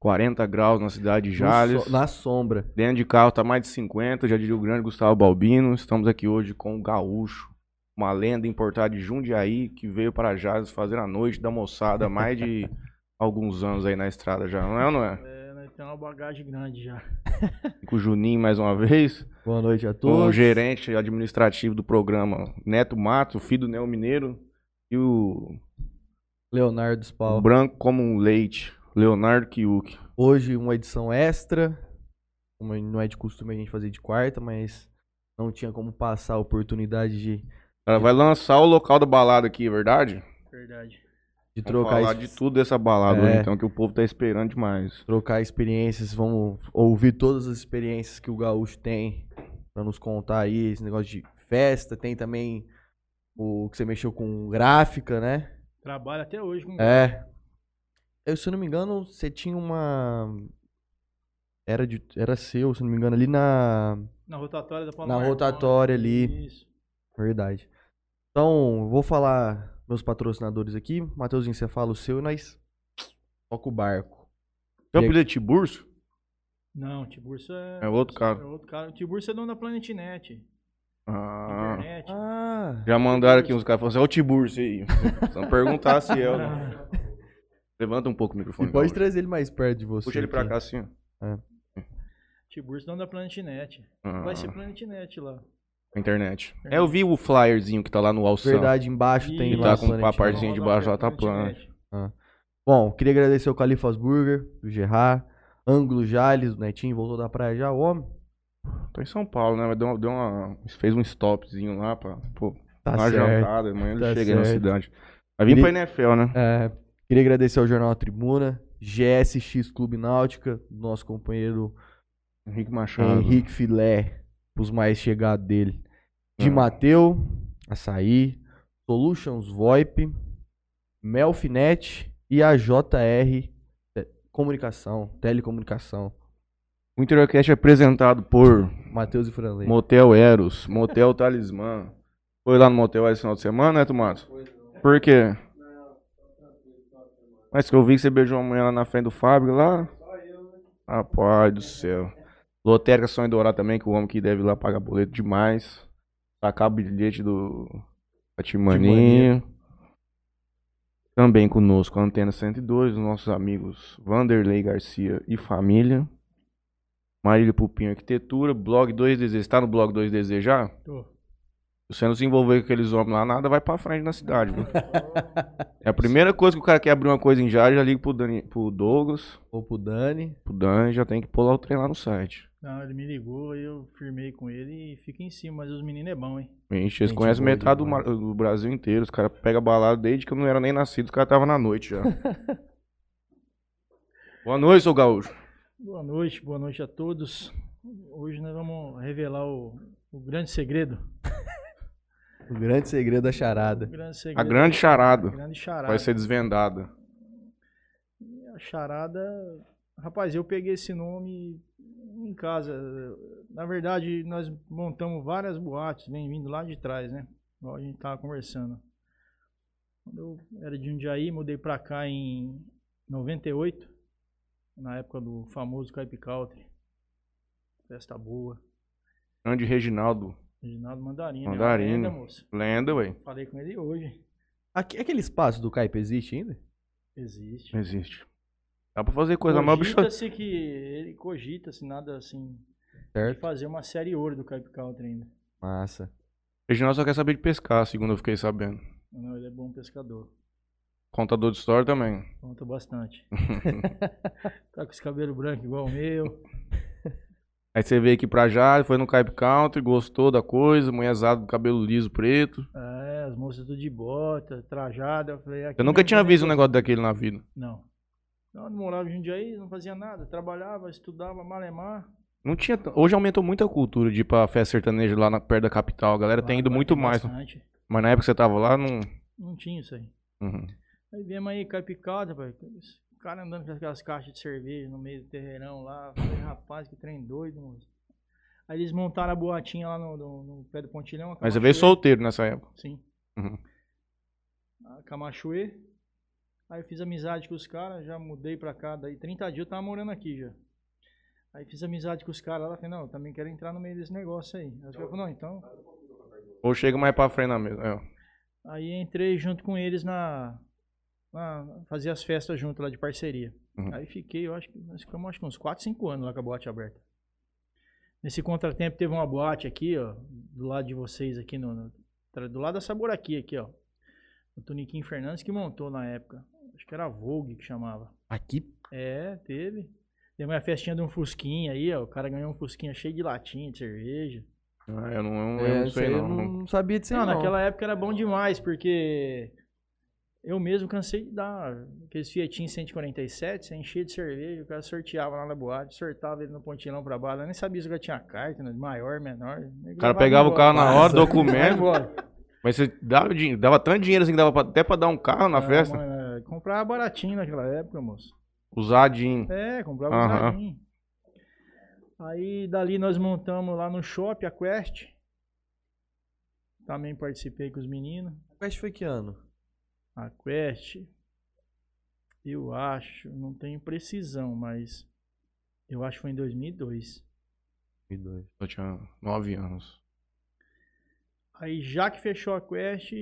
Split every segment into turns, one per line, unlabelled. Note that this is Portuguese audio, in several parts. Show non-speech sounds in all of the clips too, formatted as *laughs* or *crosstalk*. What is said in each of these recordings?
40 graus na cidade de
No
Jales.
so- na sombra.
Dentro de carro tá mais de 50, já diria o grande Gustavo Balbino. Estamos aqui hoje com o Gaúcho, uma lenda importada de Jundiaí, que veio para Jales fazer a noite da moçada há mais
*laughs*
de alguns anos aí na estrada já, não é ou não é?
É, né, tem uma bagagem grande já.
Com o Juninho mais uma vez,
Boa noite a
com o
todos.
gerente administrativo do programa Neto Matos, filho do Neo Mineiro, e o
Leonardo Spal.
branco como um leite, Leonardo Kiuk.
Hoje uma edição extra. Como não é de costume a gente fazer de quarta, mas não tinha como passar a oportunidade de,
Ela vai lançar o local da balada aqui, é verdade?
Verdade.
de
Vamos
trocar
falar
es-
de tudo dessa balada hoje,
É.
então, que o povo tá esperando demais.
trocar experiências, vamos ouvir todas as experiências que o gaúcho tem pra nos contar aí esse negócio de festa, tem também o que você mexeu com gráfica, né?
Trabalho até hoje com
É. Eu, se eu não me engano, você tinha uma era de era seu, se eu não me engano, ali na
na rotatória da Palma
na
Marcona.
rotatória ali,
Isso.
verdade. Então, eu vou falar meus patrocinadores aqui, Matheusinho, você fala o seu e nós toca o barco.
Seu
E-
apelido é Tiburcio?
Não, Tiburcio é.
É outro cara.
É outro cara. O Tiburcio é dono da Planetnet.
Ah,
Internet.
Ah,
já mandaram aqui uns caras falando assim, é o Tiburcio
*laughs*
aí. Só perguntar se é. o-
Ah,
Levanta um pouco o microfone.
e pode
Gaúcho.
trazer ele mais perto de você.
Puxa ele pra
aqui.
cá assim. ó.
Tiburcio é dono da Planetnet.
Ah,
Vai ser Planetnet lá.
internet. É, eu vi o flyerzinho que tá lá no alção.
Verdade, embaixo tem
E
lá
tá com
Planet
paparzinho.
Fitness.
partezinha de baixo lá tá
Planet.
Bom, queria agradecer ao Califas Burger, do Gerard, Ângulo Jales, o Netinho voltou da praia já, o homem.
Tá em São Paulo, né? Mas deu uma, deu uma- Fez um stopzinho lá pra. Pô,
Tá
uma
certo.
jantada. Amanhã ele
Tá
chega aí na
certo.
cidade. Vai vir
Ele-
pra NFL, né?
É, queria agradecer ao Jornal Tribuna, GSX Clube Náutica, nosso companheiro
Henrique Machado.
Henrique Filé, os mais chegados dele. De
Ah.
Mateu, Açaí, Solutions VoIP, Melfinet e a JR Te- Comunicação, Telecomunicação.
O Interiorcast é apresentado por
Matheus e Franley.
Motel Eros, Motel Talismã. Foi lá no Motel esse final de semana, né, Tomato? Por quê? Mas que eu vi que você beijou a mulher lá na frente do Fábio lá. Rapaz do céu. Lotérica Sonho Dourado também, que o homem que deve ir lá pagar boleto demais. Sacar o bilhete do Atimaninho. Também conosco a Antena 102, os nossos amigos Vanderlei Garcia e família. Marília Pupinho Arquitetura, Blog 2 Desejos. Tá no Blog 2 Desejos já?
Tô.
Se você não se envolver com aqueles homens lá, nada vai pra frente na cidade, viu? É a primeira coisa que o cara quer abrir uma coisa em Jales, já liga pro, Dani, pro Douglas,
Ou pro Dani.
pro Dan, já tem que pular o trem lá no site.
Não, ele me ligou, eu firmei com ele e fica em cima, mas os meninos é bom, hein?
Gente, eles
Gente
conhecem
boa
metade do,
demais.
mar- do Brasil inteiro. Os caras pegam balada desde que eu não era nem nascido, os caras estavam na noite já. *laughs* Boa noite, seu gaúcho.
Boa noite, boa noite a todos. Hoje nós vamos revelar o, o grande segredo.
O grande segredo da
O
charada.
grande
A
segredo.
grande
a
charada
grande charada.
vai ser desvendada.
A charada. Rapaz, eu peguei esse nome em casa. Na verdade, nós montamos várias boates, vem vindo lá de trás, né? Igual a gente tava conversando. Quando eu era de Jundiaí, mudei pra cá em 98, na época do famoso Caip Country. Festa boa.
Grande Reginaldo.
Reginaldo Mandarina.
Mandarina.
Ainda, moço.
Lenda, ué.
Falei com ele hoje.
Aqui- aquele espaço do Caipa existe ainda?
Existe.
Não existe. Dá pra fazer coisa mais bicho.
Cogita-se que ele cogita-se nada assim de
Certo.
fazer uma série ouro do Cape Country ainda.
Massa.
Reginaldo só quer saber de pescar, segundo eu fiquei sabendo.
Não, ele é bom pescador.
Contador de história também. *laughs*
Conta bastante. tá com esse cabelo branco igual o meu.
Aí você veio aqui pra já, foi no Cape Country, gostou da coisa, mulherzada com cabelo liso, preto.
É, as moças tudo de bota, trajada. Eu falei, aqui
Eu nunca
não
tinha
tem-
visto um negócio daquele na vida.
Não. Não, eu morava em Jundiaí, não fazia nada. Trabalhava, estudava, malemar.
Não tinha. t- Hoje aumentou muito a cultura de ir pra festa sertaneja lá na, perto da capital. A galera tem ido
Agora
muito mais.
bastante.
Mas na época que você tava lá, não.
Não tinha isso aí.
Uhum.
Aí viemos aí, cai picada, pai. Esse cara andando com aquelas caixas de cerveja no meio do terreirão lá. Falei, rapaz, que trem doido, moço. Aí eles montaram a boatinha lá no, no- no pé do pontilhão. a
Mas você veio
Camachuê.
solteiro nessa época.
Sim.
Uhum.
A Camachuê. Aí eu fiz amizade com os caras, já mudei pra cá, daí 30 dias eu tava morando aqui já. Aí fiz amizade com os caras lá, falei, não, eu também quero entrar no meio desse negócio aí. Aí os caras falaram, não, então.
Ou chega mais pra frente na mesa. É.
Aí entrei junto com eles na. na fazia as festas junto lá de parceria.
Uhum.
Aí fiquei, eu acho que nós ficamos acho que uns 4, 5 anos lá com a boate aberta. Nesse contratempo teve uma boate aqui, ó, do lado de vocês aqui, no, no- tra- do lado da Saboraqui aqui, ó. O Toniquinho Fernandes que montou na época. Acho que era a Vogue que chamava.
Aqui,
É, teve. Teve uma festinha de um Fusquinha aí, ó. O cara ganhou um Fusquinha cheio de latinha, de cerveja.
Ah, eu não, eu
é,
não sei
isso aí
não.
eu não sabia disso aí,
não,
não.
naquela época era bom demais, porque eu mesmo cansei de dar aqueles Fiatinho 147, você enchia de cerveja, o cara sorteava lá na boate, sortava ele no pontilhão pra bala, eu nem sabia se o cara tinha carta, né, maior, menor.
O cara pegava o carro na hora,
Passa.
documento. Mas você dava, dinhe- dava tanto dinheiro assim que dava pra- até pra dar um carro na festa.
é, comprava baratinho naquela época, moço.
Usadinho.
É, comprava
Aham.
usadinho. Aí dali nós montamos lá no shopping a Quest. Também participei com os meninos.
Quest foi que ano?
A Quest, eu acho, não tenho precisão, mas eu acho que foi em 2002.
2002.
Eu tinha nove anos.
Aí já que fechou a Quest,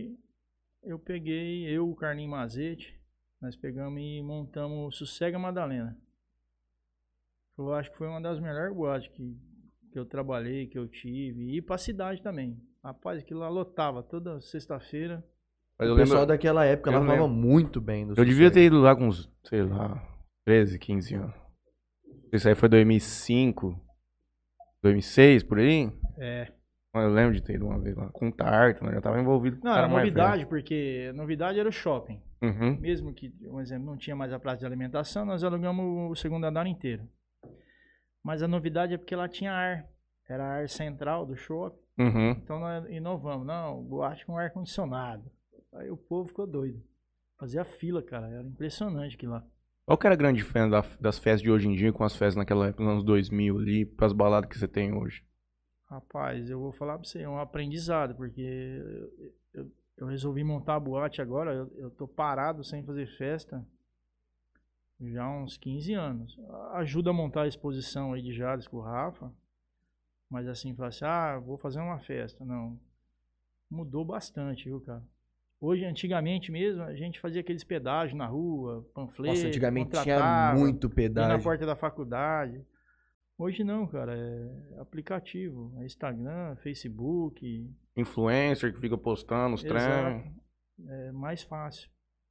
eu peguei, eu, o Carlinho Mazete, nós pegamos e montamos o Sossega Madalena. Eu acho que foi uma das melhores boates que, que eu trabalhei, que eu tive, e pra cidade também. Rapaz, aquilo lá lotava toda sexta-feira.
Mas eu
o pessoal
lembro,
daquela época
eu
ela falava
lembro.
muito bem do
eu devia
Sossego.
ter ido lá com uns, sei lá, 13, 15 anos. Isso aí foi 2005, 2006, por aí.
É.
Mas Eu lembro de ter ido uma vez lá. Com tarta, né? Eu já tava envolvido com
Não, era
cara mais velho.
novidade, porque novidade era o shopping.
Uhum.
mesmo que, um exemplo, não tinha mais a praça de alimentação, nós alugamos o segundo andar inteiro. Mas a novidade é porque lá tinha ar. Era ar central do shopping.
Uhum.
Então nós inovamos. Não, boate com ar-condicionado. Aí o povo ficou doido. Fazia fila, cara. Era impressionante aquilo lá.
Qual que era a grande diferença da- das festas de hoje em dia com as festas naquela época, nos anos 2000 ali, pras baladas que você tem hoje?
Rapaz, eu vou falar pra você, é um aprendizado, porque eu, eu- eu resolvi montar a boate agora, eu, eu tô parado sem fazer festa já há uns 15 anos. A- Ajuda a montar a exposição aí de Jales com o Rafa, mas assim, falar assim, ah, vou fazer uma festa. Não, mudou bastante, viu, cara? Hoje, antigamente mesmo, a gente fazia aqueles pedágios na rua, panfleto,
Nossa, antigamente tinha
contratava
muito
e na
pedágio.
porta da faculdade. Hoje não, cara, é aplicativo, é Instagram, Facebook,
Influencer que fica postando os
Exato.
trem.
é mais fácil.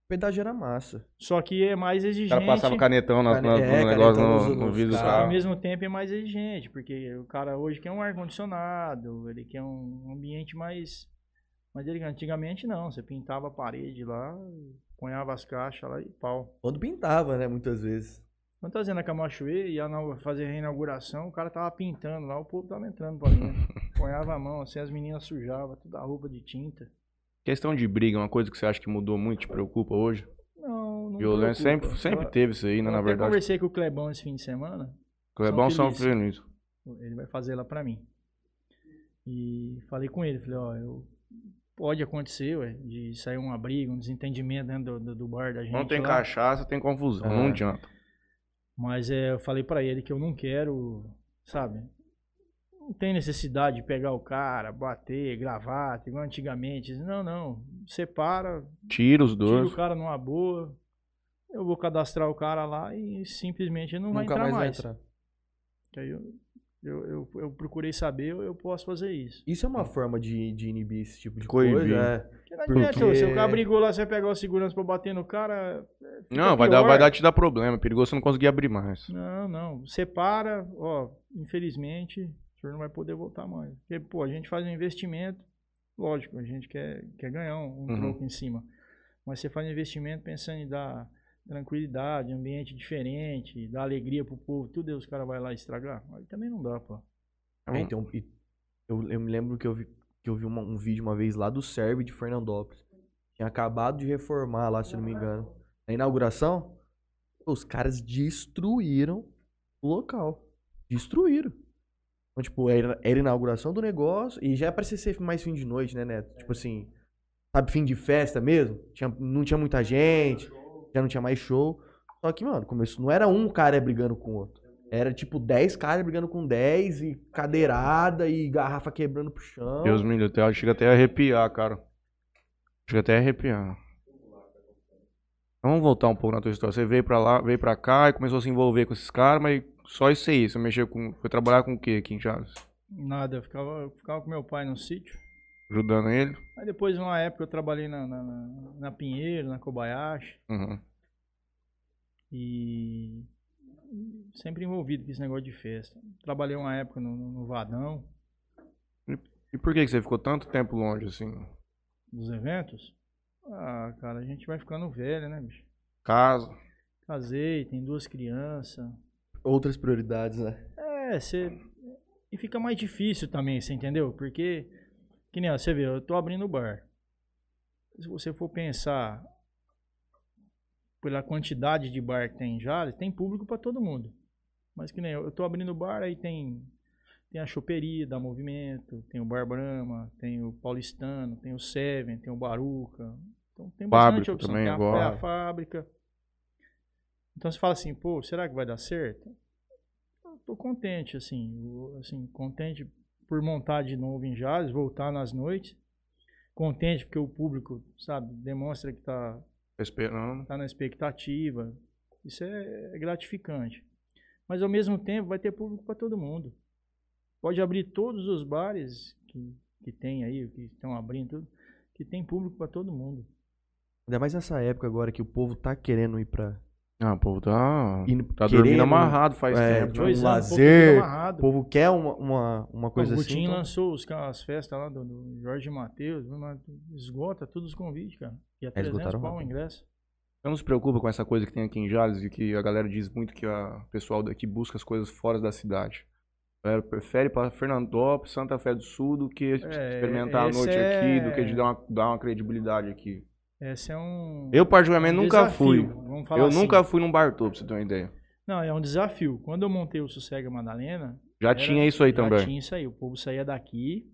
Pedágio era massa.
Só que é mais
O
exigente.
cara passava canetão na,
Cane-
na-
é,
no negócio,
canetão
no,
nos-
no
nos
vidro do
carros.
Só que ao
carro.
mesmo tempo é mais exigente, porque o cara hoje quer um ar-condicionado, ele quer um ambiente mais. Mas ele antigamente não, você pintava a parede lá, ponhava as caixas lá e pau.
Quando pintava, né? Muitas vezes.
Quando tá fazendo a Camachuê, ia na- fazer a reinauguração, o cara tava pintando lá, o povo tava entrando pra
*laughs*
dentro. Ponhava a mão, assim, as meninas sujavam, toda a roupa de tinta.
Questão de briga, uma coisa que você acha que mudou muito, te preocupa hoje?
Não, não
Violência sempre,
preocupa.
sempre
Eu-
teve isso aí, né,
eu
na
até
verdade. É
conversei com o Clebão esse fim de semana,
Clebão
São
São
Felício.
Felício.
ele vai fazer lá pra mim. E falei com ele, falei, ó, eu... pode acontecer, ué, de sair uma briga, um desentendimento dentro do, do- do bar da gente.
Não tem
lá.
cachaça, tem confusão,
É.
não adianta.
Mas é, eu falei pra ele que eu não quero, sabe? Não tem necessidade de pegar o cara, bater, gravata, igual antigamente. Não, não. Separa,
Tira os
tira
dois.
o cara numa boa. Eu vou cadastrar o cara lá e simplesmente ele não vai
Nunca
entrar
mais
mais.
vai entrar.
Que aí eu, eu, eu, eu procurei saber, eu, eu posso fazer isso.
Isso é uma forma de, de inibir esse tipo de
Coibir.
coisa. É.
Porque não
Porque-
adianta, ô, se o cara brigou lá, você vai pegar o segurança pra bater no cara.
Não,
Fica
vai dar,
pior.
vai dar te dar problema. é Perigoso você não conseguir abrir mais.
Não, não. Separa, ó, infelizmente, o senhor não vai poder voltar mais. Porque, pô, a gente faz um investimento, lógico, a gente quer, quer ganhar um, um
Uhum.
troco em cima. Mas você faz um investimento pensando em dar tranquilidade, ambiente diferente, dar alegria pro povo, tudo, e os caras vão lá estragar. Aí também não dá, pô.
um
É, então, e- eu, eu me lembro que eu vi, que eu vi uma- um vídeo uma vez lá do Serve de Fernandópolis. Tinha acabado de reformar lá, se eu não me engano. Na inauguração, os caras destruíram o local. Destruíram. Então, tipo, era, era inauguração do negócio e já parecia ser mais fim de noite, né, Neto? Tipo assim, sabe, fim de festa mesmo? Tinha, não tinha muita gente. já não tinha mais show. Só que, mano, começou, não era um cara brigando com o outro. Era tipo 10 caras brigando com 10 e cadeirada e garrafa quebrando pro chão.
Deus me livre, até- chega até a arrepiar, cara. Chega até a arrepiar. Vamos voltar um pouco na tua história. Você veio pra lá, veio pra cá e começou a se envolver com esses caras, mas só isso aí. Você mexeu com. Foi trabalhar com o quê aqui em Chaves?
Nada, eu ficava, eu ficava com meu pai no sítio.
Ajudando ele?
Aí depois, uma época, eu trabalhei na, na, na, na Pinheiro, na Kobayashi.
Uhum.
E sempre envolvido com esse negócio de festa. Trabalhei uma época no, no no Vadão,
E por que que você ficou tanto tempo longe assim?
dos eventos. Ah, cara, a gente vai ficando velho, né, bicho?
Casa?
Casei, tem duas crianças.
Outras prioridades, né?
É, você. E fica mais difícil também, você entendeu? Porque, que nem ó, você vê, eu tô abrindo o bar. Se você for pensar pela quantidade de bar que tem em Jales, tem público pra todo mundo. Mas que nem eu, eu tô abrindo o bar, aí tem tem a choperia, dá movimento, tem o Bar Brahma, tem o Paulistano, tem o Seven, tem o Baruca. Então tem bastante
Fábrica
opção.
também
tem a-
agora.
é a fábrica. Então você fala assim, pô, será que vai dar certo? eu tô contente, assim, eu- assim, contente por montar de novo em Jales, voltar nas noites. Contente porque o público, sabe, demonstra que tá,
Esperando.
tá na expectativa. Isso é, é gratificante. Mas ao mesmo tempo vai ter público para todo mundo. Pode abrir todos os bares que, que tem aí, que estão abrindo, tudo, que tem público para todo mundo.
Ainda mais nessa época agora que o povo tá querendo ir pra.
Ah, o povo tá.
ir
Tá
querendo-
dormindo amarrado faz
É,
tempo.
tipo,
né?
Dois
um
anos, o povo
lazer, O
fica amarrado.
povo quer uma, uma, uma coisa
o
assim.
Gutinho
então-
lançou os, ca- as festas lá do, do Jorge Matheus, mas esgota todos os convites, cara. E a 300
É, esgotaram
pau o
rápido.
ingresso.
Você não se preocupa com essa coisa que tem aqui em Jales e que a galera diz muito que a- o pessoal daqui busca as coisas fora da cidade. A galera prefere para Fernandópolis, Santa Fé do Sul do que experimentar a
É, esse
noite
é-
aqui, do que de dar uma, dar uma credibilidade aqui.
Esse é um.
Eu, particularmente,
um
nunca
desafio,
fui.
Vamos falar
Eu
assim.
nunca fui num Bartô, pra você ter uma ideia.
Não, é um desafio. Quando eu montei o Sossega Madalena,
Já
Era-
tinha isso aí
já
também.
tinha isso aí. O povo saía daqui.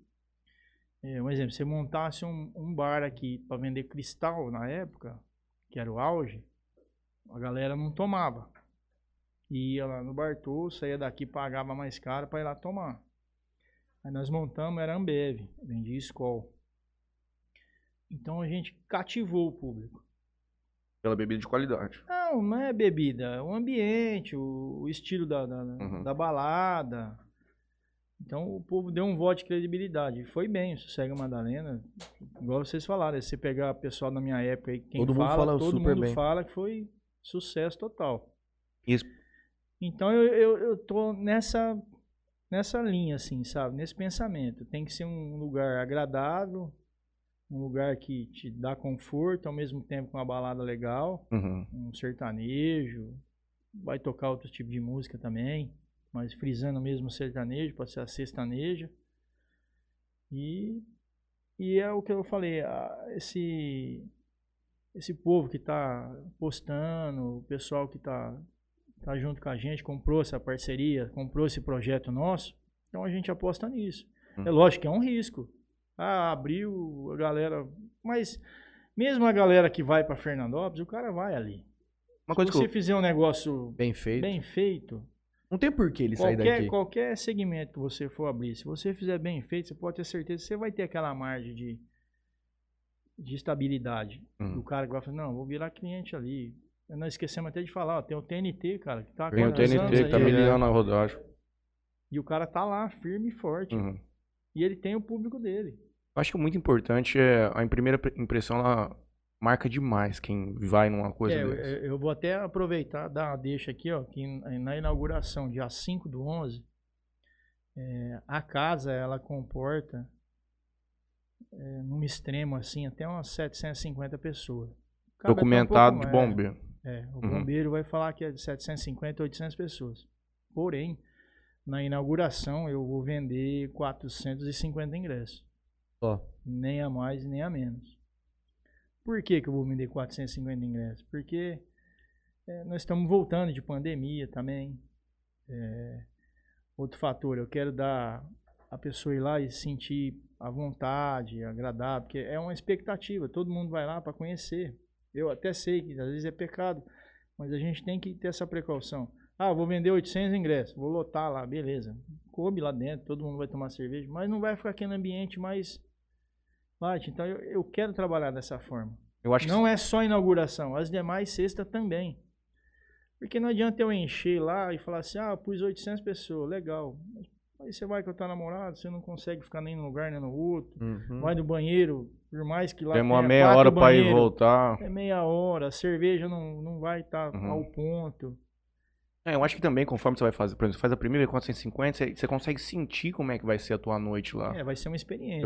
É, um exemplo, se você montasse um, um bar aqui pra vender cristal na época, que era o auge, a galera não tomava. Ia lá no Bartô, saía daqui, pagava mais caro pra ir lá tomar. Aí nós montamos, era Ambev, vendia Skol. Então a gente cativou o público.
Pela bebida de qualidade.
Não, não é bebida, é o ambiente, o, o estilo da, da, da-
Uhum.
da balada. Então o povo deu um voto de credibilidade. E Foi bem, o Sossega Madalena. Igual vocês falaram, se você pegar o pessoal da minha época aí, quem
Todo mundo
fala,
fala
todo
super
mundo
bem.
fala que foi sucesso total.
Isso.
Então eu, eu, eu tô nessa, nessa linha, assim, sabe? Nesse pensamento. Tem que ser um lugar agradável, um lugar que te dá conforto, ao mesmo tempo com uma balada legal
Uhum.
um sertanejo, vai tocar outro tipo de música também, mas frisando mesmo o sertanejo, pode ser a sextaneja. E, e é o que eu falei, a- esse, esse povo que está postando, o pessoal que está tá junto com a gente, comprou essa parceria, comprou esse projeto nosso, então a gente aposta nisso.
Hum.
É lógico que é um risco. Ah, abriu a galera, mas mesmo a galera que vai para Fernandópolis, o cara vai ali.
Uma coisa
Se
que
você
eu...
fizer um negócio
então, Bem feito.
bem feito,
Não tem por que ele sair
qualquer,
daqui.
qualquer segmento que você for abrir, se você fizer bem feito, você pode ter certeza que você vai ter aquela margem de, de estabilidade.
Uhum.
Do cara que vai falar, não, vou virar cliente ali. Não esquecemos até de falar, ó, tem o TNT, cara, que tá há
Tem o
quantos anos
TNT que tá
aí, né?
milhão na rodagem.
E o cara tá lá, firme e forte.
Uhum.
E ele tem o público dele.
Eu acho que o muito importante é a primeira impressão ela marca demais quem vai numa coisa
É, eu,
dessas.
eu vou até aproveitar, dar uma deixa aqui, ó, que na inauguração, dia 5 do 11, é, a casa, ela comporta, é, num extremo assim, até umas 750 pessoas. Cabe até um
Documentado de
pouco mais,
bombeiro.
É, o
Uhum.
bombeiro vai falar que é de 750, 800 pessoas. Porém, na inauguração, eu vou vender 450 ingressos.
Ó,
Nem a mais, nem a menos. Por que, que eu vou vender 450 ingressos? Porque eh, nós estamos voltando de pandemia também. Eh, outro fator, eu quero dar a pessoa ir lá e sentir à vontade, agradável, porque é uma expectativa. Todo mundo vai lá para conhecer. Eu até sei que às vezes é pecado, mas a gente tem que ter essa precaução. Ah, vou vender 800 ingressos, vou lotar lá, beleza. Coube lá dentro, todo mundo vai tomar cerveja, mas não vai ficar aquele ambiente mais light. Então eu, eu quero trabalhar dessa forma.
Eu acho que
Não é só inauguração, as demais sexta também. Porque não adianta eu encher lá e falar assim, ah, pus 800 pessoas, legal. Aí você vai com a tua namorada, você não consegue ficar nem num lugar nem no outro.
Uhum.
Vai no banheiro, por mais que lá
tem uma
tenha
meia
quatro
hora pra ir e
banheiros,
voltar.
É meia hora, a cerveja não, não vai estar
Uhum.
ao ponto.
É, eu acho que também, conforme você vai fazer, por exemplo, você faz a primeira 450, você, você consegue sentir como é que vai ser a tua noite lá.
É, vai ser uma experiência.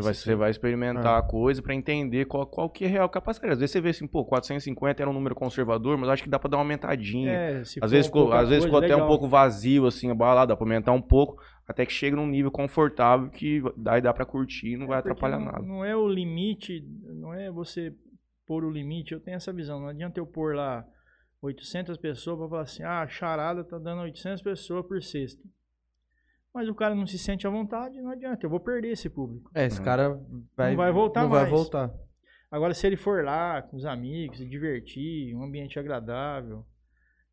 Você Ah. vai, você vai experimentar a coisa pra entender qual, qual que é real. Capaz, cara, às vezes você vê assim, pô, 450 era um número conservador, mas acho que dá pra dar uma aumentadinha.
É, se
às
for
vezes, ficou,
pouca
às vezes ficou até
coisa,
um
legal.
pouco vazio, assim, a balada, dá pra aumentar um pouco, até que chega num nível confortável que daí dá pra curtir e não vai
Porque
atrapalhar
não-
nada.
Não é o limite, não é você pôr o limite. Eu tenho essa visão. Não adianta eu pôr lá 800 pessoas para falar assim, ah, a charada tá dando 800 pessoas por sexta. Mas o cara não se sente à vontade, não adianta. Eu vou perder esse público.
É, esse
Uhum.
cara vai.
Não vai voltar
não
mais.
vai voltar. Tá
Agora, se ele for lá com os amigos, se divertir, um ambiente agradável,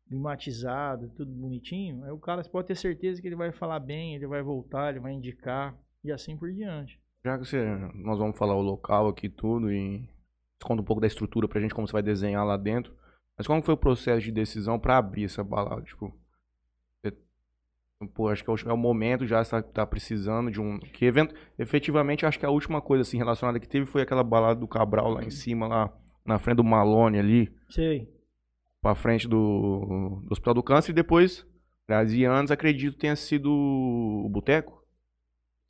climatizado, tudo bonitinho, aí o cara pode ter certeza que ele vai falar bem, ele vai voltar, ele vai indicar e assim por diante.
Já que você, nós vamos falar o local aqui e tudo e você conta um pouco da estrutura pra gente, como você vai desenhar lá dentro. Mas como foi o processo de decisão pra abrir essa balada? Tipo, você- pô, acho que é o- é o momento já, você tá, tá precisando de um... Que evento, efetivamente, acho que a última coisa assim relacionada que teve foi aquela balada do Cabral lá em cima, lá na frente do Malone ali,
Sei.
pra frente do, do Hospital do Câncer e depois, aliás, e antes, acredito, tenha sido o Boteco.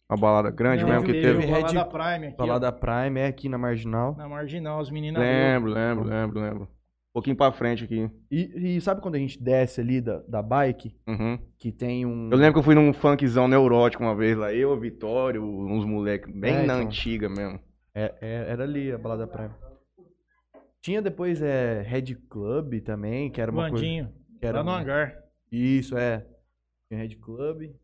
A balada grande
Não,
mesmo que teve.
o Balada
Red-
Prime aqui,
Falar da Prime é aqui na marginal.
ó, na marginal, os meninos
É,
abriram.
Lembro, lembro, lembro, lembro. Um pouquinho pra frente aqui.
E, e sabe quando a gente desce ali da, da bike?
Uhum.
Que tem um.
Eu lembro que eu fui num funkzão neurótico uma vez lá. Eu, a Vitório, uns moleques bem
É,
na
então.
antiga mesmo.
É- é- era ali a balada Prime. Tinha depois é, Red Club também, que era uma coisa.
Bandinho,
Que era
lá no
uma-
hangar.
Isso, é. Tinha Red Club.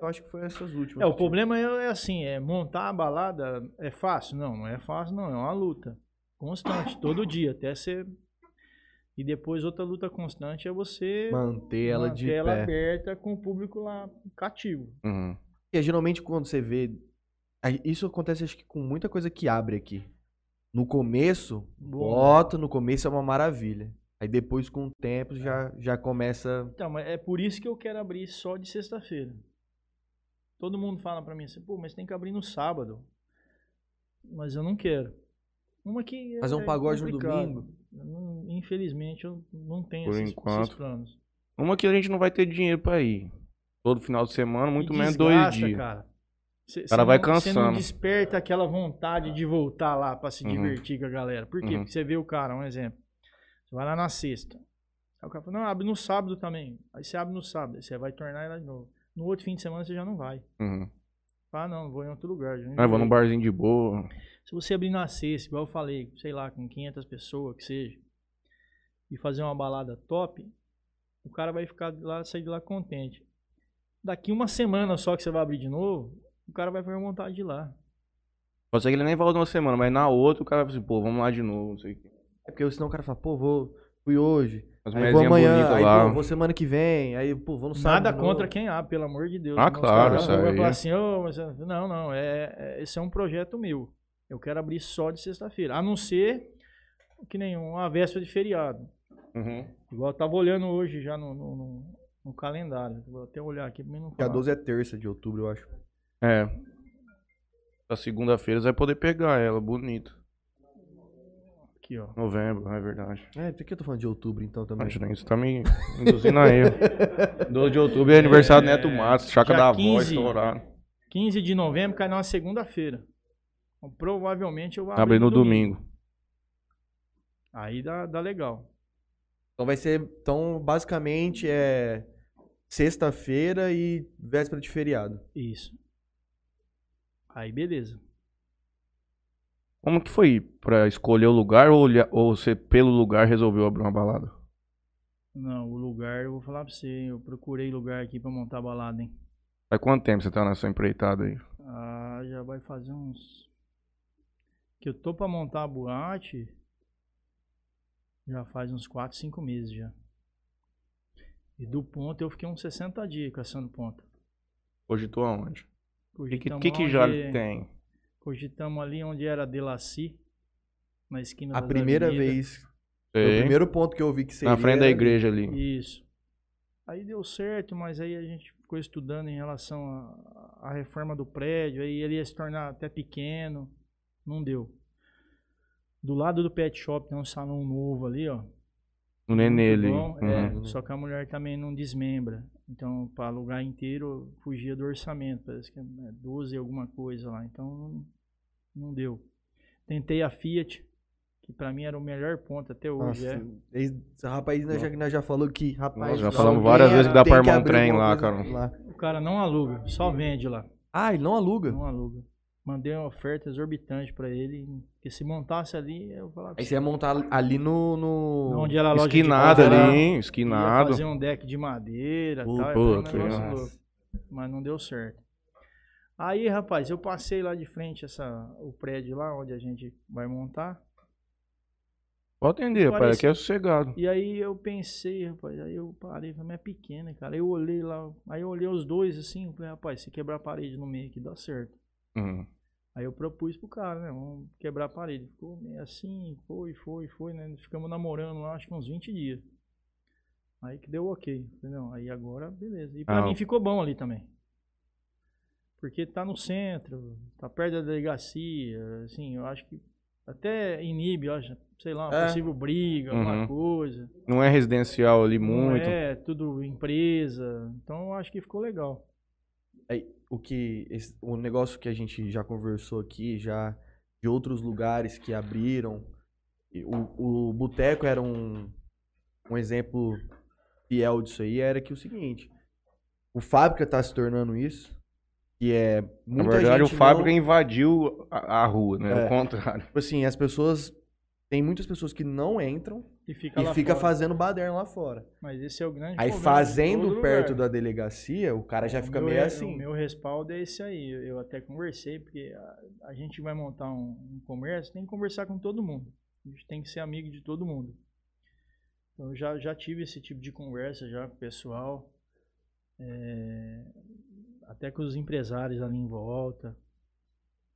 Eu acho que foi essas últimas.
É, o
que tinha.
problema é é assim, é montar a balada é fácil? Não, não é fácil não, é uma luta constante, todo dia, até você... E depois outra luta constante é você
Manter ela de
manter ela
pé.
aberta com o público lá cativo.
Uhum.
Porque geralmente quando você vê. aí Isso acontece acho que com muita coisa que abre aqui. No começo,
Bom.
bota, no começo é uma maravilha. Aí depois, com o tempo, já, já começa.
Então, mas é por isso que eu quero abrir só de sexta-feira. Todo mundo fala pra mim assim, pô, mas tem que abrir no sábado. Mas eu não quero. Uma que é-
Fazer um
é
pagode no
complicado.
domingo?
Eu não- infelizmente eu não tenho
Por
esses,
enquanto.
esses planos.
Uma que a gente não vai ter dinheiro pra ir. Todo final de semana, muito
E
menos dois
desgasta,
dias.
Cara. Cê,
cara vai
Você não
cansando.
desperta aquela vontade de voltar lá pra se
Uhum.
divertir com a galera. Por quê?
Uhum.
Porque você vê o cara, um exemplo. Você vai lá na sexta. Aí o cara fala, não, abre no sábado também. Aí você abre no sábado, aí você vai tornar ela de novo. No outro fim de semana você já não vai.
Uhum.
Ah, não, vou em outro lugar. já
Ah, vou
Uhum.
num
enjoei.
barzinho de boa.
Se você abrir na sexta, igual eu falei, sei lá, com 500 pessoas, que seja, e fazer uma balada top, o cara vai ficar de lá, sair de lá contente. Daqui uma semana só que você vai abrir de novo, o cara vai ficar com vontade de ir lá.
Pode ser que ele nem volta uma semana, mas na outra o cara vai assim, pô, vamos lá de novo, não sei o quê.
É porque senão o cara fala, pô, vou. Fui hoje.
Mas
Um
Aí vou
mulherzinha
amanhã,
bonita
aí
lá.
pô, vou semana que vem, aí pô, vou no sábado.
Nada
de
contra
novo.
quem abre, pelo amor de Deus.
Ah,
Não, os
claro,
caras
isso
vão
aí. é.
falar assim, "Ô, mas, eu-" não, não, é, é- esse é um projeto meu. Eu quero abrir só de sexta-feira. A não ser que nenhum, uma véspera de feriado.
Uhum.
Igual eu tava olhando hoje já no, no, no- no calendário. Vou até olhar aqui pra mim não
Dia
falar.
12 é terça de outubro, eu acho.
É. Na segunda-feira você vai poder pegar ela, bonito.
Aqui, ó.
Novembro, é verdade.
É, por que eu tô falando de outubro então também?
Mas, Jurandir, Você tá me induzindo a erro. 12 de outubro é aniversário do Neto Matos, Chaca
dia
da Voz,
15.
estourado.
15 de novembro cai numa segunda-feira. Então, provavelmente eu vou
Abre no domingo.
Aí dá, dá legal.
Então vai ser. Então, basicamente é sexta-feira e véspera de feriado.
Isso. Aí beleza.
Como que foi pra escolher o lugar ou, olha- ou você, pelo lugar, resolveu abrir uma balada?
Não, o lugar, eu vou falar pra você, hein, eu procurei lugar aqui pra montar balada, hein?
Faz quanto tempo você tá nessa empreitada aí?
Ah, já vai fazer uns. Que eu tô pra montar a boate. Já faz uns 4, 5 meses já. E do ponto eu fiquei uns 60 dias caçando ponta.
Hoje tô aonde? O que, que,
Cogitamos
que, que já
Então, onde-
tem?
Cogitamos ali onde era Delacy, na esquina
A
das
primeira
avenidas.
vez, foi o
Sei.
primeiro ponto que eu vi que seria...
Na frente da igreja ali.
Isso. Aí deu certo, mas aí a gente ficou estudando em relação à- à reforma do prédio, aí ele ia se tornar até pequeno, não deu. Do lado do pet shop tem um salão novo ali, ó.
No nenê
Muito
ali.
bom,
É Uhum.
é, só que a mulher também não desmembra. Então, para alugar inteiro, fugia do orçamento. Parece que é 12 alguma coisa lá. Então, não- não deu. Tentei a Fiat, que para mim era o melhor ponto até hoje.
Nossa,
é.
esse rapaz, nós já, nós já falou que, rapaz...
Nós já
alguém
falamos várias vezes que dá
tem
pra armar um
abrir
trem
alguma
lá,
coisa
cara.
lá.
O cara não aluga, só vende lá.
Ah, ele não aluga?
Não aluga. Mandei uma oferta exorbitante para ele. Porque se montasse ali, eu falava.
Aí você ia montar ali no... no...
Onde era a loja de
Esquinado
compra,
ali, hein?
ia
Esquinado.
fazer um deck de madeira
Pô,
tal.
pô,
é um
que
negócio
massa.
louco. Mas não deu certo. Aí, rapaz, eu passei lá de frente essa, o prédio lá onde a gente vai montar.
Pode atender, rapaz.
Parece-
Aqui é sossegado.
E aí eu pensei, rapaz, aí eu parei, falei, mas é pequena, cara. Eu olhei lá, aí eu olhei os dois assim, falei, rapaz, se quebrar a parede no meio aqui dá certo.
Uhum.
Aí eu propus pro cara, né? Vamos quebrar a parede. Ficou meio assim, foi, foi, foi, né? Ficamos namorando lá, acho que uns 20 dias. Aí que deu ok, entendeu? Aí agora, beleza. E pra
Ah,
mim
o-
ficou bom ali também. Porque tá no centro, tá perto da delegacia, assim, eu acho que até inibe, eu acho, sei lá, uma
É.
possível briga, alguma
Uhum.
coisa.
Não é residencial ali
Não
muito.
É, tudo empresa. Então eu acho que ficou legal.
o que esse- o negócio que a gente já conversou aqui já de outros lugares que abriram e o, o boteco era um um exemplo fiel disso aí era que o seguinte o fábrica tá se tornando isso que é
Na
muita
verdade, o
gente
Fábrica
não-
invadiu a, a rua, né?
É.
O contrário.
tipo assim as pessoas tem muitas pessoas que não entram
E fica lá
e fica
fora.
fazendo baderno lá fora
Mas esse é o grande
aí
problema de
fazendo
todo
perto
lugar.
da delegacia o cara já
O
fica
meu
meio
re-
assim
O meu respaldo é esse aí. Eu, eu até conversei, porque a, a gente vai montar um, um comércio, tem que conversar com todo mundo. A gente tem que ser amigo de todo mundo. Então, eu já, já tive esse tipo de conversa já com o pessoal, é, até com os empresários ali em volta.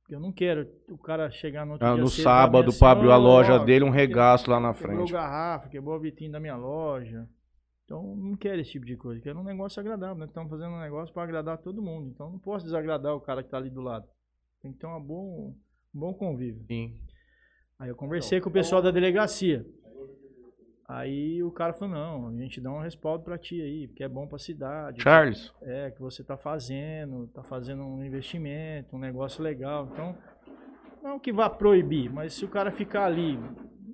Porque Eu não quero o cara chegar no outro
Ah,
dia
no
cedo e falar
sábado,
bem
pra
assim,
abrir a
"Ô,
loja
ó,
dele, um regaço lá na
Quebrou
frente.
garrafa, quebrou a vitrine da minha loja. Então, não quero esse tipo de coisa. Quero um negócio agradável. Nós estamos fazendo um negócio para agradar todo mundo. Então, não posso desagradar o cara que está ali do lado. Tem que ter uma bom, um bom convívio.
Sim.
Aí eu conversei com o pessoal da delegacia. Aí o cara falou, não, a gente dá um respaldo para ti aí, porque é bom para a cidade.
Charles,
É, que você está fazendo, está fazendo um investimento, um negócio legal. Então, não que vá proibir, mas se o cara ficar ali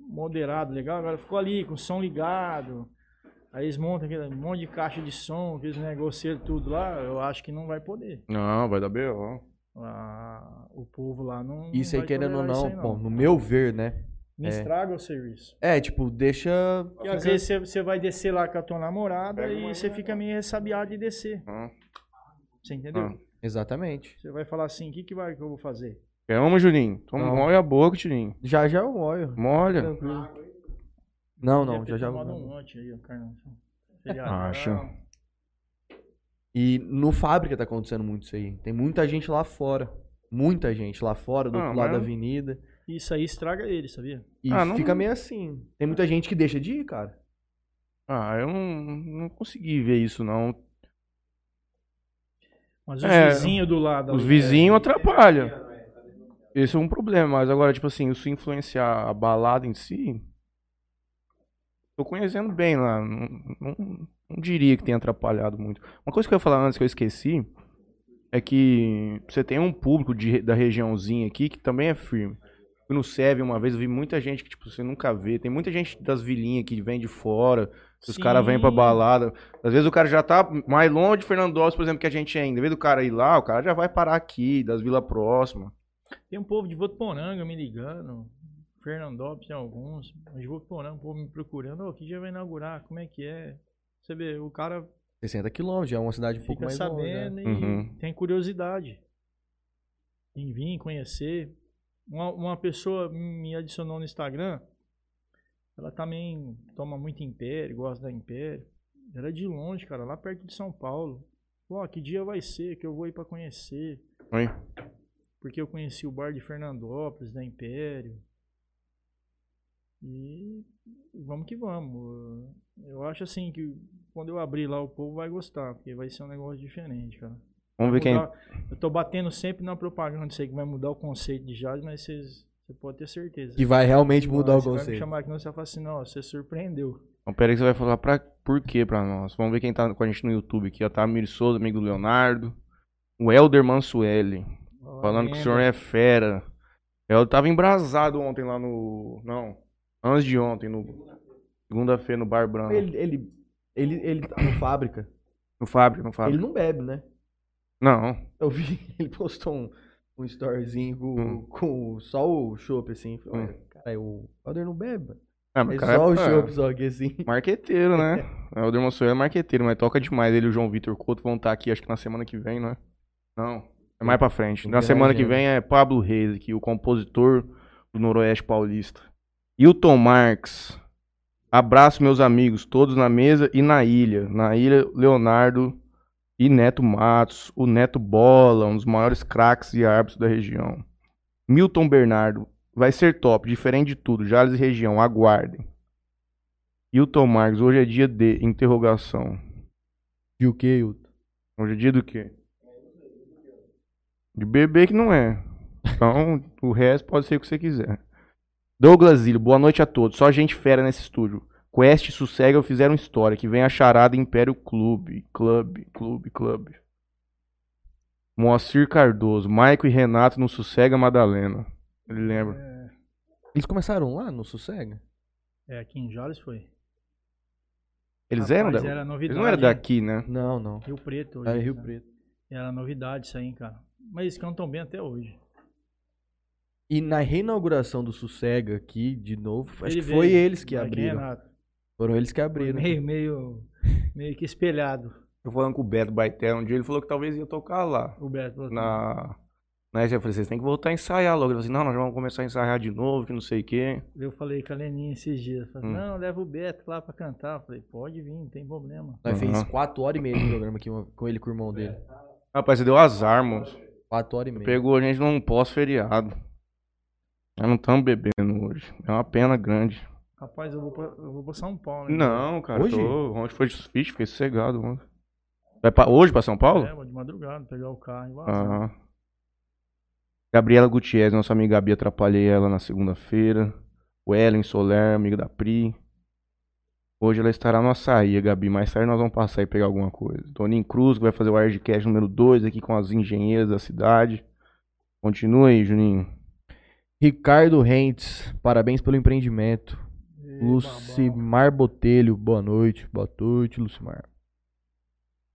moderado, legal, agora ficou ali com o som ligado, aí eles montam aquele monte de caixa de som, aqueles negoceiros tudo lá, eu acho que não vai poder.
não, vai dar B.O.
Ah, o povo lá não.
isso aí
vai
querendo ou
tolerar isso
não,
aí,
bom no meu ver né
Me estraga o serviço.
É, tipo, deixa.
E às vezes você- você vai descer lá com a tua namorada e você fica meio ressabiado de descer.
Ah.
Você entendeu?
Ah.
Exatamente.
Você vai falar assim, o que, que vai que eu vou fazer?
Quer uma, Juninho? Toma
Não.
um molho a boca, Juninho.
Já já é um eu molho.
Molha.
Tranquilo. Não, não, já
Devia ter
já. é eu
tomado um
molho.
monte aí, ó, Carlão.
Ah, Acho.
E no fábrica tá acontecendo muito isso aí. Tem muita gente lá fora. Muita gente lá fora, do
Ah,
outro lado
mas-
da avenida.
Isso aí estraga ele, sabia?
E
Ah, não-
fica meio assim. Tem muita gente que deixa de ir, cara.
Ah, eu não, não consegui ver isso, não.
Mas os
É,
vizinhos do lado.
Os
ali,
vizinhos atrapalham. Esse é um problema, mas agora, tipo assim, isso influenciar a balada em si. Tô conhecendo bem lá. Não, não- não diria que tenha atrapalhado muito. Uma coisa que eu ia falar antes que eu esqueci é que você tem um público de- da regiãozinha aqui que também é firme. Fui no SEV uma vez, eu vi muita gente que, tipo, você nunca vê. Tem muita gente das vilinhas que vem de fora. Os
Sim.
caras vêm pra balada. Às vezes o cara já tá mais longe de Fernandópolis, por exemplo, que a gente é ainda. Em vez do cara ir lá, o cara já vai parar aqui, das vilas próximas.
Tem um povo de Votuporanga me ligando. Fernandópolis tem alguns. Mas de Votuporanga, o povo me procurando. Ô, que dia vai inaugurar? Como é que é? Você vê, o cara
60 quilômetros, já é uma cidade um pouco
fica
mais longe. né?
sabendo e
Uhum.
tem curiosidade em vir conhecer. Uma, uma pessoa me adicionou no Instagram Ela também toma muito Império, gosta da Império. Ela é de longe, cara, lá perto de São Paulo. Pô, que dia vai ser que eu vou ir pra conhecer?
Oi?
Porque eu conheci o bar de Fernandópolis, da Império. E vamos que vamos. Eu acho assim que quando eu abrir lá o povo vai gostar, porque vai ser um negócio diferente, cara.
Vamos ver quem.
Mudar- Eu tô batendo sempre na propaganda, sei que vai mudar o conceito de jazz, mas vocês você pode ter certeza.
Que vai realmente mudar
Ah,
o
você Vai me
conceito.
chamar aqui, não, você vai falar assim, não, você surpreendeu.
Então, pera aí que você vai falar pra... por quê pra nós. Vamos ver quem tá com a gente no YouTube aqui. Ó, tá Mir Souza, amigo do Leonardo. O Helder Mansueli.
Ó,
Falando que o
lembra?
senhor é fera. Eu tava embrasado ontem lá no. Não. Antes de ontem, no. Segunda-feira no Bar Branco.
Ele, ele, ele, ele tá no fábrica.
No Fábrica, no Fábrica.
Ele não bebe, né?
Não.
Eu vi, *laughs* ele postou um, um storyzinho com,
Hum.
com só o chopp, assim. Falei,
Hum.
olha, Caralho, o Helder não bebe.
Ah,
É
mas o cara
só
é-
o
é,
chopp, só que assim.
Marqueteiro,
*laughs*
né? É, o Dermonsoel é marqueteiro, mas toca demais. Ele e o João Vitor Couto vão estar aqui, acho que na semana que vem, não é? Não. É mais pra frente.
Tem
Na
que ver
semana
na
que
agenda.
vem é Pablo Reis, aqui, o compositor do Noroeste Paulista. Hilton Marx. Abraço, meus amigos, todos na mesa e na ilha. Na ilha, Leonardo e Neto Matos. O Neto Bola, um dos maiores craques e árbitros da região. Milton Bernardo. Vai ser top, diferente de tudo. Jales e região, aguardem. Hilton Marques, hoje é dia de interrogação.
De o que, Hilton?
Hoje é dia do quê? De bebê que não é. *laughs* Então, o resto pode ser o que você quiser. Douglas Ilho, boa noite a todos. Só gente fera nesse estúdio. Quest e Sossega fizeram história, que vem a charada Império Clube. Clube, clube, clube. Moacir Cardoso, Maico e Renato no Sossega Madalena. Ele lembra.
Eles começaram lá no Sossega?
É, aqui em Jales foi.
Eles
Rapaz,
eram da...
era
Eles
novidade.
não eram
hein?
daqui, Ah, é né?
Não, não.
Rio Preto. Hoje,
Era Rio
cara.
Preto.
Era novidade isso aí, hein, cara. Mas eles cantam bem até hoje.
E na reinauguração do Sossega aqui, de novo, acho
Ele
que foi
veio,
eles que
Mike
abriram.
Renato.
Foram eles que
Foi
abriram.
Meio, meio, meio que espelhado
Eu falando com o Beto Baité um dia, ele falou que talvez ia tocar lá.
o Beto. falou assim,
na. Na SF, eu falei, vocês têm que voltar a ensaiar logo. Ele falou assim, não, nós vamos começar a ensaiar de novo, que não sei o quê.
assim, Eu falei com a Leninha esses dias. Falei,
Hum.
não, leva o Beto lá pra cantar. Eu falei, pode vir, não tem problema.
Nós fez
Aham. É.
4 horas e meia de programa aqui uma- com ele e com o irmão dele.
Rapaz, você deu azar, moço.
4 horas e meia.
Pegou a gente num pós-feriado. Nós não estamos bebendo hoje. É uma pena grande.
Rapaz, eu vou pra, eu vou pra São Paulo. né?
Não, cara.
Hoje?
tô- Ontem foi difícil, fiquei sossegado ontem. Vai pra... Hoje pra São Paulo? Ah,
É, vou de madrugada, pegar o carro e vazar.
Aham. Gabriela Gutierrez, nossa amiga Gabi, atrapalhei ela na segunda-feira. O Ellen Soler, amiga da Pri. Hoje ela estará no açaí, Gabi. Mais tarde nós vamos passar e pegar alguma coisa. Toninho Cruz, que vai fazer o Aircast número 2 aqui com as engenheiras da cidade. Continua aí, Juninho.
Ricardo Rentes, parabéns pelo empreendimento.
E babau.
Lucimar Botelho, boa noite. Boa noite, Lucimar.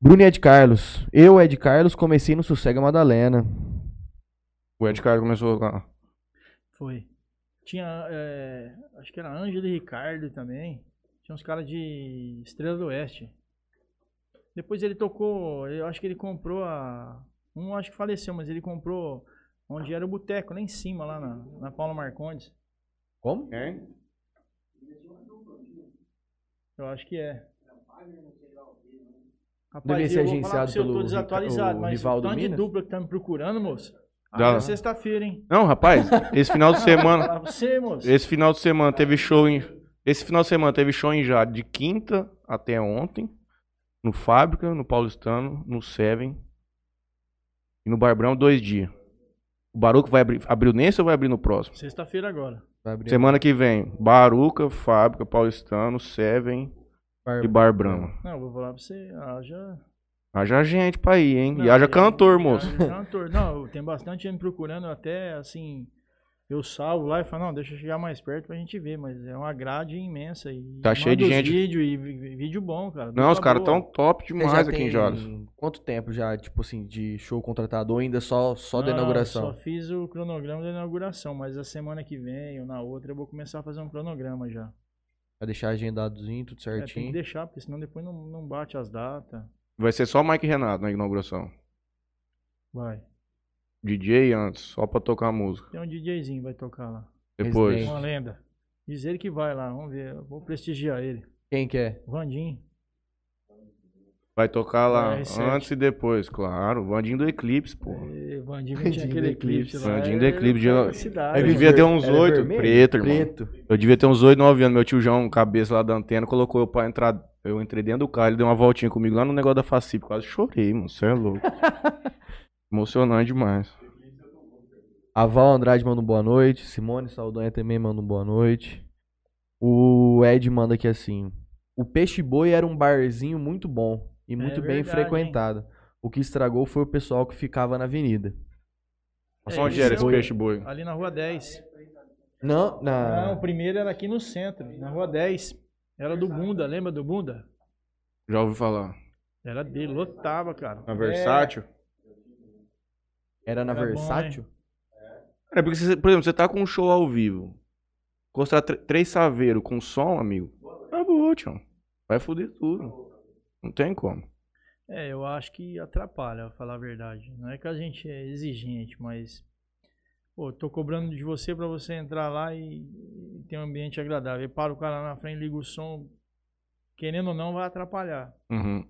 Bruno e Ed Carlos. Eu, Ed Carlos, comecei no Sossega Madalena.
O Ed Carlos começou a.
Foi. Tinha, é, acho que era Ângelo e Ricardo também. Tinha uns caras de Estrela do Oeste. Depois ele tocou, eu acho que ele comprou a... Um acho que faleceu, mas ele comprou onde era o boteco, lá em cima, lá na, na Paula Marcondes.
Como?
É? Eu acho que é.
Deve
Rapaz,
ser
eu vou falar pra
agenciado
você, eu tô
pelo Rica-
desatualizado,
o
mas o
Rivaldo
tanto de
Minas?
dupla que tá me procurando, moço.
Dá.
Agora é sexta-feira, hein?
Não, rapaz, esse final de semana.
Falar pra você, moço.
Esse final de semana teve show em. Esse final de semana teve show em Jade de quinta até ontem. No Fábrica, no Paulistano, no Seven. E no Barbrão, dois dias. O Baruca vai abrir. Abriu nesse ou vai abrir no próximo?
Sexta-feira agora.
Vai abrir
Semana que vem, Baruca, Fábrica, Paulistano, Seven
bar-
e Bar Brahma.
Não, eu vou falar pra você. Haja.
Haja gente pra ir, hein?
Não,
e haja
tem- né?
cantor, moço.
Haja cantor. Não, tem bastante gente me procurando, até assim. Eu salvo lá e falo, não, deixa eu chegar mais perto pra gente ver, mas é uma grade imensa. E
Tá cheio de
manda os
gente.
Vídeo e vi- vi- vídeo bom, cara.
Não, os
dupla
caras
boa.
tão top
Você já
demais aqui
tem
em Jales.
Quanto tempo já, tipo assim, de show contratado ou ainda só, só da
Não,
inauguração?
Ah, Só fiz o cronograma da inauguração, mas a semana que vem ou na outra eu vou começar a fazer um cronograma já.
Pra deixar agendadozinho, tudo
É, tem que
certinho.
deixar, porque senão depois não, não bate as datas.
Vai ser só Mike e Renato na inauguração.
Vai.
DJ antes, só pra tocar música.
Tem um DJzinho que vai tocar lá.
Depois.
Residente.
Uma lenda. Diz ele que vai lá, vamos ver. eu Vou prestigiar ele.
Quem que é?
Vandim.
Vai tocar lá
É, R7.
antes e depois, claro. O Vandinho do Eclipse, porra.
Eh, Vandim que
Vandim
tinha aquele
do Eclipse.
eclipse lá.
Vandim do Eclipse,
era
geral-
da cidade, né?
Aí
Era
mano.
devia ter
ver-
uns
era
oito,
é vermelho?
preto, irmão.
Preto.
Eu devia ter uns 8, 9 anos. Meu tio João, cabeça lá da antena, colocou eu pra entrar. Eu entrei dentro do carro, ele deu uma voltinha comigo lá no negócio da Facip. Quase chorei, mano. Você é
*laughs*
louco. Emocionante demais.
A Val Andrade manda um boa noite. Simone Saldanha também manda um boa noite. O Ed manda aqui assim. O Peixe Boi era um barzinho muito bom e muito bem
É verdade,
frequentado. O que estragou foi o pessoal que ficava na avenida.
Mas
É,
onde
isso
era
é
esse
o-
peixe boi?
Ali na rua 10.
Não,
Ah.
Não,
na...
o primeiro era aqui no centro, na rua 10. Era do Bunda, lembra do Bunda?
Já ouvi falar.
Era dele, lotava, cara.
Na Versátil?
era na
é. Era bom,
Versátil?
É, porque, você- por exemplo, você tá com um show ao vivo. Costar tr- três saveiros com som, amigo. Acabou, tio. Vai foder tudo. Não tem como.
É, eu acho que atrapalha, pra falar a verdade. Não é que a gente é exigente, mas. Pô, eu tô cobrando de você pra você entrar lá e, e ter um ambiente agradável. E para o cara lá na frente, liga o som. Querendo ou não, vai atrapalhar.
Uhum,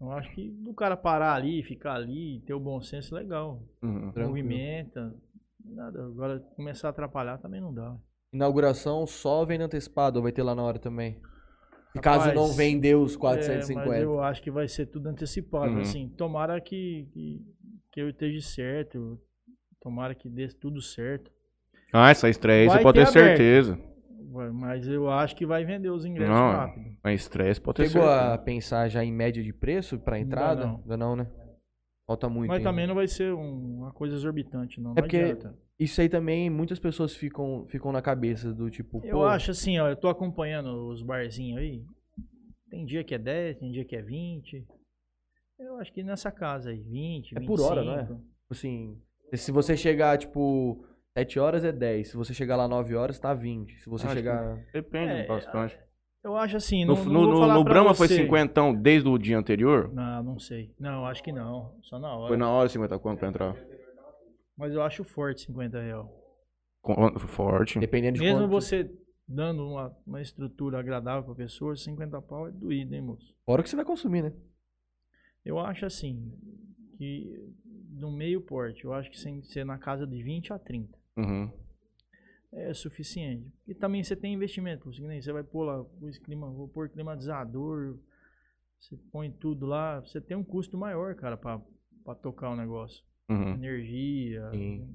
Eu acho que do cara parar ali, ficar ali, ter o bom senso, legal.
uhum.
Tranquilo.
Movimenta. Nada. Agora, começar a atrapalhar também não dá.
Inauguração só vendo antecipado ou vai ter lá na hora também? E caso
Rapaz,
não vender os
É,
450.
mas eu acho que vai ser tudo antecipado,
Uhum.
assim. Tomara que, que, que eu esteja certo. Tomara que dê tudo certo.
Ah, essa estreia aí
Vai
você pode ter
ter aberto.
certeza.
Vai- Mas eu acho que vai vender os ingressos
Não, é.
rápido.
A estreia você pode ter
Chegou
certeza.
a pensar já em média de preço pra
Ainda
entrada?
não.
Ainda não, né? Falta muito.
Mas
ainda.
também não vai ser um- uma coisa exorbitante, não.
É
não
porque
adianta.
Isso aí também muitas pessoas ficam, ficam na cabeça do tipo,
Eu
pô,
acho assim, ó, eu tô acompanhando os barzinhos aí. Tem dia que é 10, tem dia que é 20. Eu acho que nessa casa aí, 20,
É
25.
por hora, não é? assim, se você chegar tipo 7 horas é 10, se você chegar lá 9 horas tá 20. Se você
Acho que-
chegar
Depende
É,
bastante.
Eu acho assim,
No,
não,
no,
não vou
no-
falar
no
pra
Brahma foi
você.
50 desde o dia anterior?
Não, não sei. Não, acho que não. Só na hora.
Foi na hora 50 conto pra entrar.
Mas eu acho forte 50 real.
Com- Forte.
dependendo de
Mesmo
quanto,
você dando uma, uma estrutura agradável pra pessoa, 50 pau é doído, hein, moço?
fora o que você vai consumir, né?
Eu acho assim, que no meio porte, eu acho que sem ser na casa de 20 a 30
Uhum.
é suficiente. E também você tem investimento, porque nem você vai pôr lá, pus clima, vou pôr climatizador, você põe tudo lá, você tem um custo maior, cara, pra, pra tocar o negócio.
Uhum.
Energia,
Sim.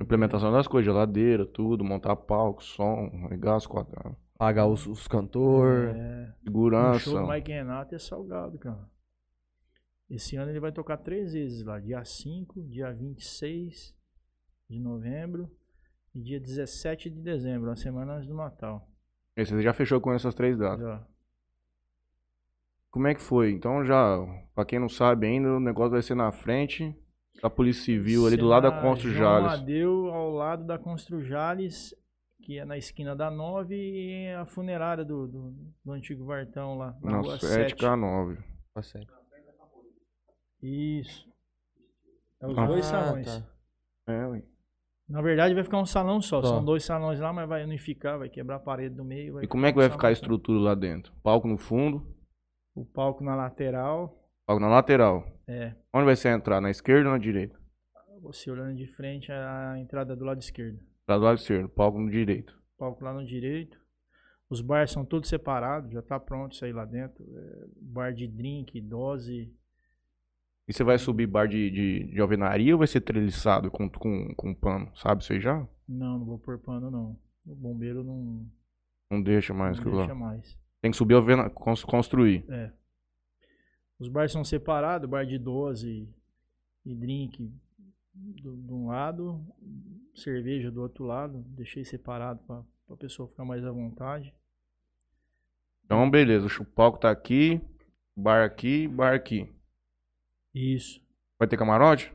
Implementação das coisas, geladeira, tudo, montar palco, som, gás quadrado,
Pagar os, os cantor,
é, o
segurança.
show do Mike Renato é salgado, cara. Esse ano ele vai tocar três vezes lá, dia 5, dia 26 de novembro e dia 17 de dezembro, uma semana antes do Natal.
E Você já fechou com essas três datas.
Já.
Como é que foi? Então já, pra quem não sabe ainda, o negócio vai ser na frente da Polícia Civil, ali do lado da
Será
Constru
João
Jales.
Amadeu, ao lado da Constru Jales, que é na esquina da 9 e é a funerária do, do, do antigo Vartão lá, na
Na
rua
7
7.
K9.
tá certo.
Isso. É os
Ah,
dois salões.
tá.
É, ué.
Na verdade vai ficar um salão só.
Só.
São dois salões lá, mas vai unificar, vai quebrar a parede do meio.
E como é que vai
um
ficar a
salão só.
estrutura lá dentro? Palco no fundo,
O palco na lateral,
palco na lateral.
é,
Onde vai ser entrar? Na esquerda ou na direita?
você olhando de frente a entrada do lado esquerdo.
Pra do lado esquerdo, palco no direito.
palco lá no direito. Os bars são todos separados, já tá pronto isso aí lá dentro. É, bar de drink, dose.
E você vai subir bar de, de, de alvenaria ou vai ser treliçado com, com, com pano? Sabe isso aí já?
Não, não vou pôr pano não. O bombeiro não,
Não deixa
não
mais aquilo
deixa
lá.
mais.
Tem que subir alvena... cons- construir.
É. Os bars são separados, bar de dose e drink do- de um lado, cerveja do outro lado. Deixei separado para a pessoa ficar mais à vontade.
Então, beleza. O palco tá aqui, bar aqui, bar aqui.
Isso.
Vai ter camarote?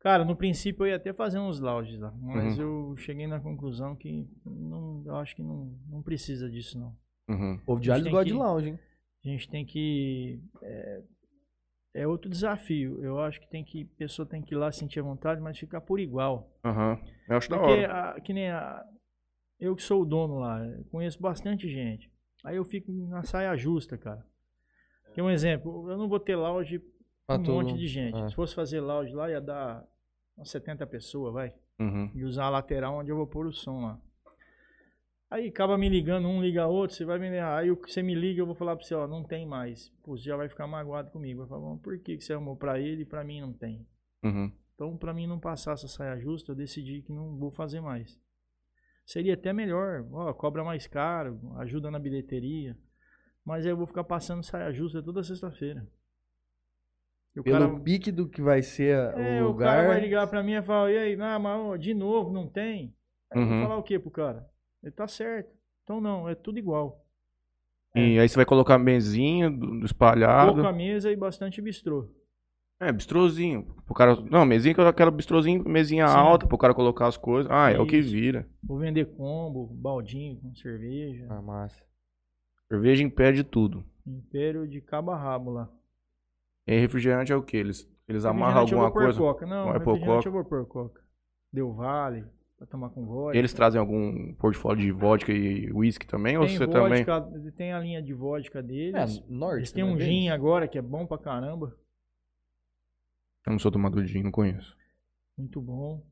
Cara, no princípio eu ia até fazer uns lounges lá, mas eu cheguei na conclusão que não, eu acho que não, não precisa disso não.
Uhum.
O povo de
A
Jales
gente tem
gosta
que- um
de lounge, hein?
A gente tem que é, é outro desafio. Eu acho que tem que a pessoa tem que ir lá sentir a vontade, mas ficar por igual.
Aham. Eu acho da
Porque
hora.
a, que nem a eu que sou o dono lá, conheço bastante gente. Aí eu fico na saia justa, cara. Tem um exemplo, eu não vou ter lounge
Pra
um
todo
monte
mundo.
de gente.
É.
Se fosse fazer lounge lá, ia dar umas 70 pessoas, vai.
Uhum.
E usar a lateral onde eu vou pôr o som lá. Aí acaba me ligando, um liga outro, você vai me ligar. Aí o que você me liga, eu vou falar pra você, ó, não tem mais. Pô, você já vai ficar magoado comigo. Vai falar, "Mas por que que você arrumou pra ele e pra mim não tem?
Uhum.
Então, pra mim não passar essa saia justa, eu decidi que não vou fazer mais. Seria até melhor, ó, cobra mais caro, ajuda na bilheteria, mas aí eu vou ficar passando saia justa toda sexta-feira. E o
Pelo
cara,
pique do que vai ser a-
é,
o
o
lugar.
cara vai ligar pra mim e falar, e aí, ah, mas ó, de novo, não tem? Aí eu
Uhum.
vou falar o que pro cara? Ele tá certo. Então não, é tudo igual. é.
E aí você vai colocar mesinha do- do espalhado.
Pouca mesa e bastante bistrô.
É, bistrozinho. Pro cara... Não, mesinha que eu quero bistrozinho, mesinha
Sim.
alta pro cara colocar as coisas. Ah, é o que
Isso.
vira.
Vou vender combo, baldinho com cerveja,
Ah, massa.
Cerveja impede tudo.
império de cabo a rabo lá.
E refrigerante é o que? Eles, eles amarram
Refrigerante é eu
alguma
vou pôr
coisa?
Coca. Não,
Vai pôr
refrigerante
Coca.
eu vou pôr coca. Deu vale, pra tomar com vodka.
Eles trazem algum portfólio de vodka e whisky também? ou
Tem
você também?
vodka, tem a linha de vodka
É,
deles.
norte.
Eles têm
né,
um
deles?
gin agora que é bom pra caramba.
Eu não sou tomador de gin, não conheço.
Muito bom.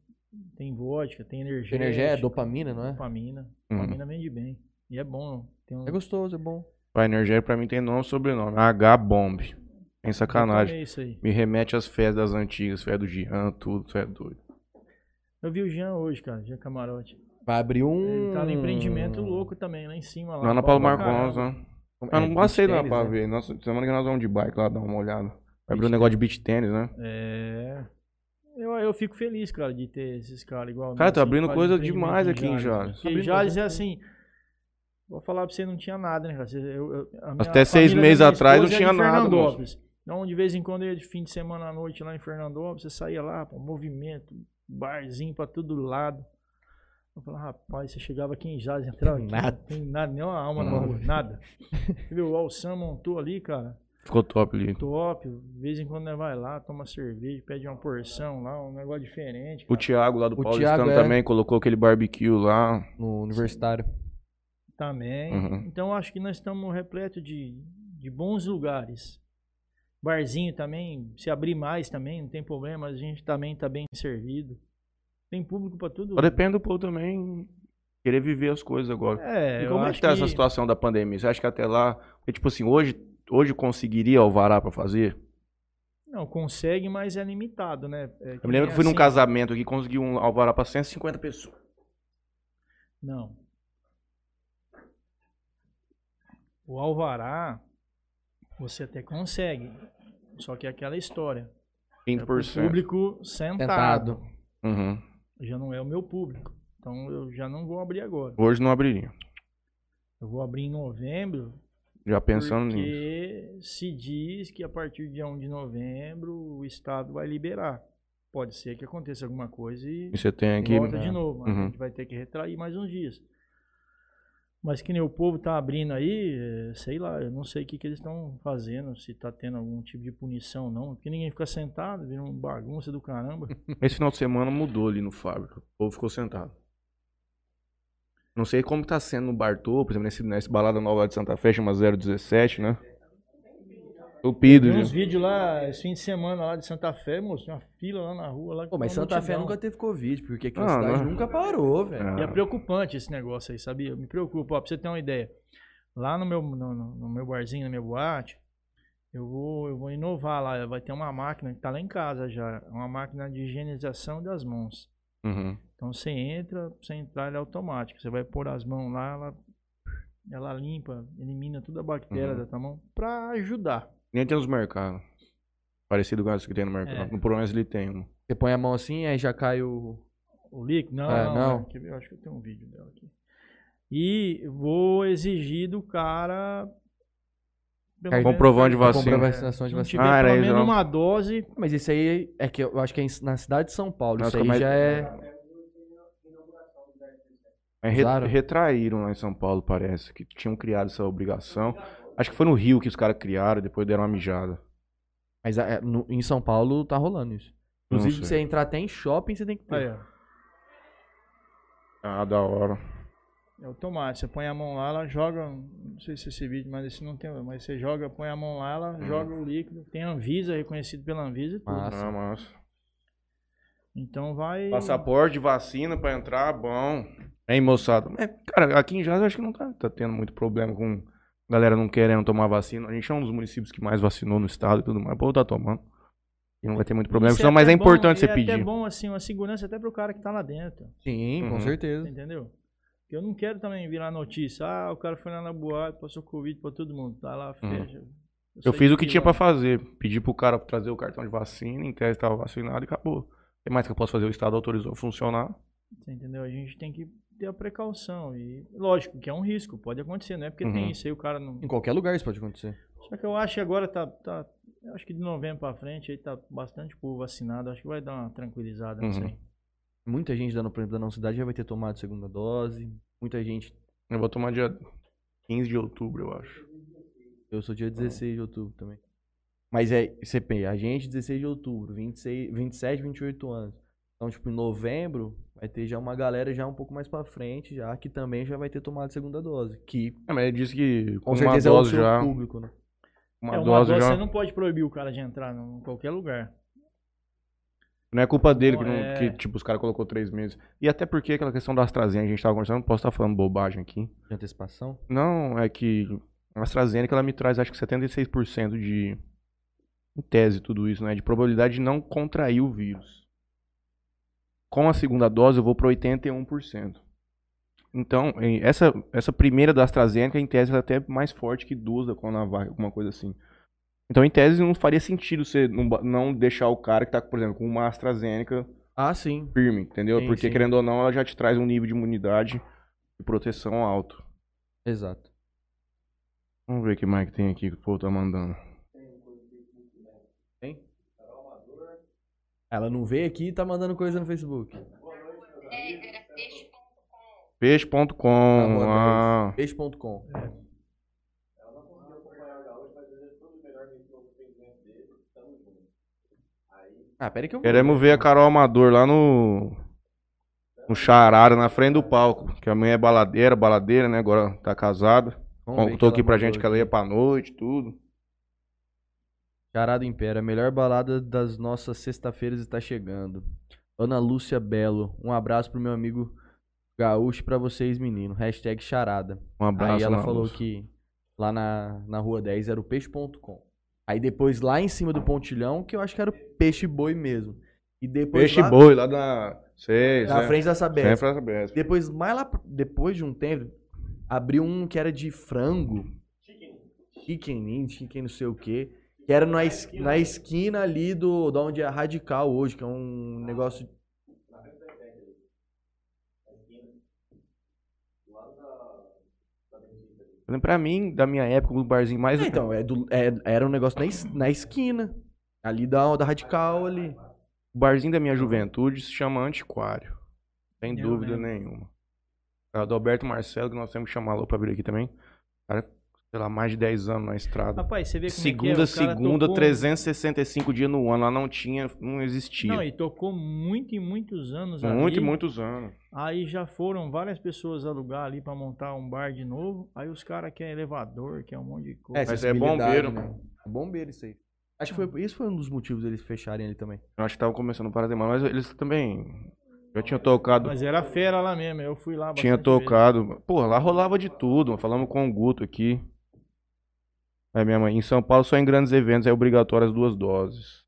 Tem vodka, tem energia.
Energia é dopamina, não é?
Dopamina.
Uhum.
Dopamina vende bem. E é bom. Tem um...
É gostoso, é bom.
Pra energia, pra mim tem nome e sobrenome. H-Bomb. Tem sacanagem.
É isso aí.
Me remete às festas das antigas, fé do Jean, tudo, tu é doido.
Eu vi o Jean hoje, cara, Jean Camarote.
Vai abrir um.
Ele tá no empreendimento louco também, lá em cima. Lá,
Hum. Na Ana
Bom Ah, pra É,
Paula Marcons,
caramba.
né? Eu
É,
não passei lá pra
né?
ver.
né?
Nossa, semana que nós vamos de bike lá dar uma olhada. Vai abrir um
Beach
negócio de beach tênis, né?
É. Eu, eu fico feliz, cara, de ter esses caras igual.
Cara,
nós,
tá
assim,
abrindo
faz
coisa
empreendimento
demais aqui em Jales.
Porque
Abrindo
Jales
coisa
é assim. Vou falar pra você, não tinha nada, né, cara? Você- eu- eu- a minha
Até seis
família da
meses
minha
atrás não
esposa é de
tinha nada,
Fernandópolis. Então, de vez em quando, eu ia de fim de semana à noite lá em Fernandópolis, você saía lá, pô, movimento, barzinho pra todo lado. Eu falava, rapaz, você chegava aqui em Jales, entrava aqui,
Nada.
não tem nada, nenhuma alma
Nada.
nova, nada. Você viu, o Alçan montou ali, cara,
Ficou top ali.
top, de vez em quando nós vai lá, toma cerveja, pede uma porção lá, um negócio diferente.
O
cara.
Thiago lá do
O
Paulistano
Thiago é-
também colocou aquele barbecue lá.
No universitário.
Também.
Uhum.
Então acho que nós estamos repleto de, de bons lugares. Barzinho também, se abrir mais também, não tem problema, a gente também está bem servido. Tem público para tudo.
Só depende do povo também querer viver as coisas agora.
É,
e
eu
como é
acho
que tá
que
essa situação da pandemia? Você acha que até lá. Porque, tipo assim, hoje, hoje conseguiria alvará pra fazer?
Não, consegue, mas é limitado, né? É
Eu me lembro
nem
que fui num
assim-
casamento aqui, consegui um alvará pra 150 pessoas.
Não. O alvará, você até consegue. Só que é aquela história. É pro
20%.
público sentado.
Tentado.
Uhum.
Já não é o meu público. Então eu já não vou abrir agora.
Hoje não abriria.
Eu vou abrir em novembro,
Já pensando nisso.
porque se diz que a partir de 1 de novembro o Estado vai liberar. Pode ser que aconteça alguma coisa e
E você tem aqui.
volta de novo. A
Uhum.
gente vai ter que retrair mais uns dias. Mas que nem o povo tá abrindo aí, eh, sei lá, eu não sei o que, que eles estão fazendo, se tá tendo algum tipo de punição ou não, porque ninguém fica sentado, vira uma bagunça do caramba.
Esse final de semana mudou ali no fábrica. O povo ficou sentado. Não sei como tá sendo no Bartô, por exemplo, nesse, nessa balada nova de Santa Fé, chama 017, né? Tupido,
Tem uns
gente.
vídeos lá, esse fim de semana lá de Santa Fé, moço, tinha uma fila lá na rua. Lá,
Pô, mas
uma
Santa Fé
multidão.
nunca teve Covid, porque aqui na
Ah,
cidade
não.
nunca parou, velho.
E é
Ah,
preocupante esse negócio aí, sabia? Me preocupa. Ó, pra você ter uma ideia, lá no meu, no, no- no meu barzinho, na minha boate, eu vou, eu vou inovar lá. Vai ter uma máquina que tá lá em casa já. Uma máquina de higienização das mãos.
uhum.
Então você entra, você entrar, ele é automático. Você vai pôr as mãos lá, ela, ela limpa, elimina toda a bactéria
Uhum.
da tua mão pra ajudar.
Nem tem nos mercados. Parecido com essa que tem no mercado.
É.
No Proense ele tem uma.
Você põe a mão assim, aí já cai o.
O líquido? Não,
É,
não.
não.
é, quer ver? Eu acho que eu tenho um vídeo dela aqui. E vou exigir do cara. pelo menos- um
Comprovante de vacina.
Comprar vacinação de
Se não
vacina.
tiver
Ah, era
pelo
isso,
menos
não.
uma dose,
Mas isso aí é que eu acho que é em- na cidade de São Paulo.
Nossa,
isso aí
mas-
já é.
Mas re-
Usaram?
retraíram lá em São Paulo, parece. Que tinham criado essa obrigação. Acho que foi no Rio que os caras criaram, depois deram uma mijada.
Mas é, no- em São Paulo tá rolando isso.
Não
Inclusive,
sei.
você entrar até em shopping, você tem que ter.
aí, ó,
Ah, da hora.
É automático. Você põe a mão lá, ela joga. Não sei se esse vídeo, mas esse não tem. Mas você joga, põe a mão lá, ela joga o líquido. Tem Anvisa, reconhecido pela Anvisa e tudo.
Massa.
Ah, Hum. massa.
Então vai.
Passaporte, vacina pra entrar, bom. Hein, moçada? É, cara, aqui em Jazz acho que não tá, tá tendo muito problema com galera não querendo tomar vacina. A gente é um dos municípios que mais vacinou no estado e tudo mais. O povo tá tomando. E não vai ter muito problema.
Isso
senão, mas
até
é
bom,
importante você
e É até
pedir.
bom, assim, uma segurança até pro cara que tá lá dentro.
Sim,
Uhum.
com certeza.
Entendeu? Porque eu não quero também virar notícia. Ah, o cara foi lá na boate, passou Covid pra todo mundo. Tá lá, fecha.
Uhum. Eu
saí
fiz o
de
que tinha
lá.
pra fazer. Pedi pro cara trazer o cartão de vacina, em tese tava vacinado e acabou. O que mais que eu posso fazer? O Estado autorizou funcionar.
Você entendeu? A gente tem que ter a precaução. E lógico que é um risco, pode acontecer, não é porque
Uhum.
tem isso aí o cara não.
Em qualquer lugar isso pode acontecer.
Só que eu acho que agora tá. tá eu acho que de novembro pra frente aí tá bastante povo vacinado. Acho que vai dar uma tranquilizada, não
Uhum.
sei.
Muita gente, dando, por exemplo, da nossa cidade já vai ter tomado segunda dose. Muita gente.
Eu vou tomar dia 15 de outubro, eu acho.
Eu sou dia 16 de outubro também. Mas é CP, a gente 16 de outubro, 26, 27, 28 anos. Então, tipo, em novembro vai ter já uma galera já um pouco mais pra frente, já que também já vai ter tomado segunda dose. Que
É, mas ele disse que
com
com uma
certeza é o
dose
seu
já.
público, né?
Uma,
é, uma
dose, já.
você
Não...
não pode proibir o cara de entrar num- em qualquer lugar.
é culpa dele que, não-
É.
que, tipo, os caras colocou três meses. E até porque aquela questão da AstraZeneca, a gente tava conversando, não posso estar falando bobagem aqui.
De antecipação.
Não, é que a AstraZeneca ela me traz acho que 76% de em tese tudo isso, né, de probabilidade de não contrair o vírus. Com a segunda dose eu vou para 81%. Então, em- essa essa primeira da AstraZeneca em tese ela é até mais forte que duas da Coronavac, alguma coisa assim. Então, em tese não faria sentido você não, ba- não deixar o cara que tá, por exemplo, com uma AstraZeneca
Ah, sim.
firme, entendeu?
Sim,
Porque
sim.
querendo ou não, ela já te traz um nível de imunidade e proteção alto.
Exato.
Vamos ver o que mais que tem aqui que o povo tá mandando.
Hein? Ela não veio aqui e tá mandando coisa no Facebook. Ah,
Peixe.com.
boa
Ah,
Peixe.com. Ah, pera aí que eu vou.
queremos ver a Carol Amador lá no. No Charara, na frente do palco. Que a mãe é baladeira, baladeira, né? Agora tá casada.
Vamos ver
Contou aqui
que ela
pra
mandou
gente que ela ia pra noite, tudo.
Charada Impera, a melhor balada das nossas sexta-feiras está chegando. Ana Lúcia Belo, um abraço pro meu amigo Gaúcho e pra vocês, menino. Hashtag charada.
Um abraço.
Aí ela
Ana
falou
Lúcia.
que lá na, na rua 10 era o peixe.com. Aí depois lá em cima do pontilhão, que eu acho que era o peixe boi mesmo. E depois
Peixe
lá
boi lá da. Seis,
na
né?
frente da Sabesp.
Sempre essa besta.
Depois, mais lá, pra- depois de um tempo, abriu um que era de frango. Chicken Ninja, chicken não sei o quê. Que era na, es- na esquina ali do, da onde é a Radical hoje, que é um negócio.
Pra mim, da minha época, o barzinho mais.
É, então, é do- é- era um negócio na, es- na esquina. Ali da, da Radical ali.
O barzinho da minha juventude se chama Antiquário. Sem
Eu
dúvida
lembro.
nenhuma. É o do Alberto Marcelo, que nós temos que chamá-lo pra vir aqui também. Cara, sei lá, mais de 10 anos na estrada.
Rapaz, você vê como é que
Segunda,
é, o cara
segunda,
tocou-
365 dias no ano. Lá não tinha, não existia.
Não, e tocou muito e muitos anos
Muito e
ali.
muitos anos.
Aí já foram várias pessoas alugar ali pra montar um bar de novo. Aí os caras querem elevador, querem um monte de coisa.
Mas é bombeiro.
né? É bombeiro isso aí. Acho que foi, isso foi um dos motivos deles fecharem ali também.
Eu acho que tava começando o Parademar, mas eles também já tinham tocado.
Mas era fera lá mesmo, eu fui lá
É, Tinha
bastante vezes.
tocado. Porra, lá rolava de tudo. Falamos com o Guto aqui. É minha mãe. Em São Paulo, só em grandes eventos é obrigatório as duas doses.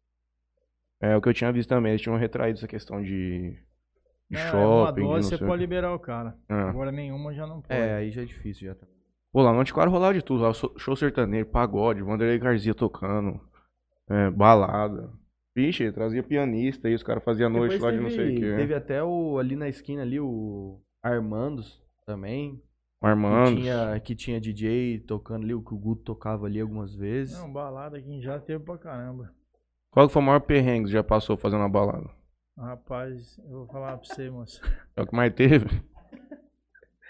É o que eu tinha visto também. Eles tinham retraído essa questão de, de
Não, é
shopping. de
Uma dose
não
você
sei o
pode
quê.
liberar o cara.
É.
Agora nenhuma já não pode.
É, aí já é difícil já também.
Pô, lá no Antiquário rolava de tudo. Rolava so- show sertanejo, pagode, Wanderlei Garcia tocando, é, balada. Vixe, trazia pianista e os caras faziam noite lá de não sei o quê.
Teve até o ali na esquina ali o Armandos também. Que
Armando.
tinha, que tinha DJ tocando ali, o que o Guto tocava ali algumas vezes.
Não, balada aqui já teve pra caramba.
Qual que foi o maior perrengue que você já passou fazendo a balada?
Rapaz, eu vou falar pra
*laughs*
você, moço.
É o que mais teve?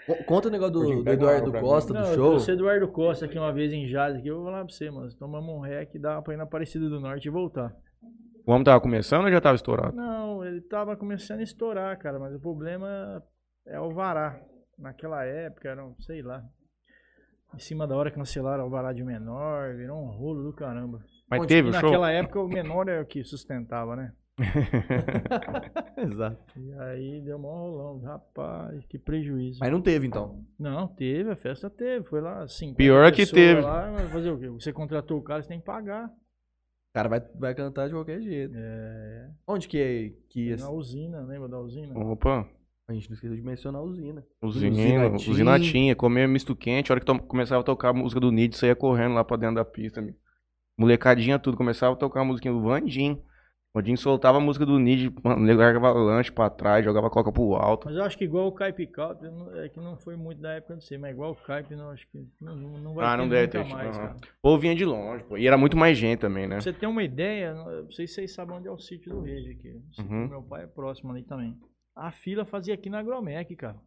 Co- Conta o negócio
Hoje
do, do
pega uma água
Eduardo
pra mim.
Costa,
Não,
do
eu
show.
trouxe Eduardo Costa aqui uma vez em Jazz aqui, eu vou falar pra você, mano. Tomamos um rec, dava pra ir na Aparecida do Norte e voltar.
O homem tava começando ou já tava estourado?
Não, ele tava começando a estourar, cara, mas o problema é o vará. naquela época, eram, sei lá. Em cima da hora cancelaram o alvará de menor, virou um rolo do caramba.
Mas
Onde-
teve
E
o show?
naquela época o menor é o que sustentava, né?
Exato.
E aí deu mó rolão. Rapaz, que prejuízo.
Mas não teve, então.
Não, teve, a festa teve. Foi lá, assim.
Pior que teve.
Lá, mas fazer o quê? Você contratou o cara, você tem que pagar.
O cara vai, vai cantar de qualquer jeito.
É.
Onde que é? Que ia-
Na usina, lembra da usina?
Opa,
A gente não esqueceu de mencionar a usina.
usina,
Usinatinha.
usinatinha, comia misto quente, a hora que to- começava a tocar a música do Nid, saía correndo lá pra dentro da pista. amigo. Molecadinha tudo, começava a tocar a musiquinha do Vandinho. O Vandinho soltava a música do Nid, mano, largava lanche pra trás, jogava coca pro alto.
Mas eu acho que igual o Caipe Calpe, é que não foi muito da época de ser, mas igual o Caipe, não, acho que não, não não vai
Ah,
ter
não deve
nunca
ter,
mais,
tipo,
cara.
O povo vinha de longe, pô. E era muito mais gente também, né?
Pra você ter uma ideia, não- eu não sei se vocês sabem onde é o sítio do Rede aqui. O sítio
Uhum.
do meu pai é próximo ali também. A fila fazia aqui na Agromec, cara.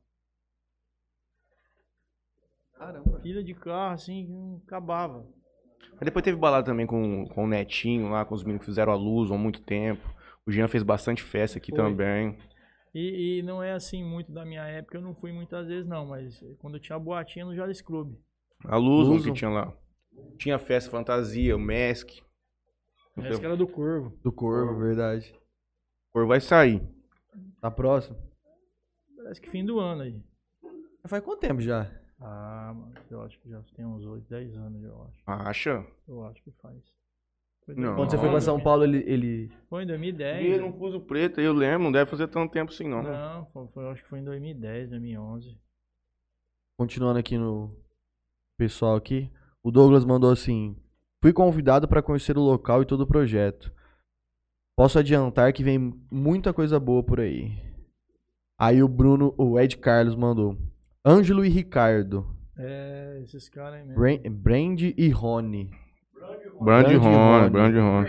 Caramba.
Fila de carro, assim, que não acabava.
Mas depois teve balada também com, com o Netinho lá, com os meninos que fizeram a luz há muito tempo. O Jean fez bastante festa aqui
Foi.
também.
E, e não é assim muito da minha época, eu não fui muitas vezes não, mas quando eu tinha a boatinha no Jales Clube.
A luz
Luzon.
que tinha lá. Tinha festa fantasia, o Mask.
Essa que era do Corvo.
Do Corvo, verdade.
Por vai sair.
Tá próximo?
Parece que fim do ano aí.
Já Faz quanto tempo já?
Ah, mano, eu acho que já tem uns 8, 10 anos, eu acho.
Acha?
Eu acho que faz. Foi
Não.
Quando você foi pra São Paulo, ele. ele...
Foi em
Ele
2010.
não pus o preto, eu lembro, não deve fazer tanto tempo assim, não.
É Não, foi, foi- eu acho que foi em 2010, 2011.
Continuando aqui no pessoal aqui. O Douglas mandou assim: Fui convidado para conhecer o local e todo o projeto. Posso adiantar que vem muita coisa boa por aí. Aí o Bruno, o Ed Carlos mandou: Ângelo e Ricardo,
É, esses caras aí mesmo.
Bran- Brand e Rony.
Brand
Brand
Ron,
Ron.
Brand Ron.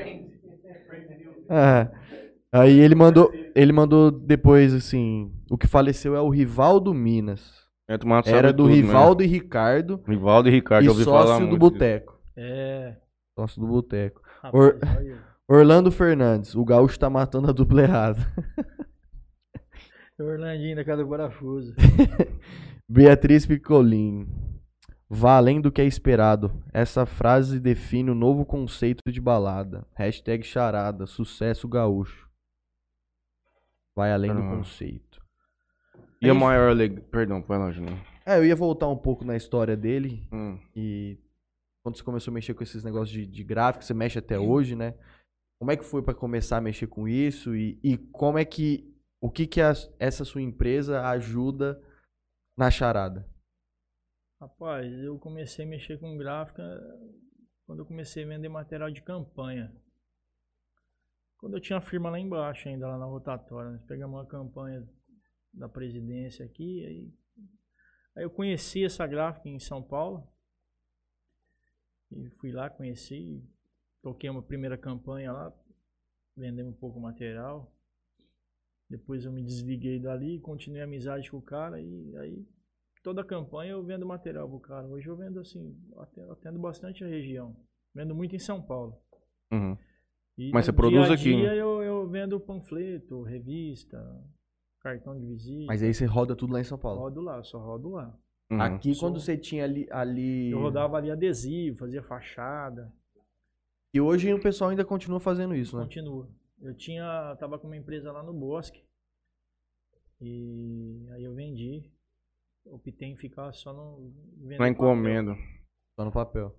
É. Aí ele mandou, ele mandou depois assim: O que faleceu é o Rivaldo Minas.
Neto Mato
Era
sabe
do
tudo, né?
Rivaldo e Ricardo
Rivaldo e Ricardo,
e
eu ouvi falar
sócio
muito.
do Boteco.
É,
Sócio do Boteco.
rapaz,
Or-
olha.
Orlando Fernandes, o gaúcho tá matando a dupla errada. *laughs*
O Orlandinho da Casa do Parafuso.
Beatriz Picolin. Vá além do que é esperado. Essa frase define o novo conceito de balada. Hashtag charada. Sucesso gaúcho. Vai além do
Ah.
conceito.
E a maior alegria. Perdão, vai lá, Juninho.
É, eu ia voltar um pouco na história dele.
Hum.
E quando você começou a mexer com esses negócios de, de gráfico, você mexe até hoje, né? Como é que foi pra começar a mexer com isso e, e como é que o que que as- essa sua empresa ajuda na charada?
Rapaz, eu comecei a mexer com gráfica quando eu comecei a vender material de campanha. Quando eu tinha a firma lá embaixo, ainda lá na rotatória, nós pegamos uma campanha da presidência aqui. Aí, aí eu conheci essa gráfica em São Paulo. E fui lá, conheci, toquei uma primeira campanha lá, vendemos um pouco de material. Depois eu me desliguei dali, continuei a amizade com o cara e aí toda a campanha eu vendo material pro cara. Hoje eu vendo assim, atendo, atendo bastante a região. Vendo muito em São Paulo.
Uhum.
E
Mas você
no
produz
dia a
aqui,
Dia eu, eu vendo panfleto, revista, cartão de visita.
Mas aí você roda tudo lá em
é
São Paulo.
Rodo lá, só rodo lá.
Uhum.
Aqui
Sou-
quando você tinha ali ali
Eu rodava ali adesivo, fazia fachada,
e hoje o pessoal ainda continua fazendo isso, né?
continua. Eu tinha, tava com uma empresa lá no Bosque. E aí eu vendi. Optei em ficar só no vendo
Na encomenda.
Só no papel.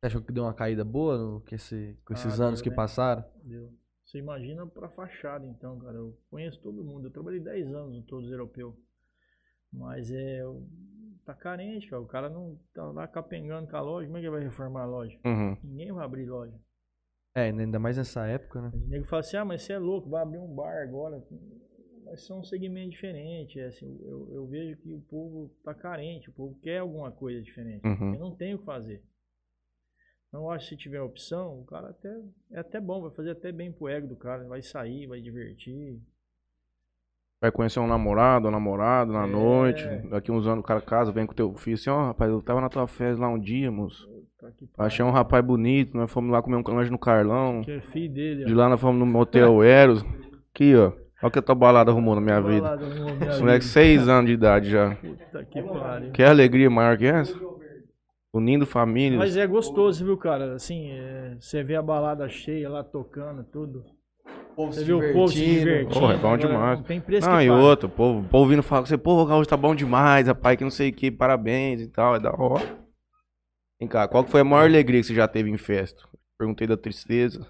Você achou que deu uma caída boa no- com, esse- com esses
Ah,
anos
deu,
que
né?
passaram?
Entendeu? Você imagina pra fachada, então, cara. Eu conheço todo mundo. Eu trabalhei 10 anos em todos europeu. Mas é. o- Tá carente, cara. O cara não tá lá capengando com a loja. Como é que vai reformar a loja?
Uhum.
Ninguém vai abrir loja.
É, ainda mais nessa época, né?
O nego fala assim: ah, mas você é louco, vai abrir um bar agora. Mas são um segmento diferente. É assim, eu, eu vejo que o povo tá carente. O povo quer alguma coisa diferente.
Uhum.
Eu não tenho o que fazer. Então, eu acho que se tiver opção, o cara até, é até bom, vai fazer até bem pro ego do cara. né? Vai sair, vai divertir.
Vai conhecer um namorado, uma namorada na
É.
noite. Daqui uns anos o cara casa, vem com teu filho assim, ó, rapaz, eu tava na tua festa lá um dia, moço.
Tá que pariu.
Achei um rapaz bonito, nós fomos lá comer um lanche no Carlão.
Que é filho dele,
De
ó.
lá nós fomos no motel Eros. Aqui, ó. Olha o que a tua balada arrumou na minha vida.
Balada, arrumou minha
Esse moleque, 6 anos de idade já.
vida. Puta que pariu.
Quer alegria maior que essa? Unindo famílias.
Mas é gostoso, viu, cara? Assim, é, você vê a balada cheia lá tocando, tudo.
O povo
Você vê o povo se divertindo.
Porra, é bom
Agora,
demais.
Não tem preço
Não,
que
e
pague.
outro, o povo, o povo vindo falar com você, pô, o hoje tá bom demais, rapaz, que não sei o que, parabéns e tal, é da hora. Vem cá, qual que foi a maior alegria que você já teve em festa? Perguntei da tristeza.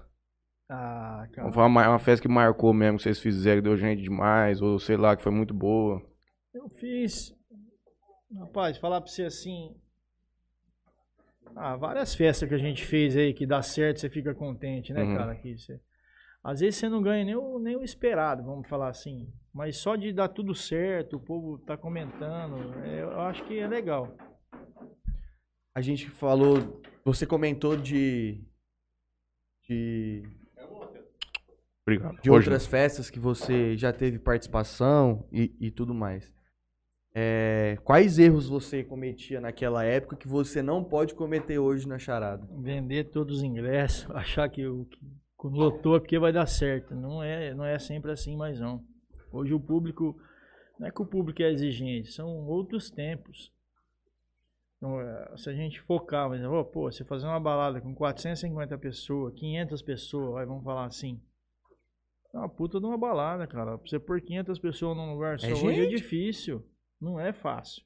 Ah, cara.
Vamos falar uma, uma festa que marcou mesmo, que vocês fizeram, que deu gente demais, ou sei lá, que foi muito boa.
Eu fiz. Rapaz, falar pra você assim. Ah, várias festas que a gente fez aí que dá certo, você fica contente, né,
Uhum.
cara? Que você... Às vezes você não ganha nem o, nem o esperado, vamos falar assim. Mas só de dar tudo certo, o povo tá comentando, é, eu acho que é legal.
A gente falou. Você comentou de. De,
Obrigado.
de
Hoje,
outras festas que você já teve participação e, e tudo mais. É, quais erros você cometia naquela época que você não pode cometer hoje na charada?
Vender todos os ingressos, *laughs* achar que o que lotou é porque vai dar certo. Não é, não é sempre assim mais não. Hoje o público não é que o público é exigente, são outros tempos. Então, eh, se a gente focar, mas oh, pô, você fazer uma balada com 450 pessoas, 500 pessoas, vai, vamos falar assim. É uma puta de uma balada, cara. Pra você pôr 500 pessoas num lugar só
É
hoje é
gente.
difícil. Não é fácil.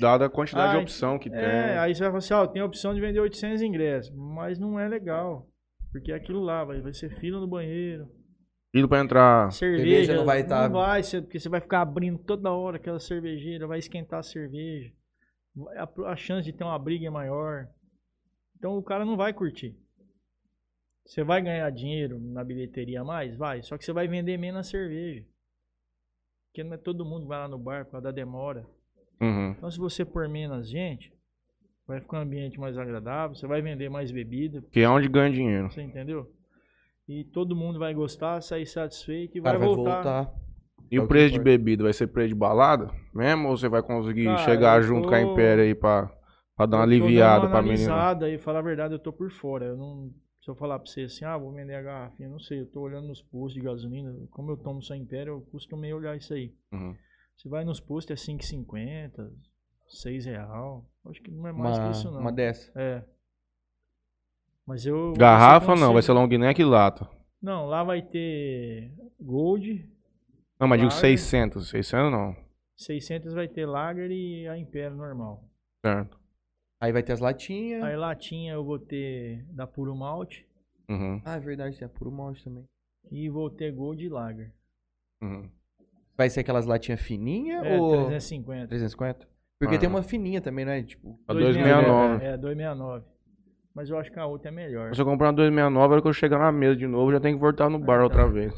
dada a quantidade
Ah,
de opção que
É,
tem.
aí você vai falar assim, ó, tem a opção de vender 800 ingressos, mas não é legal. Porque é aquilo lá, vai, vai ser fila no banheiro,
Indo pra entrar.
cerveja,
Ah, não vai tá-
Não vai, você- porque você vai ficar abrindo toda hora aquela cervejeira, vai esquentar a cerveja. vai- A, a chance de ter uma briga é maior. Então o cara não vai curtir. Você vai ganhar dinheiro na bilheteria a mais? Vai. Só que você vai vender menos a cerveja. Porque não é todo mundo que vai lá no bar por causa da demora.
Uhum.
Então, se você pôr menos gente, vai ficar um ambiente mais agradável, você vai vender mais bebida,
Que é onde ganha dinheiro.
você entendeu? E todo mundo vai gostar, sair satisfeito e
O
vai,
cara vai
voltar.
voltar.
E
É
o
o que
preço de
importa.
bebida vai ser preço de balada mesmo? Ou você vai conseguir
Cara,
chegar
eu
junto
tô-
com a Império aí pra, pra dar uma
Eu tô dando
aliviada pra menina?
analisada E falar a verdade, eu tô por fora. Eu não, se eu falar pra você assim, ah, vou vender a garrafinha, não sei, eu tô olhando nos postos de gasolina. Como eu tomo só Império, eu costumei olhar isso aí.
Uhum.
Você vai nos postos, é 5,50, 6 real. Acho que não é mais
Uma,
que isso, não.
uma dessa.
É. Mas eu.
Garrafa
eu
não, vai
consigo-
ser long neck e lata.
Não, lá vai ter Gold,
Não, mas digo
Larga.
600. 600 não.
600 vai ter Lager e a Império normal.
Certo.
Aí vai ter as latinhas.
Aí latinha eu vou ter da Puro Malte
Uhum.
Ah, é verdade, tem a puro malte também.
e vou ter Gold e Lager.
Uhum.
Vai ser aquelas latinhas fininhas
É,
ou
350.
350? Porque
Ah.
tem uma fininha também, né? Tipo,
Tá 269.
269. É, 269. Mas eu acho que a outra é melhor.
Se eu comprar uma 269, a hora que eu chegar na mesa de novo, já tem que voltar no bar
tá.
outra vez.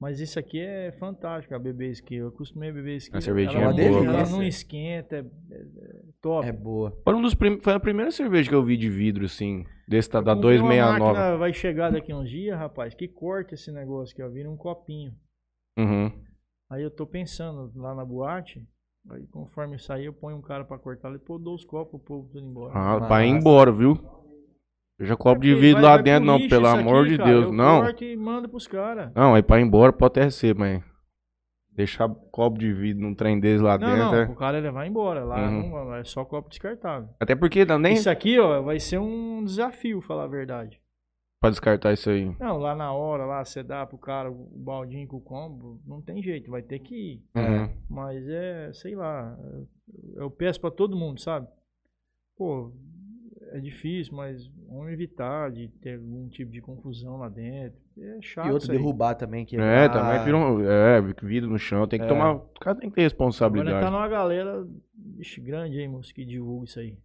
Mas isso aqui é fantástico, a bebê skill. Eu acostumei a beber skill.
A cervejinha
ela,
é boa,
ela
cara.
não esquenta, é, é- é top.
é boa.
Foi, um dos prim- foi a primeira cerveja que eu vi de vidro, assim. Desse tá, da
Comprei uma
269.
máquina, Vai chegar daqui uns dias, rapaz, que corta esse negócio aqui, ó. Vira um copinho.
Uhum.
Aí eu tô pensando lá na boate, aí conforme eu sair eu ponho um cara pra cortar ali, pô, eu dou os copos, o povo tudo embora. É
Ah,
Massa.
pra ir embora, viu? Eu já copo de
Porque
vidro
vai-
lá
vai pro
dentro, não,
lixo
pelo
isso
amor
aqui,
de
cara,
Deus.
eu
Não.
corto e mando pros caras.
Não, aí pra ir embora pode até ser, mas. Deixar copo de vidro num trem desse lá
Não,
dentro.
não,
é-
o cara ele vai embora, lá
Uhum.
não- é só copo descartável.
Até porque dá nem
Isso aqui, ó, vai ser um desafio, falar a verdade.
pra descartar isso aí.
Não, lá na hora, lá você dá pro cara o baldinho com o combo, não tem jeito, vai ter que ir.
Uhum.
Mas é, sei lá, eu peço pra todo mundo, sabe? Pô, é difícil, mas vamos evitar de ter algum tipo de confusão lá dentro. É chato
e outro
isso aí.
derrubar também. Que
É, também vira um. É, vidro no chão, tem que
É.
tomar. O cara tem que ter responsabilidade.
Agora tá numa galera vixe, grande aí, moço, que divulga isso aí.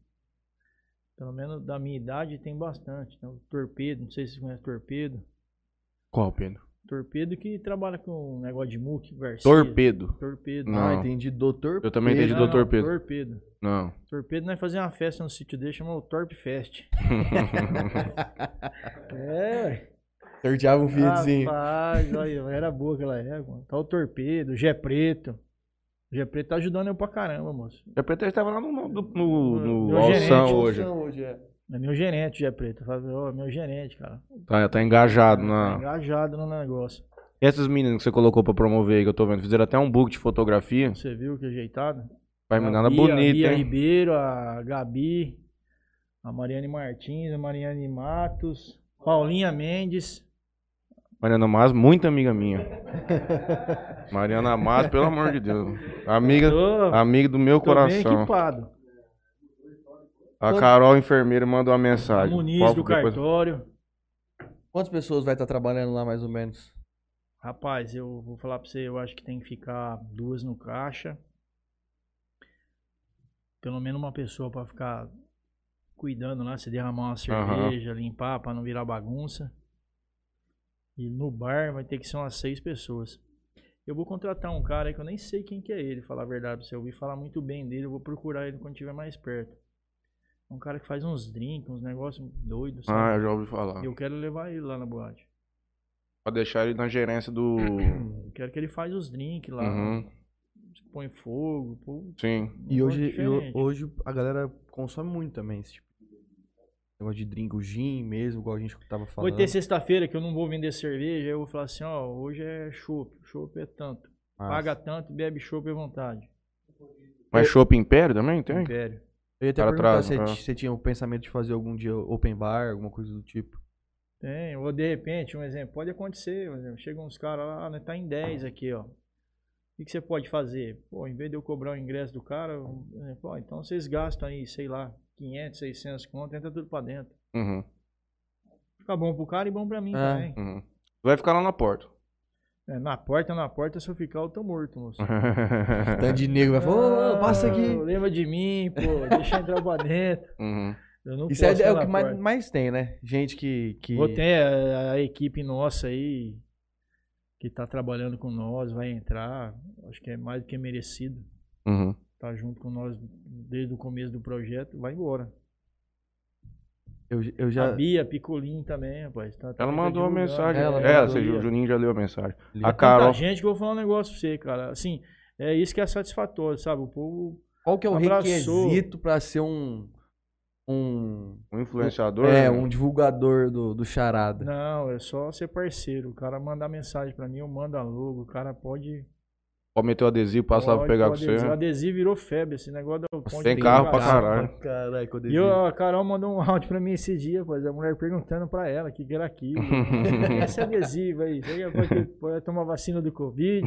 Pelo menos da minha idade tem bastante. Então, torpedo, não sei se vocês conhecem torpedo.
Qual, Pedro?
Torpedo que trabalha com um negócio de muque, Garcia.
Torpedo.
Torpedo.
Não.
Ah, entendi. Doutor.
Eu também entendi
Não,
do
não,
torpedo.
Torpedo.
Não.
Torpedo não é fazer uma festa no sítio dele, chama o Torp
*laughs*
Fest. É,
Sorteava um
Ah,
videozinho.
rapaz, olha, era boa aquela época. mano. Tá o Torpedo, o Gé Preto. O Gé Preto tá ajudando eu pra caramba, moço.
Eu pretendo estava lá no, no, no, no
Meu
Alção
gerente.
hoje.
É meu gerente, o Gé Preto. Eu falo, ó, meu gerente, cara.
Tá, tá engajado
Tá
na.
engajado no negócio.
Essas meninas que você colocou pra promover aí, que eu tô vendo, fizeram até um book de fotografia.
Você viu que ajeitada?
Vai me nada
Bia-
bonita,
Bia
hein?
Ribeiro, a Gabi, a Mariane Martins, a Mariane Matos, Paulinha Mendes.
Mariana Mas, muita amiga
*laughs*
minha. Mariana Mas, pelo amor de Deus. Amiga,
Tô-
amiga do meu
tô bem
coração.
equipado.
A Carol, enfermeira, mandou uma mensagem.
Muniz
Tá, Qual-
do
depois-
cartório.
Quantas pessoas vai estar trabalhando lá, mais ou menos?
Rapaz, eu vou falar pra você, eu acho que tem que ficar duas no caixa. Pelo menos uma pessoa pra ficar cuidando lá, se derramar uma cerveja, limpar pra não virar bagunça. E no bar vai ter que ser umas seis pessoas. Eu vou contratar um cara aí que eu nem sei quem que é ele, falar a verdade pra você. Eu ouvi falar muito bem dele, eu vou procurar ele quando estiver mais perto. Um cara que faz uns drinks, uns negócios doidos,
Ah,
sabe?
eu já ouvi falar.
Eu quero levar ele lá na boate.
Pra deixar ele na gerência do.
Eu quero que ele faz os drinks lá.
Uhum,
põe fogo, pô,
Sim.
um
E
negócio
hoje, e ho-
diferente.
hoje a galera consome muito também esse tipo de negócio de drink, o gin mesmo, igual a gente tava falando.
Vai ter sexta-feira que eu não vou vender cerveja, eu vou falar assim, ó, hoje é chopp, chopp é tanto.
Mas
Paga tanto, bebe chopp à vontade.
Mas Chopp Império também tem?
Império.
Eu ia até
Cara,
perguntar
traz,
se
traz.
ti- você tinha o pensamento de fazer algum dia open bar, alguma coisa do tipo.
Tem, ou de repente, um exemplo, pode acontecer, um exemplo, chegam uns caras lá, né, tá em 10 aqui, ó. O que, que você pode fazer? Pô, em vez de eu cobrar o ingresso do cara, eu- por exemplo, ó, então vocês gastam aí, sei lá, 500, 600 conto, entra tudo pra dentro.
Uhum,
Fica bom pro cara e bom pra mim
Ah.
também.
uhum. Vai ficar lá na porta.
É, na porta, na porta, se eu ficar, eu tô morto, moço.
*laughs* Tanto de nego Uhum. vai falar, "Ô,
Ah,
passa aqui.
Lembra de mim, pô. Deixa eu entrar pra dentro.
*laughs* Uhum.
Eu não
Isso é,
posso
é o
falar
que mais,
fora.
mais tem, né? Gente que. que...
Vou ter a, a equipe nossa aí que tá trabalhando com nós, vai entrar. Acho que é mais do que merecido.
Uhum.
Tá junto com nós desde o começo do projeto. Vai embora.
Eu, eu
Já... A
já.
Bia Picolin também, rapaz. Tá, tá
Ela mandou uma
divulgando.
mensagem.
Ela
é,
mandou
você-
ali,
o
ó.
Juninho já leu a mensagem.
Li.
A
Tanta
Carol.
gente que eu vou falar um negócio pra você, cara. Assim, é isso que é satisfatório, sabe? O povo
Qual que é o
abraçou.
requisito pra ser um. Um.
Um influenciador.
É,
né?
um divulgador do, do charada.
Não, é só ser parceiro. O cara mandar mensagem pra mim, eu mando a logo. O cara pode
Pode meter o adesivo, passa lá pra
Pode,
pegar com
pode,
você.
adesivo. Adesivo virou febre, esse negócio da ponte
tem
do
carro pra
caralho.
caralho.
Caralho, quando
E eu- a Carol mandou um *laughs* áudio pra mim esse dia, pois a mulher perguntando pra ela o que, que
*laughs*
era aquilo. Esse adesivo aí, isso aí é pra que- pra tomar vacina do
*laughs*
Covid.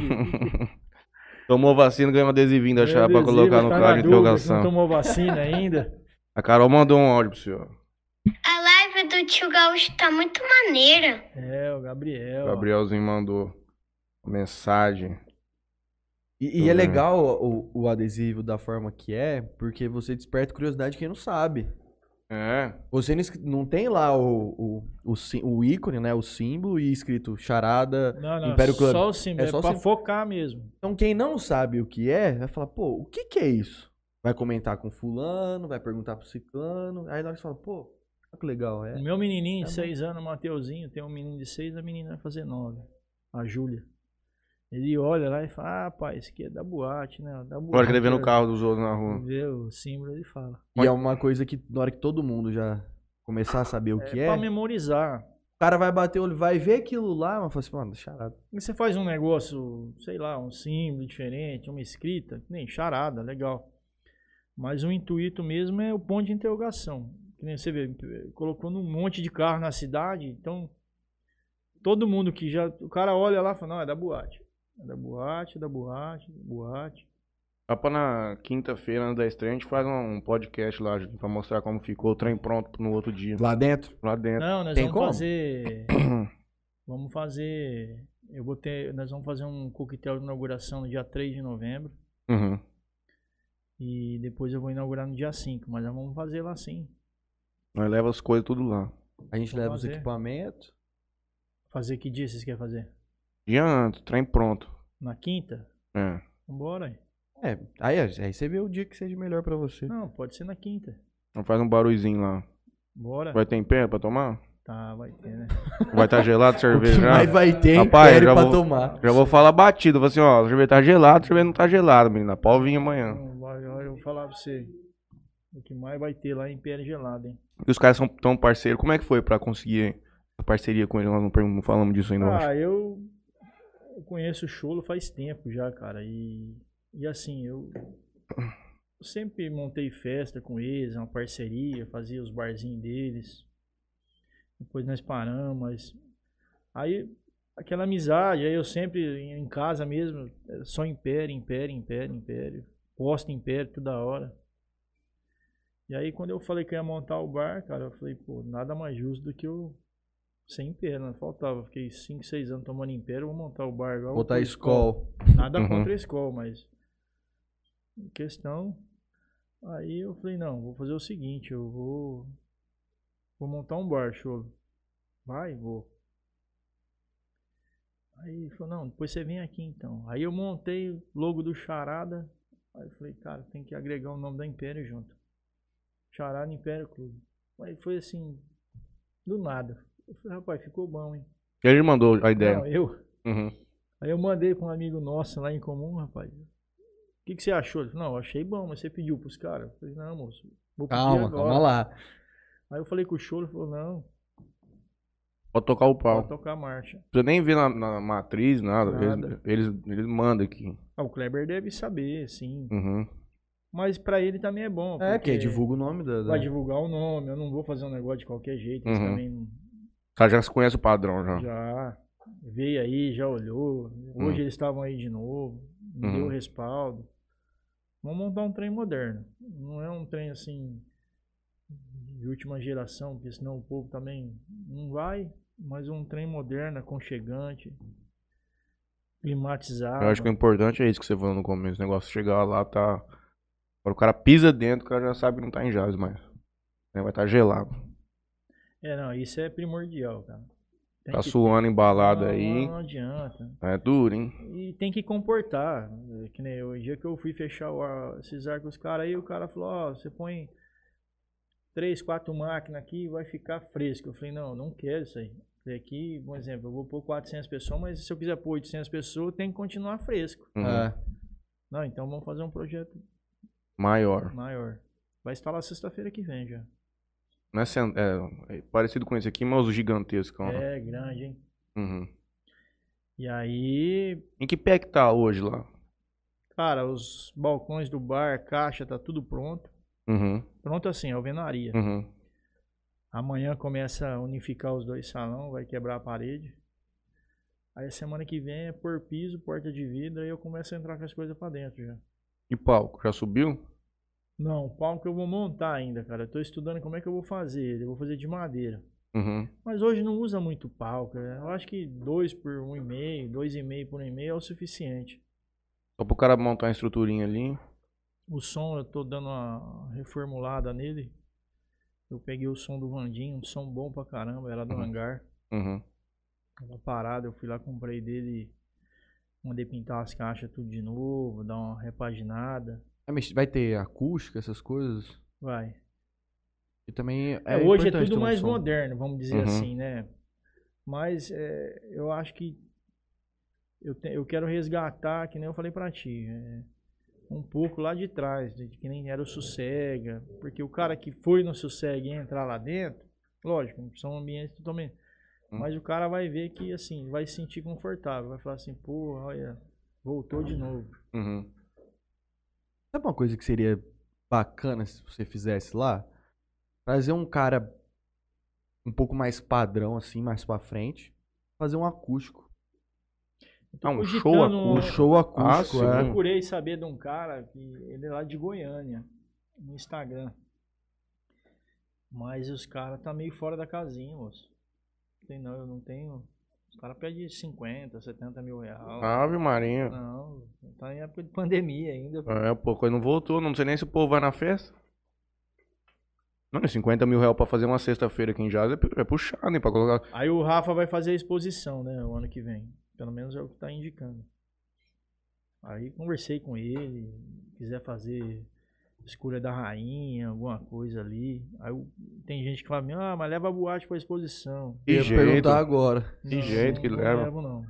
Tomou vacina, ganhou um adesivinho da
É
chapa pra
adesivo,
colocar no
tá na
carro de
dúvida,
interrogação.
Não tomou vacina ainda.
A Carol mandou um áudio pro senhor.
A live do tio Gaúcho tá muito maneira.
É, o Gabriel.
O Gabrielzinho mandou uma mensagem.
E, e é legal o, o adesivo da forma que é, porque você desperta curiosidade de quem não sabe.
É.
Você não, es- não tem lá o, o, o, sí- o ícone, né? O símbolo e escrito charada.
Não, não,
Império Club.
só o símbolo,
É
é,
só o
pra
símbolo.
focar mesmo.
Então quem não sabe o que é, vai falar, pô, o que que é isso? Vai comentar com fulano, vai perguntar pro ciclano. Aí na hora que você fala, pô, olha que legal,
O
é.
meu menininho,
Tá bom.
seis anos, Mateuzinho, tem um menino de seis, a menina vai fazer nove. A Júlia. Ele olha lá e fala, ah, pai, isso aqui é da boate, né? Da boate.
Agora que ele vê no carro dos outros na rua.
Vê o símbolo e fala.
E é uma coisa que na hora que todo mundo já começar a saber o
É,
que é,
pra memorizar.
o cara vai bater o olho, vai ver aquilo lá, mas fala assim, mano, charada.
E você faz um negócio, sei lá, um símbolo diferente, uma escrita, que nem charada, legal. Mas o intuito mesmo é o ponto de interrogação. Que nem você vê, colocando um monte de carro na cidade, então todo mundo que já. O cara olha lá e fala, não, é da boate. É da boate, é da boate, é da boate.
Lá pra na quinta-feira, antes da estreia, a gente faz um podcast lá, Juninho, pra mostrar como ficou o trem pronto no outro dia.
Lá dentro.
Lá dentro.
Não, nós
É, Tem
vamos
como? *clears throat*
fazer. vamos fazer. Eu vou ter. Nós vamos fazer um coquetel de inauguração no dia 3 de novembro.
Uhum.
E depois eu vou inaugurar no dia 5, mas nós vamos fazer lá sim.
Nós leva as coisas tudo lá.
A gente
Vamos
leva os
fazer.
equipamentos.
Fazer que dia vocês querem fazer?
Dia antes, trem pronto.
Na quinta?
É.
Vambora. aí.
É, aí, aí você vê o dia que seja melhor pra você.
Não, pode ser na quinta.
Nós Faz um barulhozinho lá.
Bora.
Vai ter império pra tomar?
Tá, vai ter, né?
Vai estar
*laughs*
gelado cerveja já?
Mas vai ter
Rapaz,
império
já
pra
vou-
tomar.
Já vou falar batido, vou assim, ó, a cerveja tá gelada, a cerveja não tá gelada, menina. Pau vinha amanhã.
Não, Então, vai, olha, eu vou falar pra você. O que mais vai ter lá em Pera Gelada, hein?
E os caras são tão parceiros, como é que foi pra conseguir a parceria com eles? Nós não, pergun- não falamos disso ainda, eu acho.
Ah, eu eu conheço o Cholo faz tempo já, cara. E, e
*coughs*
assim, eu, eu sempre montei festa com eles, uma parceria, fazia os barzinhos deles. Depois nós paramos, mas. Aí, aquela amizade, aí eu sempre em em casa mesmo, é, só império, império, império, império. Posta império toda hora. E aí, quando eu falei que eu ia montar o bar, cara, eu falei, pô, nada mais justo do que eu sem império, não faltava. Fiquei 5, 6 anos tomando império, vou montar o bar igual.
Botar
o
escola.
Nada
Uhum.
contra a escola, mas. em Questão. Aí eu falei, não, vou fazer o seguinte, eu vou. Vou montar um bar, show. Vai, vou. Aí ele falou, não, depois você vem aqui então. Aí eu montei o logo do Charada. Aí eu falei, cara, tem que agregar o nome da Império junto. Charada Império Clube. Aí foi assim, do nada. Eu falei, rapaz, ficou bom, hein?
Ele mandou a
Não,
ideia.
eu.
Uhum.
Aí eu mandei pra um amigo nosso lá em comum, rapaz. O que, que você achou? Ele falou, não, eu achei bom, mas você pediu pros caras. Eu falei, não, moço, vou pedir
Calma,
agora.
calma lá.
Aí eu falei com o Cholo, ele falou, não,
Pode tocar o pau.
pode tocar a marcha.
Você nem vê na, na matriz, nada.
Nada.
Eles, eles, eles mandam aqui.
Ah, o Kleber deve saber, sim.
Uhum.
Mas pra ele também é bom.
É, né?
porque
que divulga o nome da.
Vai
da...
divulgar o nome, eu não vou fazer um negócio de qualquer jeito, eles
Uhum.
também não-
O cara já se conhece o padrão já.
já veio aí, já olhou. Hoje eles estavam aí de novo, me
Hum. Uhum.
deu respaldo. Vamos montar um trem moderno. Não é um trem assim de última geração, porque senão o povo também não vai, mas um trem moderno, aconchegante, climatizado.
Eu acho que o importante é isso que você falou no começo. O negócio chegar lá, tá. Quando o cara pisa dentro, o cara já sabe que não tá em jazz mais. Né, Vai estar gelado.
É, não, isso é primordial, cara. Tem
Tá
que-
suando embalado
Não,
aí.
Não adianta.
É duro, hein?
E tem que comportar. né? Que nem o dia que eu fui fechar o, a- esses arcos, cara, aí o cara falou, ó, você põe três, quatro máquinas aqui e vai ficar fresco. Eu falei, não, não quero isso aí. Eu falei, Aqui, por exemplo, eu vou pôr 400 pessoas, mas se eu quiser pôr 800 pessoas, tem que continuar fresco.
Uhum.
É.
Não, então vamos fazer um projeto
Maior.
maior. Vai instalar sexta-feira que vem já.
Não é, cen- é, é parecido com esse aqui, mas o gigantesco. né?
É grande, hein?
Uhum.
E aí,
Em que pé que tá hoje lá?
cara, os balcões do bar, caixa, tá tudo pronto.
Uhum.
Pronto assim, alvenaria.
Uhum.
Amanhã começa a unificar os dois salão, vai quebrar a parede. Aí semana que vem é por piso, porta de vidro, aí eu começo a entrar com as coisas pra dentro já.
E palco? Já subiu?
Não, o palco eu vou montar ainda, cara. Eu tô estudando como é que eu vou fazer ele. Eu vou fazer de madeira.
Uhum.
Mas hoje não usa muito palco. né? Eu acho que dois por um e meio, dois e meio por um e meio é o suficiente.
Só pro cara montar uma estruturinha ali.
O som eu tô dando uma reformulada nele. Eu peguei o som do Vandinho, um som bom pra caramba, era do
Uhum.
hangar.
Uhum.
Tava parado, eu fui lá, comprei dele, mandei pintar as caixas tudo de novo, dar uma repaginada.
Ah, mas Vai ter acústica, essas coisas.
Vai.
E também.
É,
É
hoje é
importante ter
tudo
um
mais
som.
moderno, vamos dizer
Uhum.
assim, né? Mas é, eu acho que eu, te- eu quero resgatar, que nem eu falei pra ti, é, um pouco lá de trás, de que nem era o Sossega. Porque o cara que foi no Sossega e entrar lá dentro, lógico, são ambientes totalmente.
Hum.
Mas o cara vai ver que, assim, vai se sentir confortável, vai falar assim, pô, olha, voltou de novo.
Uhum.
Sabe uma coisa que seria bacana se você fizesse lá? Trazer um cara um pouco mais padrão, assim, mais pra frente. Fazer um acústico.
Ah, um
cogitando
show Ah,
Um show acústico,
sim.
é.
Eu procurei saber de um cara que ele é lá de Goiânia, no Instagram. Mas os caras tá meio fora da casinha, moço. Tem não, eu não tenho. Os caras pedem 50, 70 mil reais.
Ave Maria.
Não, tá em época de pandemia ainda.
É, pô, coisa não voltou. Não sei nem se o povo vai na festa. Não, 50 mil reais pra fazer uma sexta-feira aqui em Jazz é, pu- é puxar, né? Pra colocar.
Aí o Rafa vai fazer a exposição, né, o ano que vem. Pelo menos é o que tá indicando. Aí conversei com ele, quiser fazer escolha da rainha, alguma coisa ali. Aí o- tem gente que fala, ah, mas leva a boate pra exposição.
Eu
Que
ia
jeito.
perguntar agora.
Que jeito que
não
leva.
levo, não.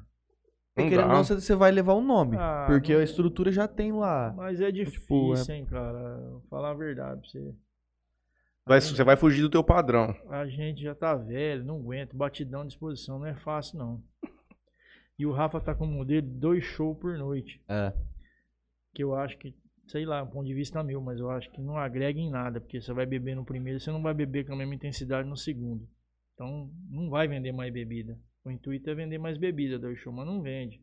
E
Não
querendo ou
dá.
não, você- você vai levar o nome.
Ah,
porque
não-
a estrutura já tem lá.
Mas é
tipo,
difícil, hein, cara. Vou Falar a verdade pra você.
Vai- você vai fugir do teu padrão.
A gente já tá velho, não aguenta. Batidão de exposição não é fácil, não. E o Rafa tá com um modelo de dois shows por noite.
É.
Que eu acho que, sei lá, um ponto de vista meu, mas eu acho que não agrega em nada. Porque você vai beber no primeiro, você não vai beber com a mesma intensidade no segundo. Então, não vai vender mais bebida. O intuito é vender mais bebida, dois shows, mas não vende.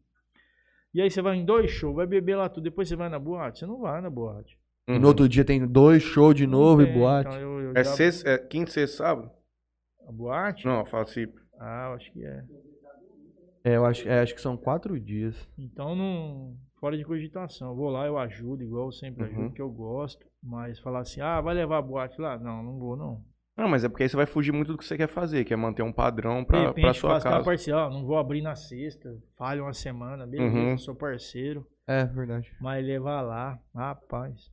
E aí você vai em dois shows, vai beber lá tudo, depois você vai na boate? Você não vai na boate.
E
Uhum.
no outro dia tem dois shows de novo e
Tem,
boate.
então eu- eu
É,
já-
sexta, é quinta, sexta, sábado?
A boate?
Não, fala assim.
Ah, eu acho que é.
É, eu acho, é, acho que são quatro dias.
Então, não. Fora de cogitação. Eu vou lá, eu ajudo, igual eu sempre ajudo,
Uhum.
que eu gosto. Mas falar assim, ah, vai levar a boate lá? Não, não vou, não.
Não, mas é porque aí você vai fugir muito do que você quer fazer, que é manter um padrão pra, pra sua
faço aquela
casa.
parcial, não vou abrir na sexta, falho uma semana, beleza,
Uhum.
eu sou parceiro.
É, verdade.
Mas levar lá, rapaz.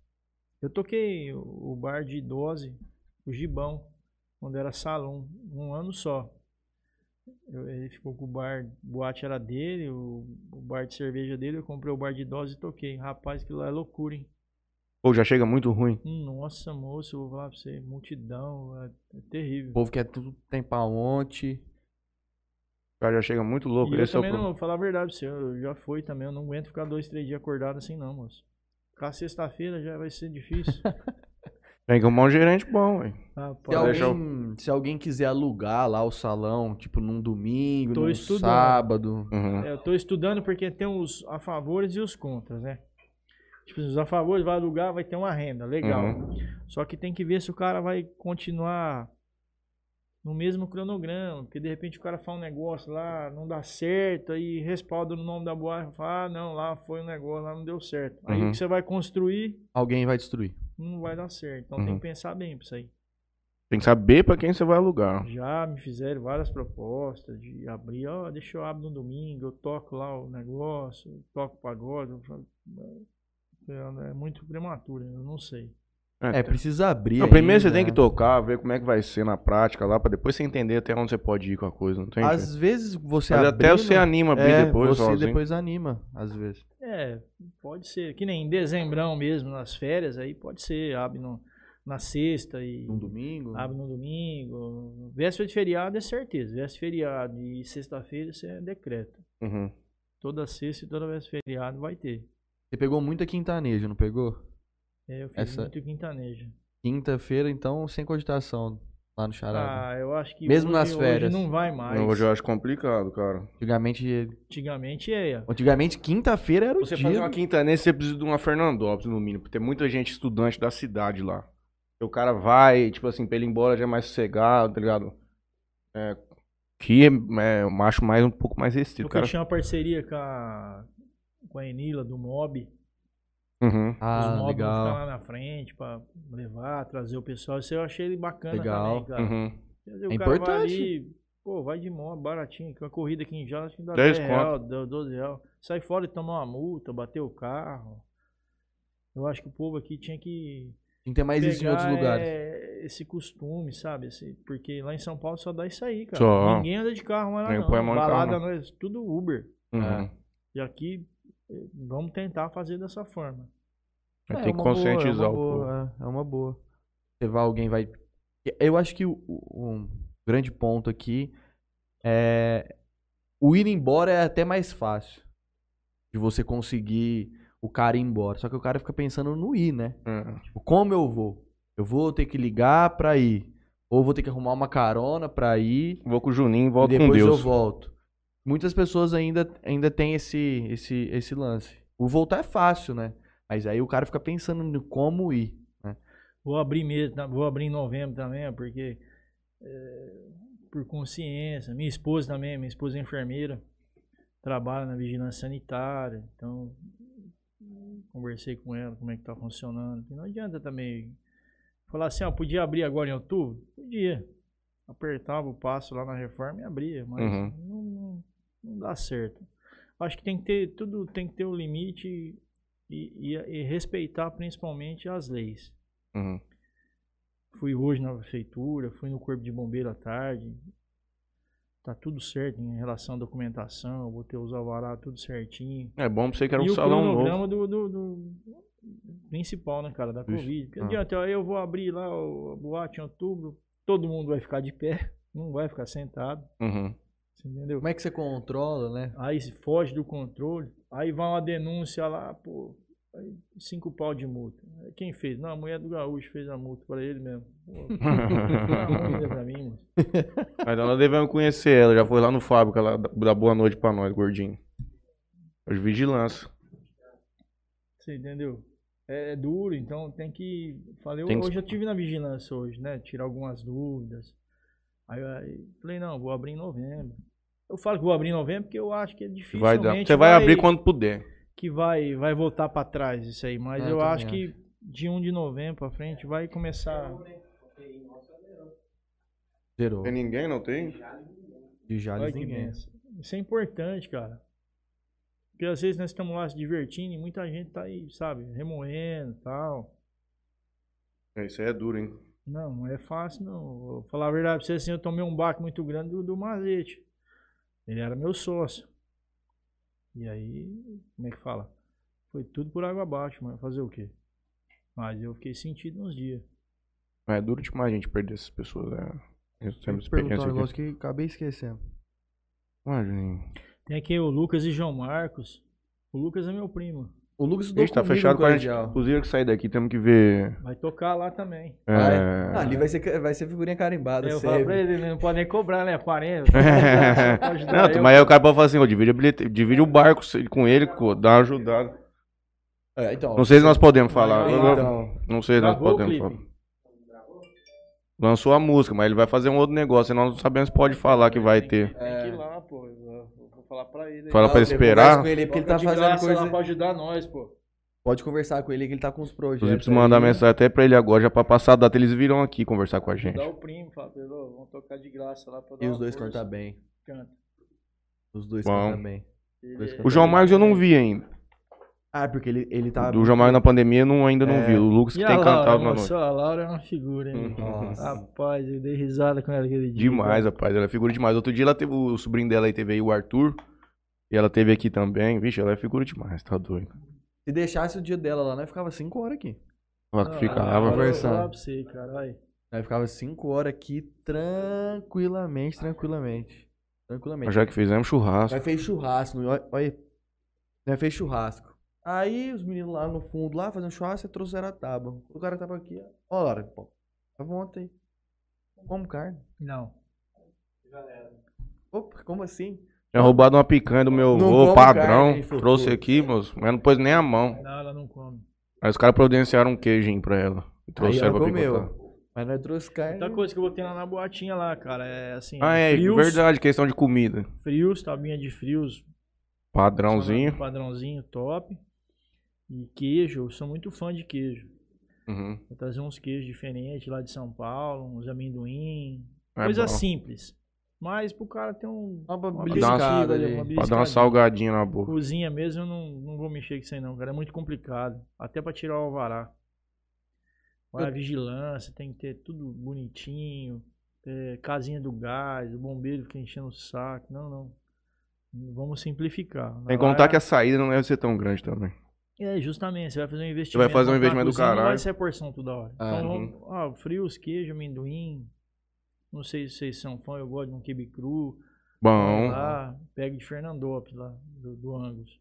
Eu toquei o o bar de 12, o Gibão, quando era salão, um ano só. Eu- ele ficou com o bar, o boate era dele, o, o bar de cerveja dele, eu comprei o bar de 12 e toquei. Rapaz, aquilo lá é loucura, hein?
Ou já chega muito ruim.
Hum, Nossa, moço, eu vou falar pra você, multidão, é, é terrível.
O povo quer tudo tem pra ontem.
O cara já chega muito
E
louco.
eu
Esse é o
também não,
problema.
vou falar a verdade pra você, eu já fui também, eu não aguento ficar dois, três dias acordado assim não, moço. Ficar sexta-feira já vai ser
*laughs*
difícil.
Tem que arrumar um gerente bom, velho.
Se
Rapaz,
Pode deixar
alguém, se alguém quiser alugar lá o salão, tipo num domingo,
Tô
num
estudando.
sábado.
Uhum.
É, eu tô estudando porque tem os a favores e os contras, né? Tipo, os a favores vai alugar, vai ter uma renda, legal.
Uhum.
Só que tem que ver se o cara vai continuar no mesmo cronograma, porque de repente o cara fala um negócio lá, não dá certo, aí respalda no nome da boate, fala, ah, não, lá foi um negócio, lá não deu certo. Aí
Uhum.
o que você vai construir
Alguém vai destruir.
não vai dar certo. Então
Uhum.
tem que pensar bem pra isso aí.
Tem que saber pra quem você vai alugar.
Já me fizeram várias propostas de abrir, ó, deixa eu abrir no domingo, eu toco lá o negócio, eu toco pagode. Eu falo, é é muito prematuro, eu não sei.
É, precisa abrir.
Não, primeiro
ainda,
você tem que
né?
tocar, ver como é que vai ser na prática lá, pra depois você entender até onde você pode ir com a coisa, não tem jeito.
Às vezes você
Mas até
abrindo-
você anima a abrir
é,
depois,
você
sozinho.
depois anima, às vezes.
É, pode ser, que nem em dezembrão mesmo, nas férias, aí pode ser, abre no- na sexta e
Num domingo.
abre no domingo. Véspera de feriado é certeza, véspera de feriado e sexta-feira isso é decreto.
Uhum.
Toda sexta e toda véspera de feriado vai ter.
Você pegou muita quintaneja, não pegou?
É, eu fiz
Essa-
muito quintaneja.
Quinta-feira, então, sem cogitação lá no Charada.
Ah, eu acho que
Mesmo
hoje-
nas
hoje
férias.
não vai mais.
Hoje eu acho complicado, cara.
Antigamente,
Antigamente é.
antigamente quinta-feira era o
Você
dia.
fazer uma quintanense, você precisa de uma Fernandópolis, no mínimo, porque tem muita gente estudante da cidade lá. O cara vai, tipo assim, pra ele ir embora já é mais sossegado, tá ligado? É, que é, é, eu acho mais um pouco mais
Eu
restrito, cara.
fechei uma parceria com a, com a Enila do Mob.
Uhum.
Os
Ah,
Mob vão
legal.
ficar lá na frente pra levar, trazer o pessoal. Isso eu achei ele bacana
Legal.
também, cara.
Uhum.
Quer dizer,
É
o cara vai
importante.
ali, pô, vai de mob, baratinho, que uma corrida aqui em Jales acho que dá
10
10 real, dá 12 real. Sai fora e toma uma multa, bater o carro. Eu acho que o povo aqui tinha que
Tem que ter mais isso em outros
pegar,
lugares.
é, esse costume, sabe? Esse- porque lá em São Paulo só dá isso aí, cara.
Só.
Ninguém anda de carro mais lá,
Nem
não.
põe a mão em carro,
Balada,
não.
nós- tudo Uber.
Uhum.
E aqui, eh, vamos tentar fazer dessa forma.
Tem
É,
que
uma
conscientizar o
boa, é uma
povo.
boa, é, é uma boa. Você vai, alguém vai. Eu acho que o, o- um grande ponto aqui é. O ir embora é até mais fácil de você conseguir o cara ir embora. Só que o cara fica pensando no ir, né?
Uhum.
Tipo, como eu vou? Eu vou ter que ligar pra ir. Ou vou ter que arrumar uma carona pra ir.
Vou com o Juninho e
E
volto com
depois eu
Deus.
volto. Muitas pessoas ainda, ainda têm esse, esse, esse lance. O voltar é fácil, né? Mas aí o cara fica pensando no como ir.
Vou abrir mesmo, tá? vou abrir em novembro também, porque eh, por consciência. Minha esposa também, minha esposa é enfermeira, trabalha na vigilância sanitária, então conversei com ela como é que tá funcionando. E não adianta também falar assim, ó, podia abrir agora em outubro? Podia. Apertava o passo lá na reforma e abria, mas
Uhum.
não, não- não dá certo. Acho que tem que ter tudo, tem que ter o limite e- e- e respeitar principalmente as leis.
Uhum.
Fui hoje na prefeitura, fui no corpo de bombeiro à tarde. Tá tudo certo em relação à documentação, eu botei os alvará tudo certinho.
É bom pra você que era
e
um
o
salão novo.
cronograma do, do- do principal, né, cara, da
Isso.
Covid. Porque
Ah.
adianta, ó, eu vou abrir lá o a boate em outubro, todo mundo vai ficar de pé, não vai ficar sentado.
Uhum.
Você entendeu?
Como é que você controla, né?
Aí se foge do controle, aí vai uma denúncia lá, pô, aí cinco pau de multa. Aí Quem fez? Não, a mulher do gaúcho fez a multa pra ele mesmo.
*laughs*
Pô, pelo amor de Deus, pra mim, mano.
Mas nós devemos conhecer ela, já foi lá no fábrica lá da- dar boa noite pra nós, gordinho. Hoje vigilância.
Você entendeu? É, é duro, então tem que. Falei,
Tem que-
hoje eu tive na vigilância hoje, né? Tirar algumas dúvidas. Aí, eu- aí falei, não, vou abrir em novembro. Eu falo que vou abrir em novembro porque eu acho que é difícil.
Vai dar. Você vai abrir quando puder.
que vai, vai voltar pra trás isso aí, mas
É, eu
eu
também
acho que de 1 de novembro pra frente vai começar.
Zerou.
ninguém, não tem?
De Jales
Olha que
ninguém.
benção. Isso é importante, cara. Porque às vezes nós estamos lá se divertindo e muita gente tá aí, sabe, remoendo e tal.
Isso aí é duro, hein?
Não, não é fácil, não. Vou falar a verdade pra você assim, eu tomei um baque muito grande do, do Mazete. Ele era meu sócio. E aí, como é que fala? Foi tudo por água abaixo, mas fazer o quê? Mas eu fiquei sentido uns dias.
É duro demais a gente perder essas pessoas. Né? Eu tenho
Perguntar um
experiência aqui.
negócio que acabei esquecendo.
Ah, Juninho.
Tem aqui o Lucas e João Marcos. O Lucas é meu primo.
O Lucas
Gente, tá fechado com a gente. Inclusive, que sair daqui temos que ver.
Vai tocar lá também.
É...
Ah, ali vai ser, vai ser figurinha carimbada,
eu falo pra
sempre.
ele, ele não pode nem cobrar,
*laughs*
né? 40. Só ajudar
Ah,
Não,
eu.
mas aí o cara pode falar assim, ó, divide, a bilhete- divide o barco se- com ele, co- dá uma ajudada.
É, então,
Não sei se nós podemos falar.
Vai,
Eu
vai,
não-
Então,
Não sei se nós
Gravou o
podemos
clipe?
falar. Lançou a música, mas ele vai fazer um outro negócio, e nós não sabemos se pode falar que vai ter.
Tem
É.
que ir lá, pô. Eu vou vou falar pra ele. aí.
Fala
não,
pra
você
esperar.
conversa com ele aí, porque ele
Toca
tá
de
fazendo
graça lá
coisa.
pra ajudar nós, pô.
Pode conversar com ele aí, que ele tá com os projetos.
Inclusive, preciso mandar
aí.
mensagem até pra ele agora, já pra passar a data, eles virão aqui conversar com a gente.
Dá um o primo, fala pra ele, ó, vamos tocar de graça lá pra dar
E os
uma
dois
força.
cantam bem.
Canta.
Os dois
Bom.
cantam bem.
Ele
Dois
é-
O João Marcos eu não vi ainda.
Ah, porque ele, ele tá.
Do João Marcos na pandemia eu não, ainda não
É.
vi. O Lucas
E
que
a
tem
Laura,
cantado na noite.
nossa, a Laura é uma figura, hein?
Nossa.
Rapaz, eu dei risada com ela aquele dia.
Demais, rapaz. Ela é figura demais. Outro dia ela teve o sobrinho dela aí, teve aí o Arthur. E ela teve aqui também. Vixe, ela é figura demais, tá doido.
Se deixasse o dia dela lá, nós ficava 5 horas aqui.
Ela
Não, agora
ficava.
eu vou
conversando.
falar pra você, cara, aí.
Nós ficava 5 horas aqui tranquilamente, tranquilamente. Tranquilamente.
Nós Já que fizemos churrasco.
Nós fez churrasco. no- Olha olha aí. Nós fez churrasco. Aí os meninos lá no fundo, lá fazendo churrasco, e trouxeram a tábua. O cara tava aqui, ó. Ó, Laura, pô. tá Tava ontem. Como carne?
Não.
Opa, como assim?
Tinha roubado uma picanha do meu
Não
avô,
como
padrão.
carne, filho.
trouxe aqui, moço. Mas não pôs nem a mão.
Não, ela não come.
Aí os caras providenciaram um queijinho pra ela. E
Aí
trouxeram
ela
pra
comeu.
picotar.
Mas nós trouxe carne.
Outra coisa que eu botei lá na boatinha lá, cara, é assim...
Ah, é.
frios,
Verdade, questão de comida.
Frios, tabinha de frios.
Padrãozinho.
Padrãozinho, top. E queijo, eu sou muito fã de queijo.
Uhum.
Vou trazer uns queijos diferentes lá de São Paulo, uns amendoim,
É
coisa
bom.
simples. Mas pro cara ter um,
Uma
uma
beliscada
beliscada
ali. um
né? uma
Pra dar uma
beliscadinha.
salgadinha na boca.
Cozinha mesmo, eu não, não vou mexer com isso aí não, cara. É muito complicado. Até pra tirar o alvará. Olha a vigilância, tem que ter tudo bonitinho. é, casinha do gás, o bombeiro fica enchendo o saco. Não, não. Vamos simplificar.
Tem que contar que a saída não deve ser tão grande também.
É, justamente, você vai fazer um investimento.
Você vai fazer um
comprar uma
investimento do
cozinha, Não vai
caralho.
ser porção toda hora.
Ah,
então,
uhum.
vamos, ah, frios, queijo, amendoim. Não sei se vocês são fã, eu gosto de um quibe cru.
Bom.
Lá, pega de Fernandópolis, lá, do, do Angus.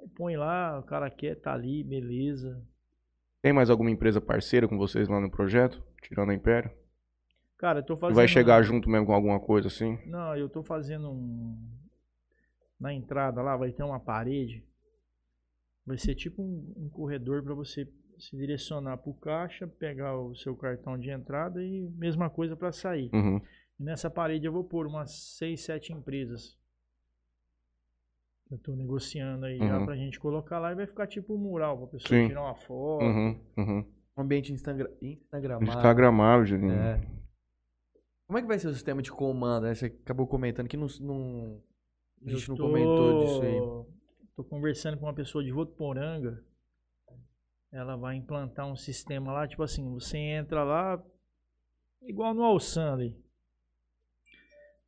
Aí põe lá, o cara quer, tá ali, beleza.
Tem mais alguma empresa parceira com vocês lá no projeto? Tirando a Império?
Cara, eu tô
E
fazendo.
vai chegar junto mesmo com alguma coisa assim?
Não, eu tô fazendo um. Na entrada lá vai ter uma parede. Vai ser tipo um, um corredor para você se direcionar pro caixa, pegar o seu cartão de entrada e mesma coisa para sair.
Uhum.
E nessa parede eu vou pôr umas 6, 7 empresas. Eu tô negociando aí já
Uhum.
pra gente colocar lá e vai ficar tipo um mural pra pessoa
Sim.
tirar uma foto.
Uhum. Uhum.
Um ambiente instagra... instagramável.
Instagramável, Juninho.
Tá É. Como é que vai ser o sistema de comando? né? Você acabou comentando que não. não- A gente não comentou disso aí.
Tô conversando com uma pessoa de Votuporanga. Ela vai implantar um sistema lá, tipo assim, você entra lá igual no Alsan ali.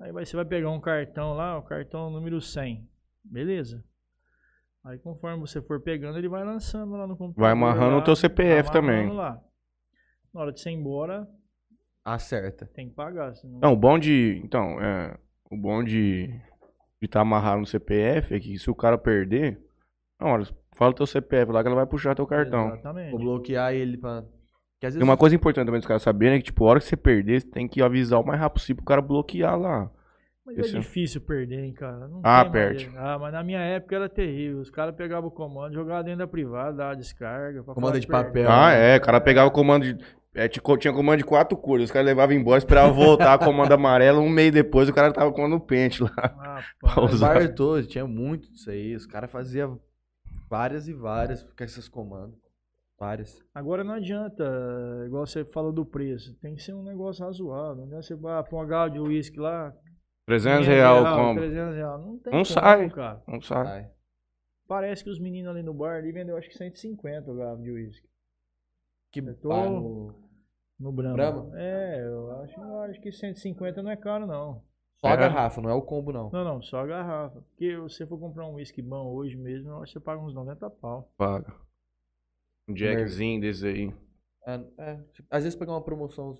Aí vai- você vai pegar um cartão lá, o cartão número 100. Beleza? Aí conforme você for pegando, ele vai lançando lá no computador.
Vai amarrando
lá,
o teu CPF também.
amarrando lá. Na hora de você ir embora,
Acerta.
tem que pagar. senão-
Não, o bom de. Então, é, O bom de estar amarrado no CPF é que se o cara perder, na hora, fala teu CPF lá que ela vai puxar teu cartão.
Vou
Exatamente.
bloquear ele pra. Que às
E
vezes
uma coisa importante também dos caras saberem é que, tipo, a hora que você perder, você tem que avisar o mais rápido possível pro cara bloquear lá.
Mas é
Esse- um
difícil perder, hein, cara. Não
Ah,
tem
perde.
maneira. Ah, mas na minha época era terrível. Os caras pegavam o comando, jogavam dentro da privada, dava descarga. pra
Comando
falar
de
perder.
papel.
Ah, é. O cara pegava o comando de. é, ti- tinha comando de quatro cores. Os caras levavam embora, esperava voltar, *laughs* comando amarelo. Um mês depois, o cara tava com o pente lá. Pra
Ah, Rapaz,
Os
usar.
Bartos, é tinha muito disso aí. Os caras faziam várias e várias com esses comandos. Várias.
Agora não adianta, igual você falou do preço. Tem que ser um negócio razoável. Não é você vai pôr uma garrafa de uísque lá. É,
300 real o
500
combo. Um
300 real. Não tem
Não
como,
sai.
cara.
Não sabe.
Ai.
Parece que os meninos ali no bar ali vendeu acho que 150 garrafa de uísque.
Que
Eu tô-
pá, no-
No Brahma.
Brahma?
É, eu acho, eu acho que 150 não é caro, não.
Só a
É.
garrafa, não é o combo, não.
Não, não, só a garrafa. Porque se você for comprar um uísque bom hoje mesmo, eu acho que você paga uns 90 pau.
Paga. Um jackzinho desse aí.
É, é. Às vezes pegar uma promoção.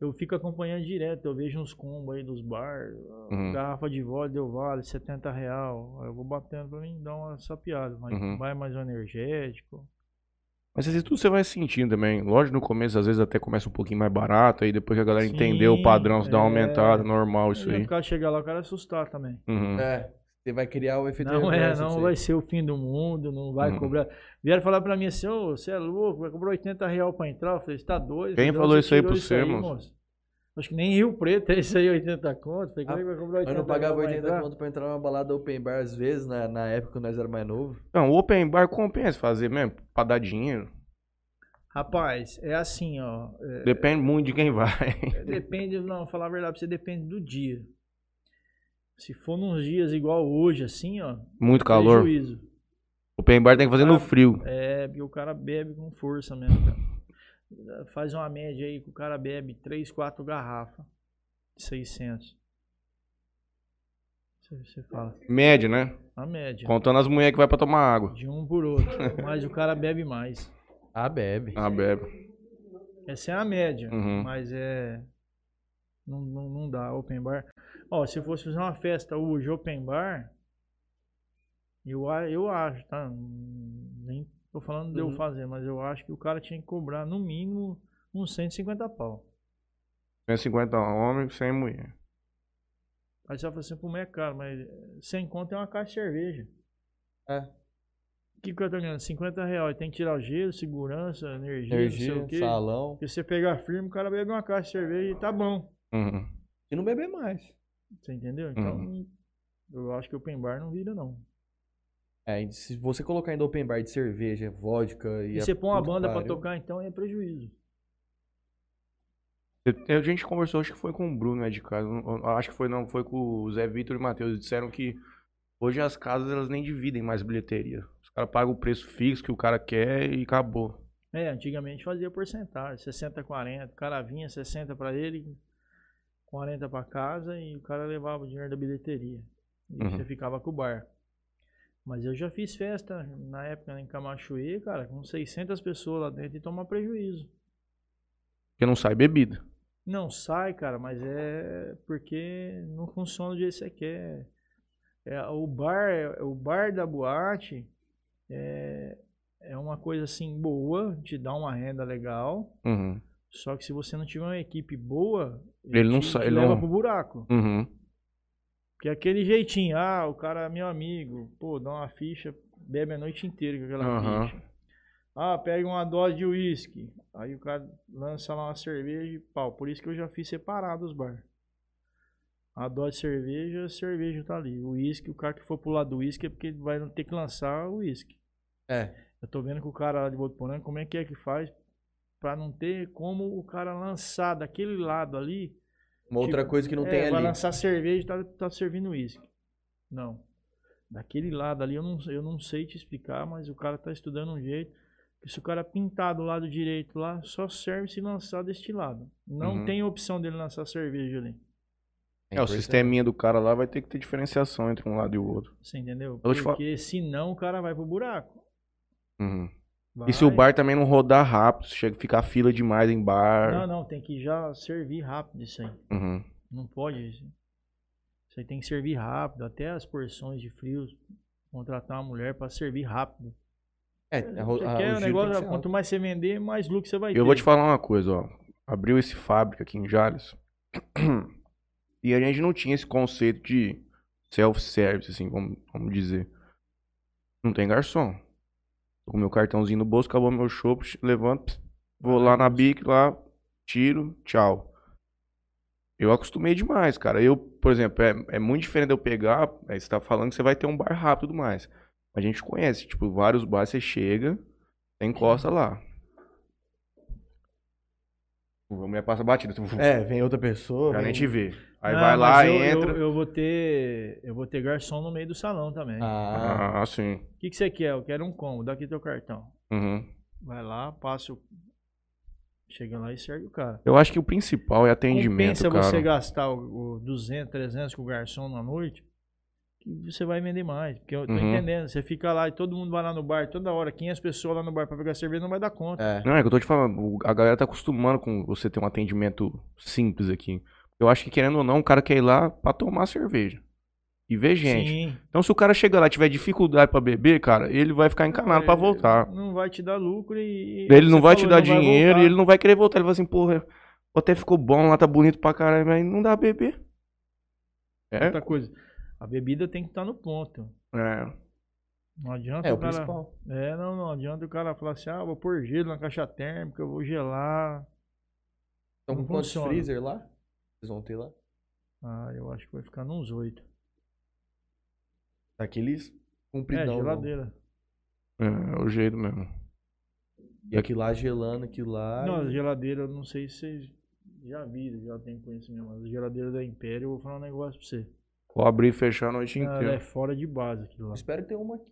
Eu fico acompanhando direto, eu vejo uns combos aí dos bar.
Uhum.
Garrafa de vodka deu vale, 70 real. Aí Eu vou batendo pra mim dar uma sapiada. Mas
Uhum.
vai mais um energético.
Mas isso tudo você vai sentindo também. Lógico, no começo, às vezes até começa um pouquinho mais barato. Aí depois que a galera
Sim,
entendeu o padrão, você dá uma
é.
aumentada. Normal isso
Aí
aí.
O cara chegar lá, o cara assustar também.
Uhum.
É. Você vai criar o efeito
Não é,
reverso
não
disso aí.
vai ser o fim do mundo, não vai
Uhum.
cobrar. Vieram falar pra mim assim, ô, você é louco, vai cobrar 80 real pra entrar. Eu falei, você tá doido?
Quem
De onde
falou
você
isso aí
tirou
pra você, moço?
Acho que nem em Rio Preto é isso aí, 80 conto. Falei,
Ah,
como é que vai cobrar 80
Eu não pagava
real pra
80
entrar?
conto pra entrar numa balada open bar às vezes, na, na época quando nós era mais novo.
Não, o open bar compensa fazer mesmo, pra dar dinheiro.
Rapaz, é assim, ó. é,
Depende muito de quem vai. *laughs*
*laughs* depende, não, falar a verdade pra você, depende do dia. Se for nos dias igual hoje, assim, ó.
Muito calor.
Prejuízo.
Open bar tem que fazer no frio.
É, porque o cara bebe com força mesmo, cara. Faz uma média aí que o cara bebe 3, 4 garrafas. 600. Você- Você fala.
Média, né?
A média.
Contando as mulheres que vai pra tomar água.
De um por outro. Mas o cara bebe mais.
Ah, bebe.
Ah, bebe.
Essa é a média.
Uhum.
Mas é. Não, não, não dá. Open bar. Ó, se fosse fazer uma festa hoje, open bar. Eu, a- eu acho, tá? Nem tô falando de eu
Uhum.
fazer, mas eu acho que o cara tinha que cobrar no mínimo uns 150 pau.
150 homens, 100 mulheres.
Aí você vai falar assim, pô, mas é caro, mas sem conta é uma caixa de cerveja.
É.
O que, que eu tô ganhando? 50 reais. Tem que tirar o gelo, segurança, energia, não sei
Energia,
o quê.
salão.
Porque você pegar firme, o cara bebe uma caixa de cerveja e tá bom.
Uhum.
E não beber mais.
Você entendeu? Então,
Uhum.
eu acho que o open bar não vira, não.
É, e se você colocar ainda open bar de cerveja, vodka e.
E
a
você põe uma
puta que
banda pra
pariu,
tocar, então é prejuízo.
Eu- eu- É, A gente conversou, acho que foi com o Bruno, né, de casa. Eu- eu Acho que foi não, foi com o Zé Vitor e o Matheus. Disseram que hoje as casas elas nem dividem mais bilheteria. Os caras pagam o preço fixo que o cara quer e acabou.
É, antigamente fazia porcentagem, 60, 40. O cara vinha 60 pra ele, 40 pra casa e o cara levava o dinheiro da bilheteria. E
Uhum.
você ficava com o bar. Mas eu já fiz festa na época em Camachuê, cara, com 600 pessoas lá dentro e toma prejuízo.
Porque não sai bebida.
Não sai, cara, mas é porque não funciona do jeito que você quer. É, o bar, o bar da boate é, é uma coisa assim boa, te dá uma renda legal.
Uhum.
Só que se você não tiver uma equipe boa,
Ele não
te-
sai,
te
ele
leva
não-
pro buraco.
Uhum.
Porque é aquele jeitinho, ah, o cara é meu amigo, pô, dá uma ficha, bebe a noite inteira com aquela
Aham.
ficha. Ah, pega uma dose de uísque. Aí o cara lança lá uma cerveja e pau. Por isso que eu já fiz separado os bar. A dose de cerveja, a cerveja tá ali. O uísque, o cara que for pro lado do uísque é porque ele vai ter que lançar o uísque.
É.
Eu tô vendo que o cara lá de Botuporanga, como é que é que faz pra não ter como o cara lançar daquele lado ali
Uma outra
Tipo,
coisa que não
é,
tem
Vai
ali.
lançar cerveja e tá, tá servindo uísque. Não. Daquele lado ali, eu não, eu não sei te explicar, mas o cara tá estudando um jeito. Que se o cara pintar do lado direito lá, só serve se lançar deste lado. Não
Uhum.
tem opção dele lançar cerveja ali.
É, o sisteminha do cara lá vai ter que ter diferenciação entre um lado e o outro.
Você entendeu?
vou te falar-
Porque senão o cara vai pro buraco.
Uhum. E se o
Vai.
bar também não rodar rápido, se chega a ficar fila demais em bar.
Não, não, tem que já servir rápido isso aí.
Uhum.
Não pode. Isso aí tem que servir rápido. Até as porções de frios, contratar uma mulher pra servir rápido.
É, a, ro-
Você
a- o
quer
giro
o
tem que
negócio,
ser
quanto mais você vender, mais lucro você vai ter.
Eu vou te falar uma coisa, ó. Abriu esse fábrica aqui em Jales. *clears throat* E a gente não tinha esse conceito de self-service, assim, vamos, vamos dizer. Não tem garçom. Tô com meu cartãozinho no bolso, acabou meu chopp, levanto, pss, vou lá na bic, lá, tiro, tchau. Eu acostumei demais, cara. Eu, por exemplo, é, é muito diferente eu pegar. Aí você tá falando que você vai ter um bar rápido e tudo mais. A gente conhece, tipo, vários bares você chega, você encosta lá. A mulher passa batida. Você...
algo- É, vem outra pessoa.
Já
vem-
nem te vê. Aí
Não,
vai
mas
lá,
eu,
entra.
Eu, eu vou ter, eu vou ter garçom no meio do salão também. O
Ah,
Ah, sim.
que, que você quer? Eu quero um combo, dá aqui teu cartão.
Uhum.
Vai lá, passa o... Chega lá e serve o cara.
Eu acho que o principal é atendimento,
Compensa
cara.
você gastar o, o 200, 300 com o garçom na noite, que você vai vender mais. Porque eu tô
Uhum.
entendendo, você fica lá e todo mundo vai lá no bar toda hora, 500 pessoas lá no bar pra pegar cerveja, não vai dar conta.
é.
Não, é que eu tô te falando, o- a galera tá acostumando com você ter um atendimento simples aqui. Eu acho que, querendo ou não, o cara quer ir lá pra tomar cerveja. E ver gente.
Sim.
Então, se o cara chegar lá e tiver dificuldade pra beber, cara, ele vai ficar encanado pra voltar.
Não vai te dar lucro É. e.
Ele não
você
vai te dar
falou, vai
dinheiro
voltar.
e ele não vai querer voltar. Ele vai assim, porra, o hotel ficou bom lá, tá bonito pra caralho, mas não dá beber. É,
Outra coisa, a bebida tem que estar no ponto.
é.
Não adianta
É, o
o cara.
principal.
É, não, não adianta o cara falar assim, ah, vou pôr gelo na caixa térmica, eu vou gelar.
Estão com
Não
quantos
funciona.
freezer lá? Vocês vão ter lá?
Ah, eu acho que vai ficar nos oito.
Aqueles
É,
Tá compridão. não.
geladeira.
É, é o jeito mesmo.
E aqui lá gelando, aqui lá.
Não, a geladeira, eu não sei se vocês já viram, já tem conhecimento, mas a geladeira da Império, eu vou falar um negócio pra você.
Vou abrir e fechar a noite
Ela é
inteira.
fora de base aquilo lá.
Espero ter uma aqui.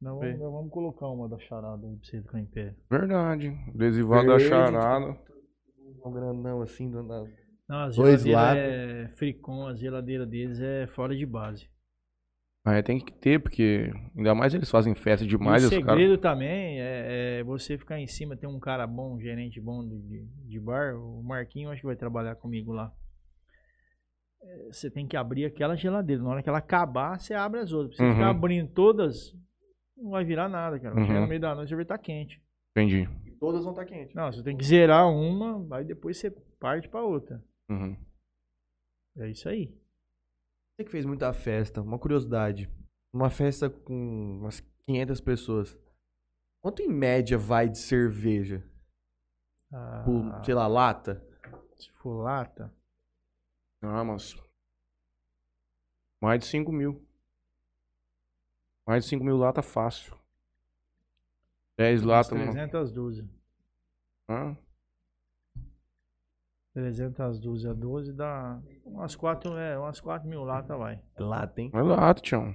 Nós
Bem.
vamos, nós vamos colocar uma da charada aí pra você com a Império.
Verdade. Adesivado a
Verde,
charada.
tipo,
Um grandão assim, danado.
Não, a
Dois
geladeira é Fricon, a geladeira deles é fora de base.
Aí tem que ter, porque ainda mais eles fazem festa
E
demais,
o
os caras.
segredo também é, é você ficar em cima, ter um cara bom, um gerente bom de, de- de bar. O Marquinho acho que vai trabalhar comigo lá. É, Você tem que abrir aquela geladeira. Na hora que ela acabar, você abre as outras. Se você
Uhum.
ficar abrindo todas, não vai virar nada, cara.
Uhum.
Chega no meio da noite, a cerveja tá quente.
Entendi.
E todas vão tá estar quentes.
Não, você tem que zerar uma, aí depois você parte pra outra.
Uhum.
É isso aí.
Você que fez muita festa, uma curiosidade. Uma festa com umas 500 pessoas. Quanto em média vai de cerveja?
Ah,
Por, sei lá, lata?
se for lata,
Ah, mas. Mais de 5 mil. Mais de 5 mil lata fácil. 10
umas
lata, mano. Ah,
312.
Hã?
312 a 12 dá umas 4, é, umas 4 mil lata, vai.
Lata, hein?
É lata, Tião.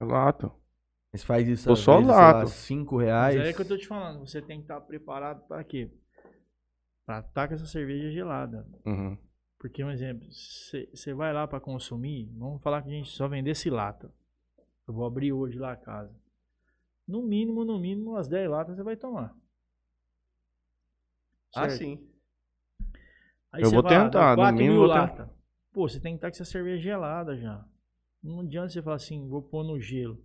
É lata.
Mas faz isso
Pô,
às
só
vezes, sei
lata.
lá, 5
Mas
reais.
é que eu tô te falando, você tem que estar preparado para quê? Pra estar com essa cerveja gelada.
Uhum.
Porque, um exemplo, você vai lá para consumir, vamos falar que a gente só vendesse lata. Eu vou abrir hoje lá a casa. No mínimo, no mínimo, umas 10 latas você vai tomar.
Ah,
Certo?
sim.
Aí
Eu
você
vou
vai lá,
tentar,
dá
no
4
mínimo
mil
eu vou
lata. Pô, você tem que estar com essa cerveja gelada já. Não adianta você falar assim, vou pôr no gelo.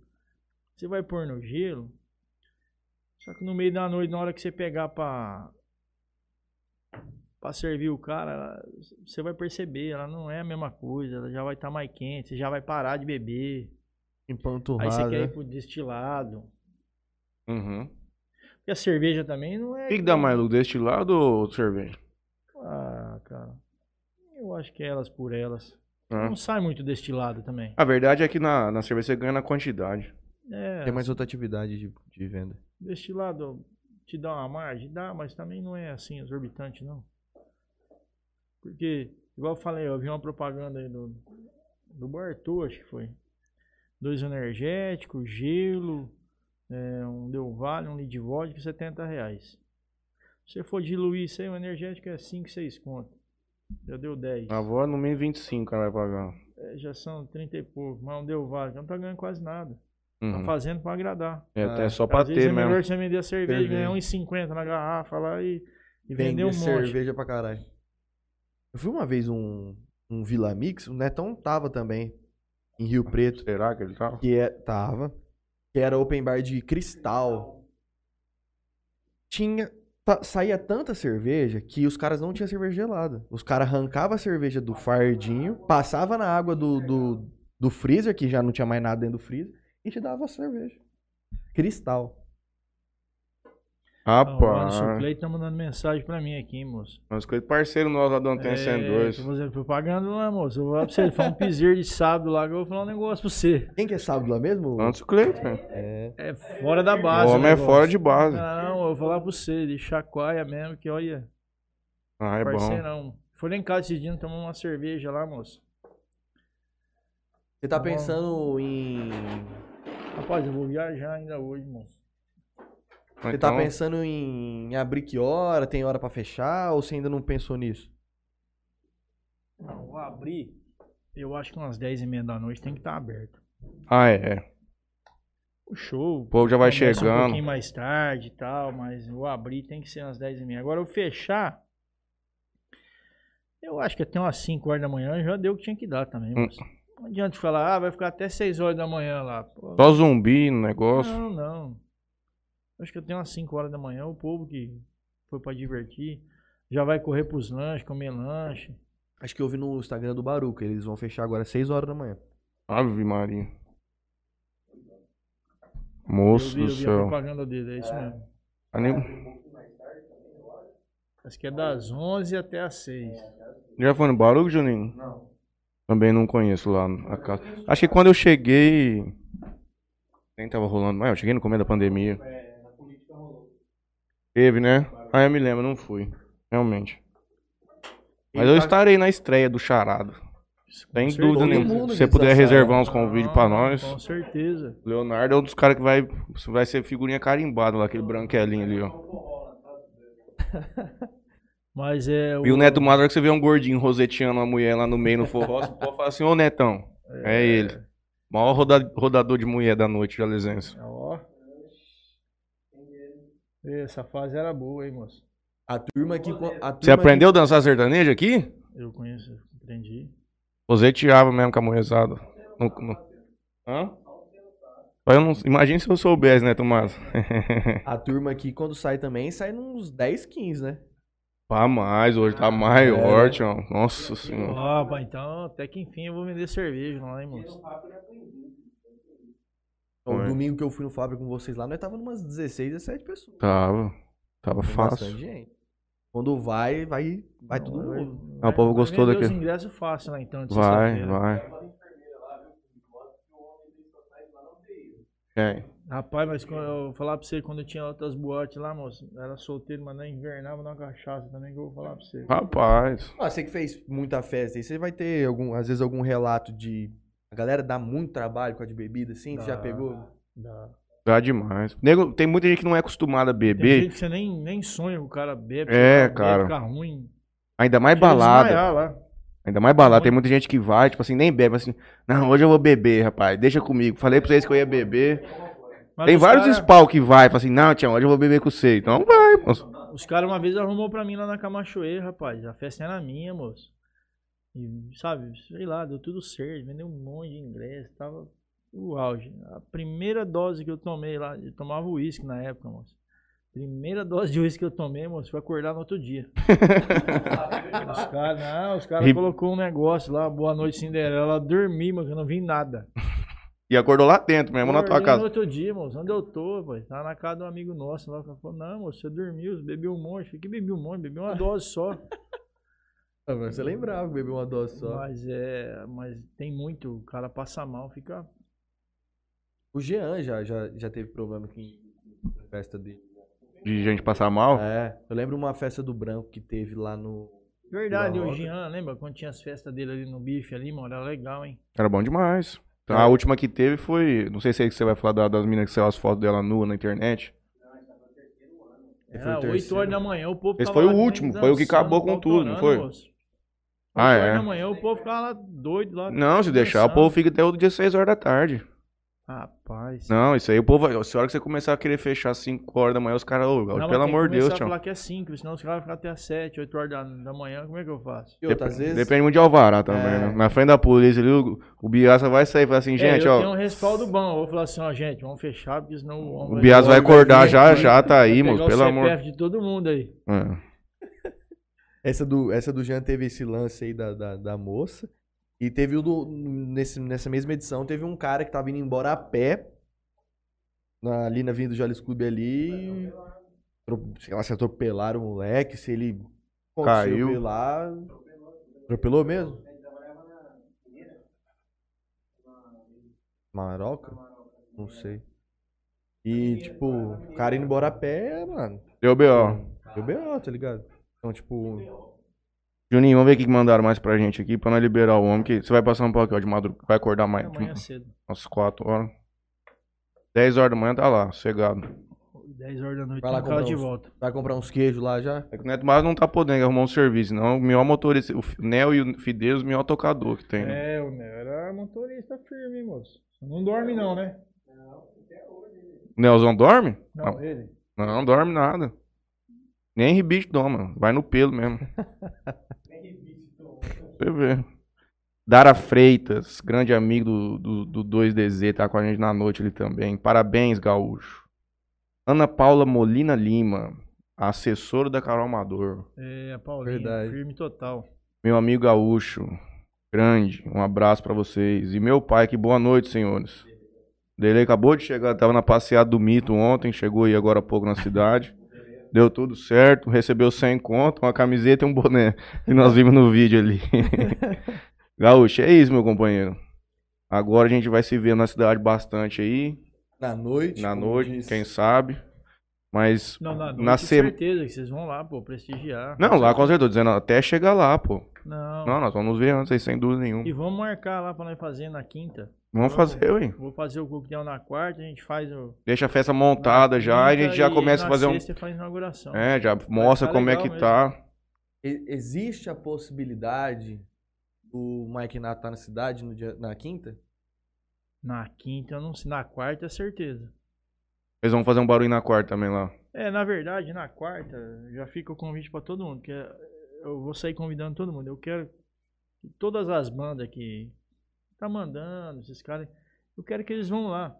Você vai pôr no gelo, só que no meio da noite, na hora que você pegar pra, pra servir o cara, ela- você vai perceber, ela não é a mesma coisa, ela já vai estar mais quente, você já vai parar de beber. Aí você
Empanturrada.
quer
né?
ir pro destilado.
Uhum.
Porque a cerveja também não é...
O que, que dá mais lucro? Deste lado ou cerveja?
Ah, cara, eu acho que é elas por elas.
Hã?
Não sai muito destilado também.
A verdade é que na, na cerveja você ganha na quantidade.
É,
Tem mais outra atividade de, de venda.
deste lado te dá uma margem? Dá, mas também não é assim exorbitante, não. Porque, igual eu falei, eu vi uma propaganda aí do, do Bartô, acho que foi. Dois energéticos, gelo, é, um Del Valle, um Lid Vodka, 70 reais. Se você for diluir isso aí, o energético é 5, 6 conto. Já deu 10.
Na avó, no mínimo 25 cara vai pagar.
É, já são 30 e pouco, mas um Del Valle, não tá ganhando quase nada. Tá
Uhum.
fazendo pra agradar.
É,
Ah,
é só pra
Às vezes
ter
é
mesmo.
melhor você vender a cerveja,
Cerveja.
ganhar 1,50 na garrafa lá e, e
Vender
vender um monte.
cerveja pra caralho. Eu fui uma vez um, um um Vila Mix, o Netão tava também em Rio Preto,
Será que ele tá?
que é, tava, que era open bar de cristal. Tinha ta- saía tanta cerveja que os caras não tinham cerveja gelada. Os caras arrancavam a cerveja do fardinho, passava na água do, do, do freezer, que já não tinha mais nada dentro do freezer, e te dava a cerveja. Cristal.
Ó, O mano
Rapaz.
Suplei tá mandando mensagem pra mim aqui, hein, moço.
Mas coisa parceiro nosso lá do
É,
Antena
tô
102.
fazendo propaganda lá, moço. Eu vou lá pra você. Foi um piseiro de sábado lá que eu vou falar um negócio pra você.
Quem que é sábado lá mesmo?
Antes o Cleiton, né?
É.
É fora da
O
base.
homem é
negócio. Ah,
fora de base.
Não, eu vou falar pra você, de chacoalha mesmo, que olha,
Ah, é bom.
parceirão. Foi lá em casa esse dia, nós tomamos uma cerveja lá, moço.
Você tá
Bom.
pensando em.
Rapaz, eu vou viajar ainda hoje, moço.
é Ah,
Você
então-
tá pensando em abrir que hora? Tem hora pra fechar? Ou você ainda não pensou nisso?
Não, vou abrir. Eu acho que umas 10 e meia da noite tem que estar aberto.
Ah, é. é.
O show.
O povo já vai
começa Um
chegando.
pouquinho mais tarde e tal, mas o abrir tem que ser umas 10 e meia. Agora eu fechar. Eu acho que até umas 5 horas da manhã já deu o que tinha que dar também,
Hum.
moço. Não adianta falar, ah, vai ficar até 6 horas da manhã lá. Pô,
Só zumbi no negócio.
Não, não. Acho que eu tenho umas 5 horas da manhã, o povo que foi pra divertir já vai correr pros lanches, comer lanche.
Acho que eu vi no Instagram do Baruca. Eles vão fechar agora às 6 horas da manhã.
Ave Maria.
Eu
Moço
vi, eu
do
vi a
céu.
propaganda dele, é isso mesmo.
Tá nem-
Acho que é das 11 até as 6.
Já foi no Baruco, Juninho? Não. Também não conheço lá a casa. Acho que quando eu cheguei. Nem tava rolando. Mas eu cheguei no começo da pandemia. Teve, né? Ah, eu me lembro, não fui. Realmente. Mas
Ele
eu
tá-
estarei na estreia do Charado. Sem
certeza.
dúvida
Todo
nenhuma.
mundo
Se você
quis
puder
assar.
reservar uns convídeos um pra
Ah,
nós.
Com certeza.
Leonardo é um dos caras que vai, vai ser figurinha carimbada lá, aquele branquelinho ali, ó.
*laughs* Mas é.
E o Neto Mato, na hora que você vê um gordinho roseteando uma mulher lá no meio no forró, você pode falar assim, ô Netão, é, ele. Maior roda- rodador de mulher da noite, Jalesense.
É, Ó. Essa fase era boa, hein, moço?
A turma que. co- A turma
Você aprendeu a dançar sertanejo aqui?
Eu conheço, aprendi.
Roseteava mesmo com a mulherzada. No, no... Hã? Mas eu não- Imagina se eu soubesse, né, Neto Mato.
Que, a turma que quando sai também sai nos 10, 15, né?
Pá mais, hoje *laughs* tá maior,
É.
tchau. Nossa senhora.
Ó, pá, então até que enfim eu vou vender cerveja lá, hein, moço?
O
Foi.
Então, domingo que eu fui no Fábio com vocês lá, nós tava numas 16, 17 pessoas.
Tava. Tava
Tem bastante
fácil.
gente. Quando vai, vai, vai todo
Não,
mundo.
Ah, o povo
vai
gostou
vender
daqui.
os ingressos fácil lá então. de
Vai,
sexta-feira.
vai. É.
Rapaz, mas quando eu vou falar pra você, quando eu tinha outras boates lá, moço, era solteiro, mas não invernava na cachaça também, que eu vou falar pra você.
Rapaz.
Ah, você que fez muita festa aí, você vai ter, algum, às vezes, algum relato de. A galera dá muito trabalho com a de bebida, assim? Você já
Dá.
pegou?
Dá.
Dá demais. Nego, tem muita gente que não é acostumada a
Tem
beber,
gente que você nem, nem sonha que o cara bebe.
É,
o
cara.
Bebe, fica ruim.
ainda mais
Chega a
É balada.
desmaiar lá.
Ainda mais balada. Tem muita gente que vai, tipo assim, nem bebe, assim, não, hoje eu vou beber, rapaz, deixa comigo. Falei pra vocês que eu ia beber.
Mas
Tem
os
vários
cara-
spawn que vai, fala assim, não, Tião, hoje eu vou beber com você. Então vai, moço.
Os caras uma vez arrumou pra mim lá na Camachoeira, rapaz. A festa era minha, moço. E, sabe, sei lá, deu tudo certo. Vendeu um monte de ingresso, tava o auge. A primeira dose que eu tomei lá, eu tomava uísque na época, moço. Primeira dose de uísque que eu tomei, moço, foi acordar no outro
*laughs*
dia. os caras, não, os caras
E-
colocou um negócio lá, Boa Noite Cinderela, dormi, mas eu não vi nada.
E acordou lá dentro mesmo, na tua
Acordei No
casa.
outro dia, moço, onde eu tô, pô? Tava na casa de um amigo nosso lá. O cara falou: Não, moço, você dormiu, você bebeu um monte. Fiquei bebi um monte,
*laughs*
bebi uma dose só.
Tá.
Ah, mas você lembrava que bebeu uma dose só.
mas é. Mas tem muito, o cara passa mal, fica.
O Jean já, já, já teve problema aqui em festa dele.
De gente passar mal.
É, eu lembro uma festa do Branco que teve lá no.
Verdade,
Uma
o
roda.
Jean, lembra quando tinha as festas dele ali no bife ali, mano? Era legal, hein?
Era bom demais. Então,
É.
A última que teve foi. Não sei se é que você vai falar da- das meninas que saiu as fotos dela nua na internet.
foi o terceiro.
Era 8 É, horas da manhã, o povo
Esse
tava
foi o
lá
último, foi o que acabou com
dançando,
tudo, não foi?
autorando, moço. 8
Ah,
horas
é.
da manhã o povo ficava lá doido lá.
Não, se deixar, o
dançando.
povo fica até outro dia, 6 horas da tarde.
Rapaz.
Não, isso aí o povo. Se a hora que você começar a querer fechar 5 horas da manhã, os caras, ô, Gaúcho,
Não, mas
pelo
tem que
amor de Deus,
começar a
tchau.
falar que é 5, senão os caras vão ficar até as 7, 8 horas da, da manhã. Como é que eu faço?
E outras
Dep-
vezes.
Depende muito de Alvará também,
É.
né? Na frente da polícia ali, o, o Biaça vai sair e fala assim, gente,
é, eu
ó.
tenho um respaldo bom. Eu vou falar assim, ó, gente, vamos fechar, porque senão o homem
O Bias vai
vai
acordar
vir
já,
aqui,
já, tá aí,
né, pegar
moço.
o
Pelo amor.
CPF de todo mundo aí.
É.
Essa do, essa do Jean teve esse lance aí da, da, da moça. E teve o do. Nesse, nessa mesma edição, teve um cara que tava indo embora a pé. na- ali na vinda do Jales Clube ali. tro- Sei lá, se atropelaram o moleque, se ele
Caiu.
conseguiu ir lá. Atropelou mesmo? Maroca? Não sei. E, tipo, o cara indo embora a pé, mano.
Deu B.O.
Deu B.O., tá ligado? Então, tipo,
Juninho, vamos ver o que que mandaram mais pra gente aqui, pra não liberar o homem, que você vai passar um pouco aqui, ó, de madrugada, vai acordar mais,
Amanhã cedo.
umas 4 horas. 10 horas da manhã tá lá, cegado.
10 horas da noite,
Vai lá
tá no carro
comprar
de
uns-
volta.
Vai comprar uns queijos lá já?
É que o Neto Mas não tá podendo arrumar um serviço, não. O melhor motorista, o F- Nel e o Fideiros, o melhor tocador que tem. né?
É, o Neo era motorista firme, hein, moço. Não dorme não, né?
O Nelzão dorme?
Não, ele.
Não, não dorme nada. Nem ribicho toma, vai no pelo mesmo. Você vê. Dara Freitas, grande amigo do, do, do 2DZ, tá com a gente na noite ali também. Parabéns, Gaúcho. Ana Paula Molina Lima, assessora da Carol Amador.
É, a Paulinha,
Verdade.
firme total.
Meu amigo Gaúcho, grande, um abraço pra vocês. E meu pai, que boa noite, senhores. Dele acabou de chegar, tava na passeada do mito ontem, chegou aí agora há pouco na cidade. Deu tudo certo, recebeu 100 conto, uma camiseta e um boné, que nós vimos no vídeo *laughs* ali. Gaúcho, é isso, meu companheiro. Agora a gente vai se ver na cidade bastante aí,
Na noite?
na
como
noite,
diz.
quem sabe. Mas
Não, na,
Na
noite, com
sema-
certeza que vocês vão lá, pô, prestigiar.
não, lá com certeza, tô dizendo até chegar lá, pô.
Não.
Não, nós vamos nos ver antes, aí, sem dúvida nenhuma.
E vamos marcar lá pra nós fazer na quinta.
Vamos fazer, ué.
Vou fazer o coquetel na quarta, a gente faz o.
Deixa a festa montada já, e a
quinta
gente já
e
começa a
na
fazer um.
sexta faz inauguração.
É, já mostra
tá
como é
legal
que
mesmo.
tá.
E- Existe a possibilidade do Mike Nato estar na cidade no dia, na quinta?
Na quinta, eu não sei. Na quarta, é certeza.
Eles vão fazer um barulho na quarta também lá.
É, na verdade, na quarta, já fica o convite pra todo mundo, que é- eu vou sair convidando todo mundo. Eu quero que todas as bandas que tá mandando, esses caras, eu quero que eles vão lá.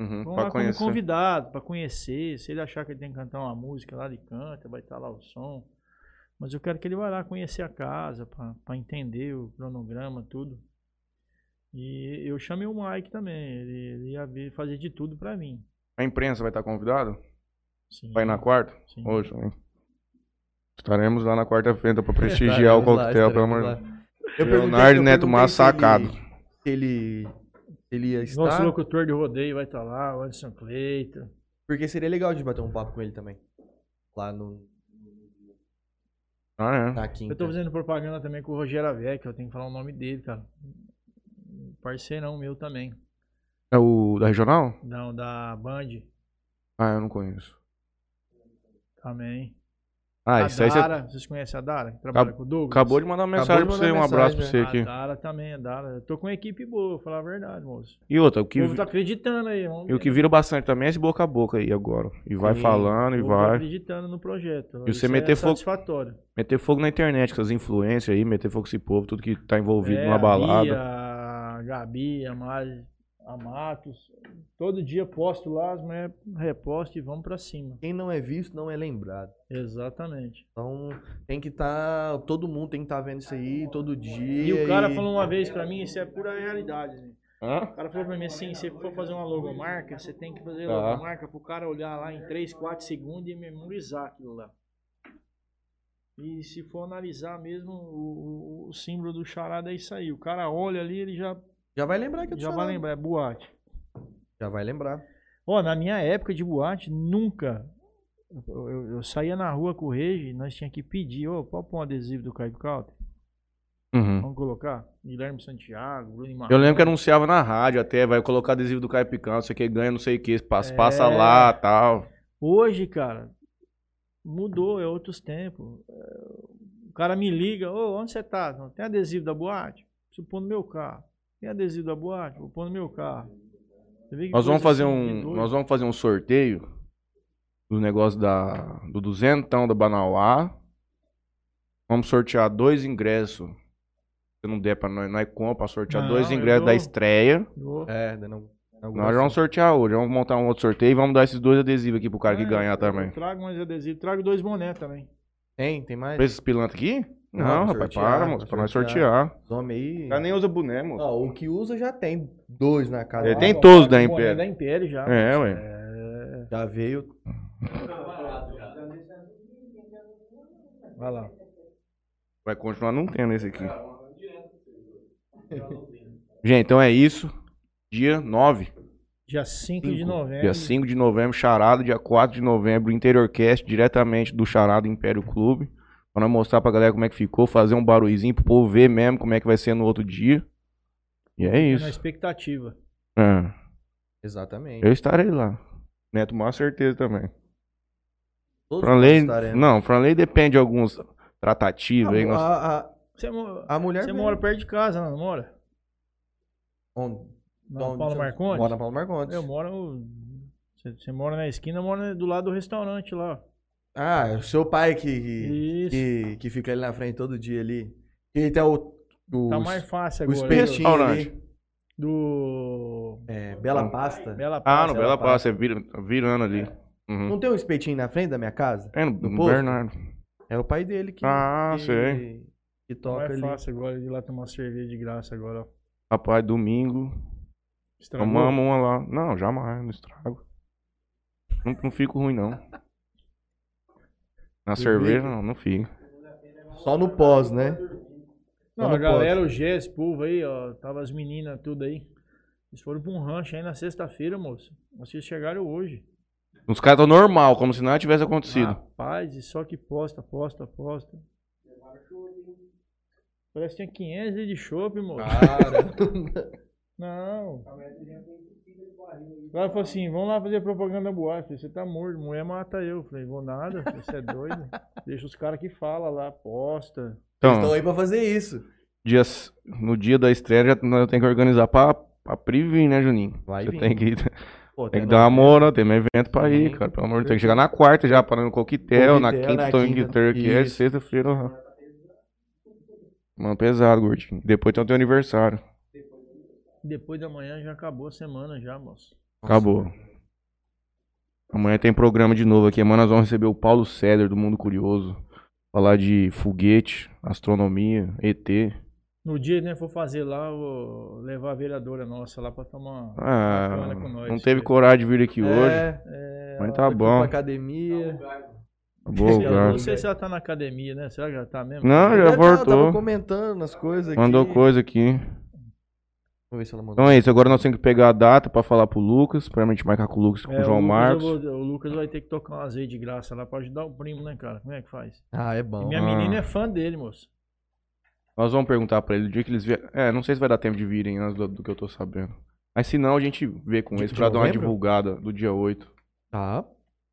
Uhum,
Vão
pra
lá como
conhecer.
convidado, pra conhecer. Se ele achar que ele tem que cantar uma música lá, ele canta, vai estar lá o som. Mas eu quero que ele vá lá conhecer a casa, pra pra entender o cronograma, tudo. E eu chamei o Mike também, ele, ele ia ver- fazer de tudo pra mim.
A imprensa vai estar convidada?
Sim,
Vai na quarta?
sim.
Hoje, hein? Estaremos lá na quarta-feira
*laughs*
pra prestigiar é o
Estaremos Tá, lá,
coquetel, pelo amor de Deus.
estaremos lá. Eu perguntei-
Leonardo
eu
Neto
perguntei
Massa
se ele-
sacado.
Se ele, se ele ia estar,
Nosso locutor de rodeio vai estar lá, o Anderson Cleito.
porque seria legal de bater um papo com ele também. Lá no,
Ah, é.
na quinta.
Eu tô fazendo propaganda também com o Rogério Avec, eu tenho que falar o nome dele, cara. Parceirão meu também.
É o da regional?
Não, da Band
Ah, eu não conheço.
também.
Ah,
a
isso aí você.
Dara, vocês conhecem a Dara, que trabalha
Acab-
com o Douglas?
Acabou de mandar uma mensagem
Acabou de
pra você, um
mandar
abraço pra você
mensagem,
aqui.
A Dara também, a Dara. Eu tô com uma equipe boa, vou falar a verdade, moço.
E outra, o que,
o povo tá acreditando aí, vamos
e o
ver.
que vira bastante também é esse boca a boca aí agora. E vai
Sim.
falando e
O povo tá
vai.
acreditando no projeto.
E
Isso
você meter
é
fogo-
satisfatório.
Meter fogo na internet, com essas influências aí, meter fogo com esse povo, tudo que tá envolvido
É,
numa
a
balada.
Bia, a Gabi, a Mari, a Matos. Todo dia posto lá, as mulheres repostam e vamos pra cima.
Quem não é visto não é lembrado.
Exatamente.
Então tem que estar. todo mundo tem que estar vendo isso aí todo dia.
E o cara falou uma vez pra mim, isso é pura realidade. né?
Hã?
O cara falou pra mim assim, se for fazer uma logomarca, você tem que fazer
Tá.
logomarca pro cara olhar lá em 3, 4 segundos e memorizar aquilo lá. E se for analisar mesmo, o, o- o símbolo do charada é isso aí. O cara olha ali, ele já,
Já vai lembrar que eu tô
já vai
falando.
lembrar, é boate.
Já vai lembrar.
Ó, na minha época de boate, nunca. Eu, eu- eu saía na rua com o Regi, nós tinha que pedir, ô, pode pôr um adesivo do Caio Calter?
Uhum.
Vamos colocar? Guilherme Santiago, Bruno Marcos.
Eu lembro que anunciava na rádio até, vai colocar adesivo do Caio Picão, não sei o que, ganha não sei o que, passa,
É.
passa lá tal.
Hoje, cara, mudou, é outros tempos. É, O cara me liga, ô, onde você tá? Não, Tem adesivo da boate? Preciso pôr no meu carro. Tem adesivo da boate? Vou pôr no meu carro. Você vê que
Nós vamos fazer
coisa assim, de
um,
doido.
nós vamos fazer um sorteio do negócio da do duzentão da Banauá. Vamos sortear dois ingressos. Se não der pra nós, nós compra pra sortear
Não,
dois
eu
ingressos da
dou.
estreia.
Vou.
É, da inau-
Nós
inauguração.
vamos sortear hoje, vamos montar um outro sorteio e vamos dar esses dois adesivos aqui pro cara que
É,
ganhar
eu
também.
Trago mais adesivo, trago dois boné também.
Tem, tem mais.
Pra esses pilantra aqui?
Não,
Não,
vamos
rapaz,
sortear,
para,
vamos
moço, pra nós
sortear.
sortear.
Os homens aí.
O cara nem usa boné, moço.
Ó, o que usa já tem dois na casa. Ah,
Ele
lá.
tem
bom,
todos
trago
da
o
Império.
boné Da Império já.
É, ué.
Já veio.
Vai lá.
Vai continuar não tendo esse aqui. Gente, então é isso. Dia 9.
Dia 5 de
Cinco.
novembro.
Dia 5 de novembro, Charada. Dia 4 de novembro, Interiorcast, diretamente do Charada Império Clube. Pra nós mostrar pra galera como é que ficou, fazer um barulhinho pro povo ver mesmo como é que vai ser no outro dia. E é
Fica Tá Na
isso.
expectativa.
É.
Exatamente.
Eu estarei lá. Neto, maior certeza também.
Todos né?
Franley,
nós estaremos.
não, Franley depende de alguns tratativas aí.
A-
nós-
a- a-
Você, mo-
A mulher.
você
vem.
mora perto de casa, não mora?
Onde?
Na
Onde
Paulo
você-
Marcondes?
Mora na Paulo Marcondes.
Eu moro. Você, você mora na esquina, eu moro do lado do restaurante lá.
Ah, é o seu pai que, que,
Isso.
que, que fica ali na frente todo dia ali. Ele tem o. o
tá mais fácil
o
agora.
espetinho
Restaurante.
ali.
Do.
É, Bela Pasta.
Bela
Ah, no
Praça.
Bela
tá.
Passa, é vira- virando ali. Uhum.
Não tem um espetinho na frente da minha casa?
É, no,
No
no
posto?
Bernardo.
É o pai dele que.
Ah,
que,
sei.
Que
Não
toca
é
ali.
fácil agora ir lá tomar cerveja de graça agora. ó.
Rapaz, domingo.
Estragou.
Tomamos uma lá. Não, jamais, não estrago. Não, não fico ruim, não. Na cerveja, não, não fico.
Só no pós, né?
Não,
Não
a
pode.
galera, o Gés, povo aí, ó, tava as meninas, tudo aí. Eles foram pra um rancho aí na sexta-feira, moço. Vocês chegaram hoje.
Os caras estão normal, como se nada tivesse acontecido.
Ah.
Rapaz, e só que posta, posta, posta. Parece que tinha 500 litros de chopp, moço.
Ah. *laughs*
Não. O cara falou assim, vamos lá fazer propaganda boate. Eu falei, você tá morto, mulher mata eu. Eu Falei, vou nada, falei, você é doido. Deixa os caras que falam lá, posta.
Estão
Então,
aí pra fazer isso.
dias, no dia da estreia, já, nós temos que organizar pra, pra Pri vir, né, Juninho?
Vai
Você
vir.
tem que,
Pô,
tá
tem que
até
dar uma
nós-
moral, tem um evento pra ir,
Sim.
cara. Pelo amor de Deus, tem que chegar na quarta já, parando no coquetel, na
Coquetel, na
quinta, tô em
quinta.
Turkey,
Isso.
sexta-feira. ó. Mano, pesado, gordinho. Depois tem o teu aniversário.
Depois da manhã já acabou a semana já, moço.
Nossa.
Acabou. Amanhã tem programa de novo aqui. Amanhã nós vamos receber o Paulo Ceder do Mundo Curioso. Falar de foguete, astronomia, ET.
No dia, né, for fazer lá, eu vou levar a vereadora nossa lá pra tomar.
Ah,
Bacana com nós,
não teve
cara.
coragem de vir aqui hoje.
É,
Mas tá
foi
bom.
Pra academia.
Tá bom,
Eu
cara.
não sei se ela tá na academia, né? Será que ela tá mesmo?
Não, Ah, já
Deve tá, Tava
voltou.
comentando as coisas aqui.
Mandou coisa aqui.
Vamos ver se ela mandou.
Então é isso. Agora nós temos que pegar a data pra falar pro Lucas. Pra gente marcar com o Lucas e com
É,
o João
Lucas, eu
Marcos.
vou- o Lucas vai ter que tocar um azeite de graça lá pra ajudar o primo, né, cara? Como é que faz?
Ah, é
E
bom.
minha
Ah.
menina é fã dele, moço.
Nós vamos perguntar pra ele o dia que eles vierem. É, não sei se vai dar tempo de virem antes do, do que eu tô sabendo. Mas se não, a gente vê com
De-
eles
de
pra dar uma
novembro?
divulgada do dia 8.
Tá.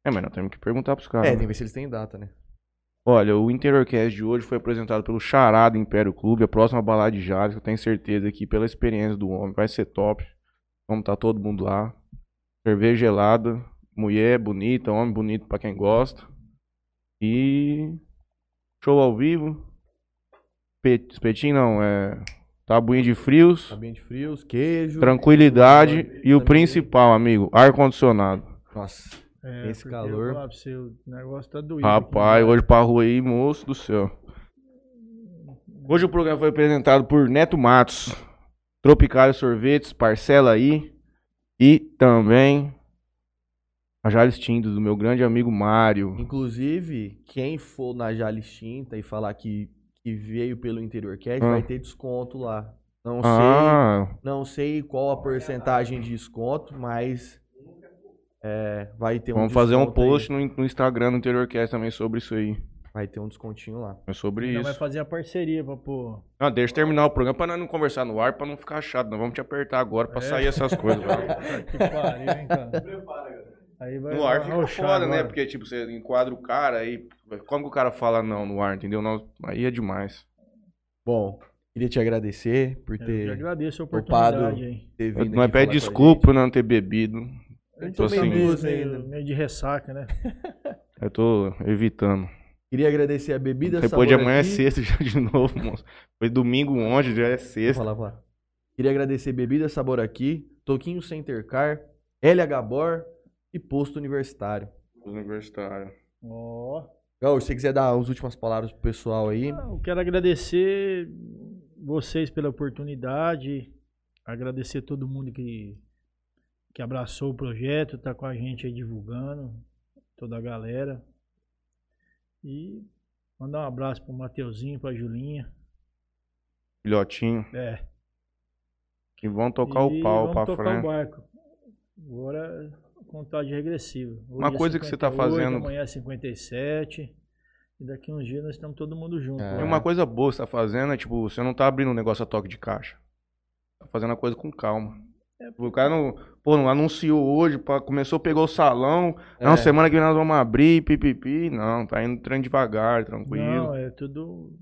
É, mas nós temos que perguntar pros
É,
caras.
tem que
né?
ver se eles têm data, né?
Olha, o Interiorcast de hoje foi apresentado pelo Charada Império Clube, a próxima balada de Jales, eu tenho certeza que pela experiência do homem vai ser top. Vamos estar todo mundo lá. Cerveja gelada, mulher bonita, homem bonito pra quem gosta. E show ao vivo. Pe- Espetinho não, é tabuinha de frios.
Ambiente frios, queijo.
Tranquilidade e o principal, amigo, ar-condicionado.
Nossa.
É,
Esse
porque
calor.
eu falo pra você, o negócio tá doido.
Rapaz,
aqui, né?
hoje pra rua aí, moço do céu. Hoje o programa foi apresentado por Neto Matos, Tropicário Sorvetes, Parcela aí e também a Jales Tindos, do meu grande amigo Mário.
Inclusive, quem for na Jales Tinta e falar que, que veio pelo interior cash
Ah.
vai ter desconto lá. Não
Ah,
sei, não sei qual a porcentagem de desconto, mas é, vai ter um
vamos fazer um
desconto aí.
post no, no Instagram do Interiorcast também sobre isso aí.
Vai ter um descontinho lá.
É sobre
Então
Ainda vai
isso.
fazer a parceria
*laughs*
pra pôr.
Não, deixa eu terminar o programa pra nós não conversar no ar, pra não ficar chato. Nós vamos te apertar agora pra
É.
sair essas coisas.
*laughs*
velho.
que pariu, hein, cara? Prepara, Aí vai
No ar
vai
fica
arrochar
foda, né?
agora.
Porque, tipo, você enquadra o cara aí. Como que o cara fala não no ar, entendeu? Não, aí é demais.
Bom, Queria te agradecer por
É, Eu que
ter,
agradeço a
Topado.
oportunidade aí.
ter vindo.
Não é
aqui falar com
pede
a
desculpa não ter bebido.
Eu
Tô
tomei
assim.
duas
ainda.
meio, meio de ressaca, né?
Eu tô evitando.
gente. Queria agradecer a bebida
Depois de
Sabor
amanhã é
aqui.
sexta *laughs* já de novo, moço. Foi domingo ontem, já é
Vou
sexta.
falar, vou falar. Queria agradecer Bebida Sabor aqui, Toquinho Center Car, LH Bor e Posto Universitário.
Universitário.
Ó.
Gal, se você quiser dar as últimas palavras pro pessoal aí,
Eu quero agradecer vocês pela oportunidade, agradecer todo mundo que, que abraçou o projeto, tá com a gente aí divulgando, toda a galera. E mandar um abraço pro Mateuzinho, pra Julinha.
Filhotinho.
É.
Que vão tocar
e
o pau
vamos
pra
tocar
frente.
o barco. Agora, contagem regressiva. Hoje é
Uma coisa que você tá fazendo-
Amanhã é 57. E daqui uns dias nós estamos todo mundo junto.
É.
E
né?
uma coisa boa que você tá fazendo é, tipo, você não tá abrindo um negócio a toque de caixa. Tá fazendo a coisa com calma.
É
O cara não, pô, não anunciou hoje, pá, começou, pegou o salão.
É.
Não, semana que vem nós vamos abrir, pipipi. Não, tá indo trem devagar, tranquilo.
Não, é tudo,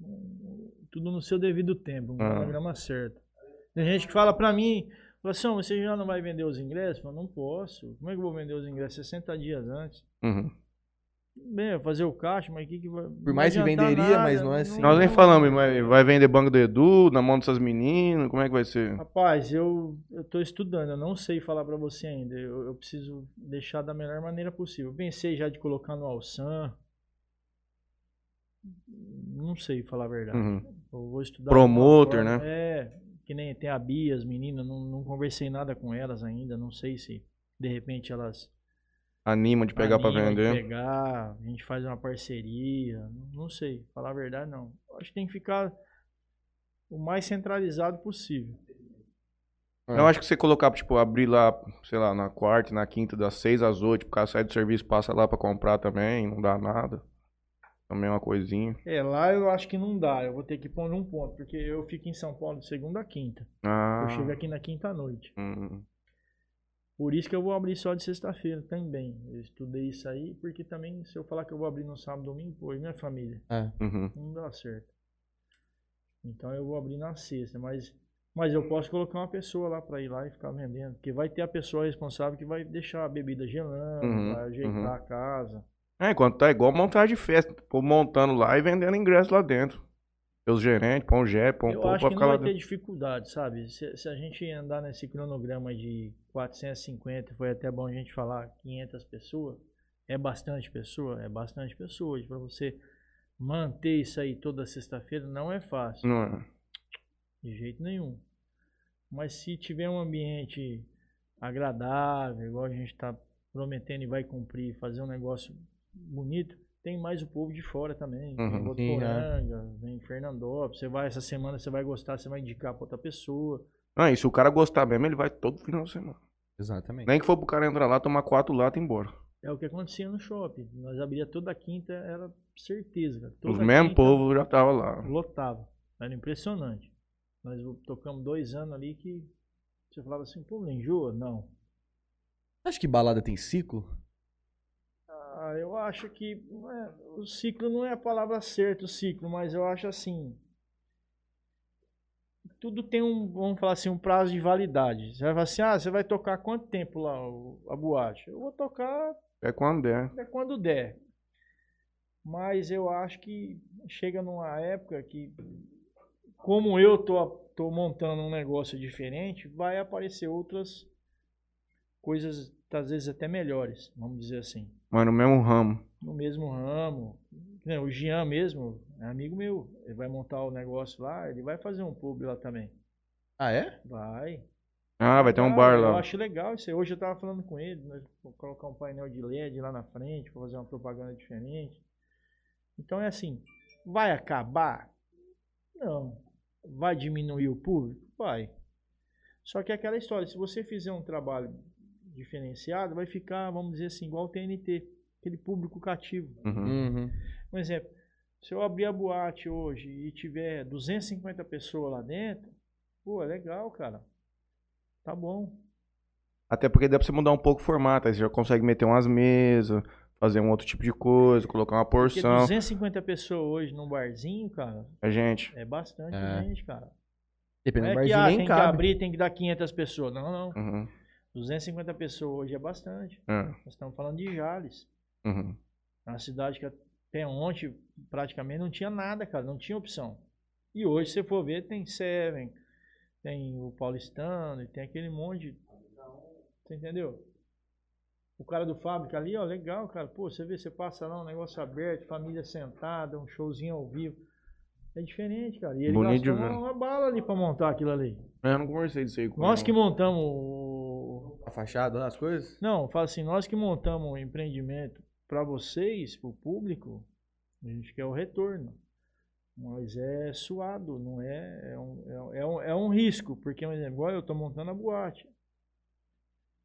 tudo no seu devido tempo, um
Ah.
cronograma certo. Tem gente que fala pra mim, fala assim, "Ô, você já não vai vender os ingressos? Eu falo, não posso. Como é que eu vou vender os ingressos 60 dias antes?
Uhum.
Bem, eu vou fazer o caixa, mas o que, que vai.
Por mais que venderia, mas não é assim.
Nós nem falamos, é, vai, vai vender banco do Edu, na mão dessas meninas, como é que vai ser?
Rapaz, eu, eu tô estudando, eu não sei falar pra você ainda. Eu, eu preciso deixar da melhor maneira possível. Eu Pensei já de colocar no Alsan. Não sei falar a verdade.
Uhum.
Eu vou estudar.
Promoter,
alguma forma. É, que nem tem a Bia, as meninas, não, não conversei nada com elas ainda, não sei se de repente elas.
Anima de pegar pra
animam de
vender.
Pegar, a gente faz uma parceria, não- não sei, falar a verdade não. Acho que tem que ficar o mais centralizado possível.
É.
Eu acho que você colocar, tipo, abrir lá, sei lá, na quarta, na quinta, das seis às oito, o cara sai do serviço, passa lá pra comprar também, não dá nada. Também é uma coisinha.
É, lá eu acho que não dá, eu vou ter que pôr num ponto, porque eu fico em São Paulo de segunda a quinta.
Ah,
Eu chego aqui na quinta à noite.
hum.
Por isso que eu vou abrir só de sexta-feira também. Eu estudei isso aí, porque também se eu falar que eu vou abrir no sábado, domingo, pô, e minha família?
é,
Uhum.
Não dá certo. Então eu vou abrir na sexta, mas mas eu posso colocar uma pessoa lá pra ir lá e ficar vendendo, porque vai ter a pessoa responsável que vai deixar a bebida gelando,
Uhum,
vai ajeitar
uhum.
a casa.
É, enquanto tá igual montar de festa, pô, montando lá e vendendo ingresso lá dentro. Seus gerentes, põe o Gé, põe o
eu
povo
acho
pra
que
ficar
não
lá
vai ter
dentro.
dificuldade, sabe? Se, se a gente andar nesse cronograma de 450, foi até bom a gente falar 500 pessoas, é bastante pessoa, é bastante pessoa. Para você manter isso aí toda sexta-feira não é fácil.
Não é?
De jeito nenhum. Mas se tiver um ambiente agradável, igual a gente está prometendo e vai cumprir, fazer um negócio bonito, tem mais o povo de fora também. Vem
Uhum.
Votuporanga, vem Fernandópolis. Você vai essa semana, você vai gostar, você vai indicar para outra pessoa.
Não, e se o cara gostar mesmo, ele vai todo final de semana.
Exatamente.
Nem que for pro cara entrar lá, tomar quatro latas e ir embora.
É o que acontecia no shopping. Nós abria toda quinta, era certeza. cara. Toda
Os mesmos
quinta
povos já tava lá.
Lotava. Era impressionante. Nós tocamos dois anos ali que você falava assim, pô, não enjoa? Não.
Acho que balada tem ciclo?
Ah, eu acho que não é- o ciclo não é a palavra certa, o ciclo, mas eu acho assim. Tudo tem um, vamos falar assim, um prazo de validade. Você vai falar assim, ah, você vai tocar quanto tempo lá o- a boate? Eu vou tocar
É quando der.
até quando der. Mas eu acho que chega numa época que, como eu tô, tô montando um negócio diferente, vai aparecer outras coisas, às vezes até melhores, vamos dizer assim
Mas no mesmo ramo.
no mesmo ramo. Né, O Jean mesmo é amigo meu. Ele vai montar o negócio lá, ele vai fazer um pub lá também.
Ah, é?
Vai.
Ah, vai ter um
Ah,
bar
Eu
lá.
acho legal isso aí. Hoje eu tava falando com ele, nós vamos colocar um painel de LED lá na frente, pra fazer uma propaganda diferente. Então é assim, vai acabar? Não. Vai diminuir o público? Vai. Só que é aquela história, se você fizer um trabalho diferenciado, vai ficar, vamos dizer assim, igual o TNT, aquele público cativo.
Uhum.
Uhum.
Um exemplo, se eu abrir a boate hoje e tiver 250 pessoas lá dentro, pô, é legal, cara. Tá bom.
Até porque dá pra você mudar um pouco o formato. Aí você já consegue meter umas mesas, fazer um outro tipo de coisa, colocar uma
Porque
porção.
250 pessoas hoje num barzinho, cara,
É gente.
é bastante
É.
gente, cara. Não
Dependendo do
é que
barzinho,
ah,
nem
tem que
cabe.
abrir, tem que dar 500 pessoas. Não, não.
Uhum.
250 pessoas hoje é bastante.
É.
Nós estamos falando de Jales.
Uhum.
É uma cidade que até ontem praticamente não tinha nada, cara. Não tinha opção. E hoje, se você for ver, tem Seven, tem o Paulistano, e tem aquele monte de... Você entendeu? O cara do fábrica ali, ó, legal, cara. Pô, você vê, você passa lá um negócio aberto, família sentada, um showzinho ao vivo. É diferente, cara. E ele
Bonito de
gastou
ver.
uma, uma bala ali pra montar aquilo ali.
É, Eu não conversei disso aí com
Nós
ele,
que montamos o-
A fachada, né, as coisas?
não, fala assim, nós que montamos o empreendimento para vocês, para o público, a gente quer o retorno. Mas é suado, não é. É um, é um- é um, é um risco, porque, por exemplo, igual eu estou montando a boate.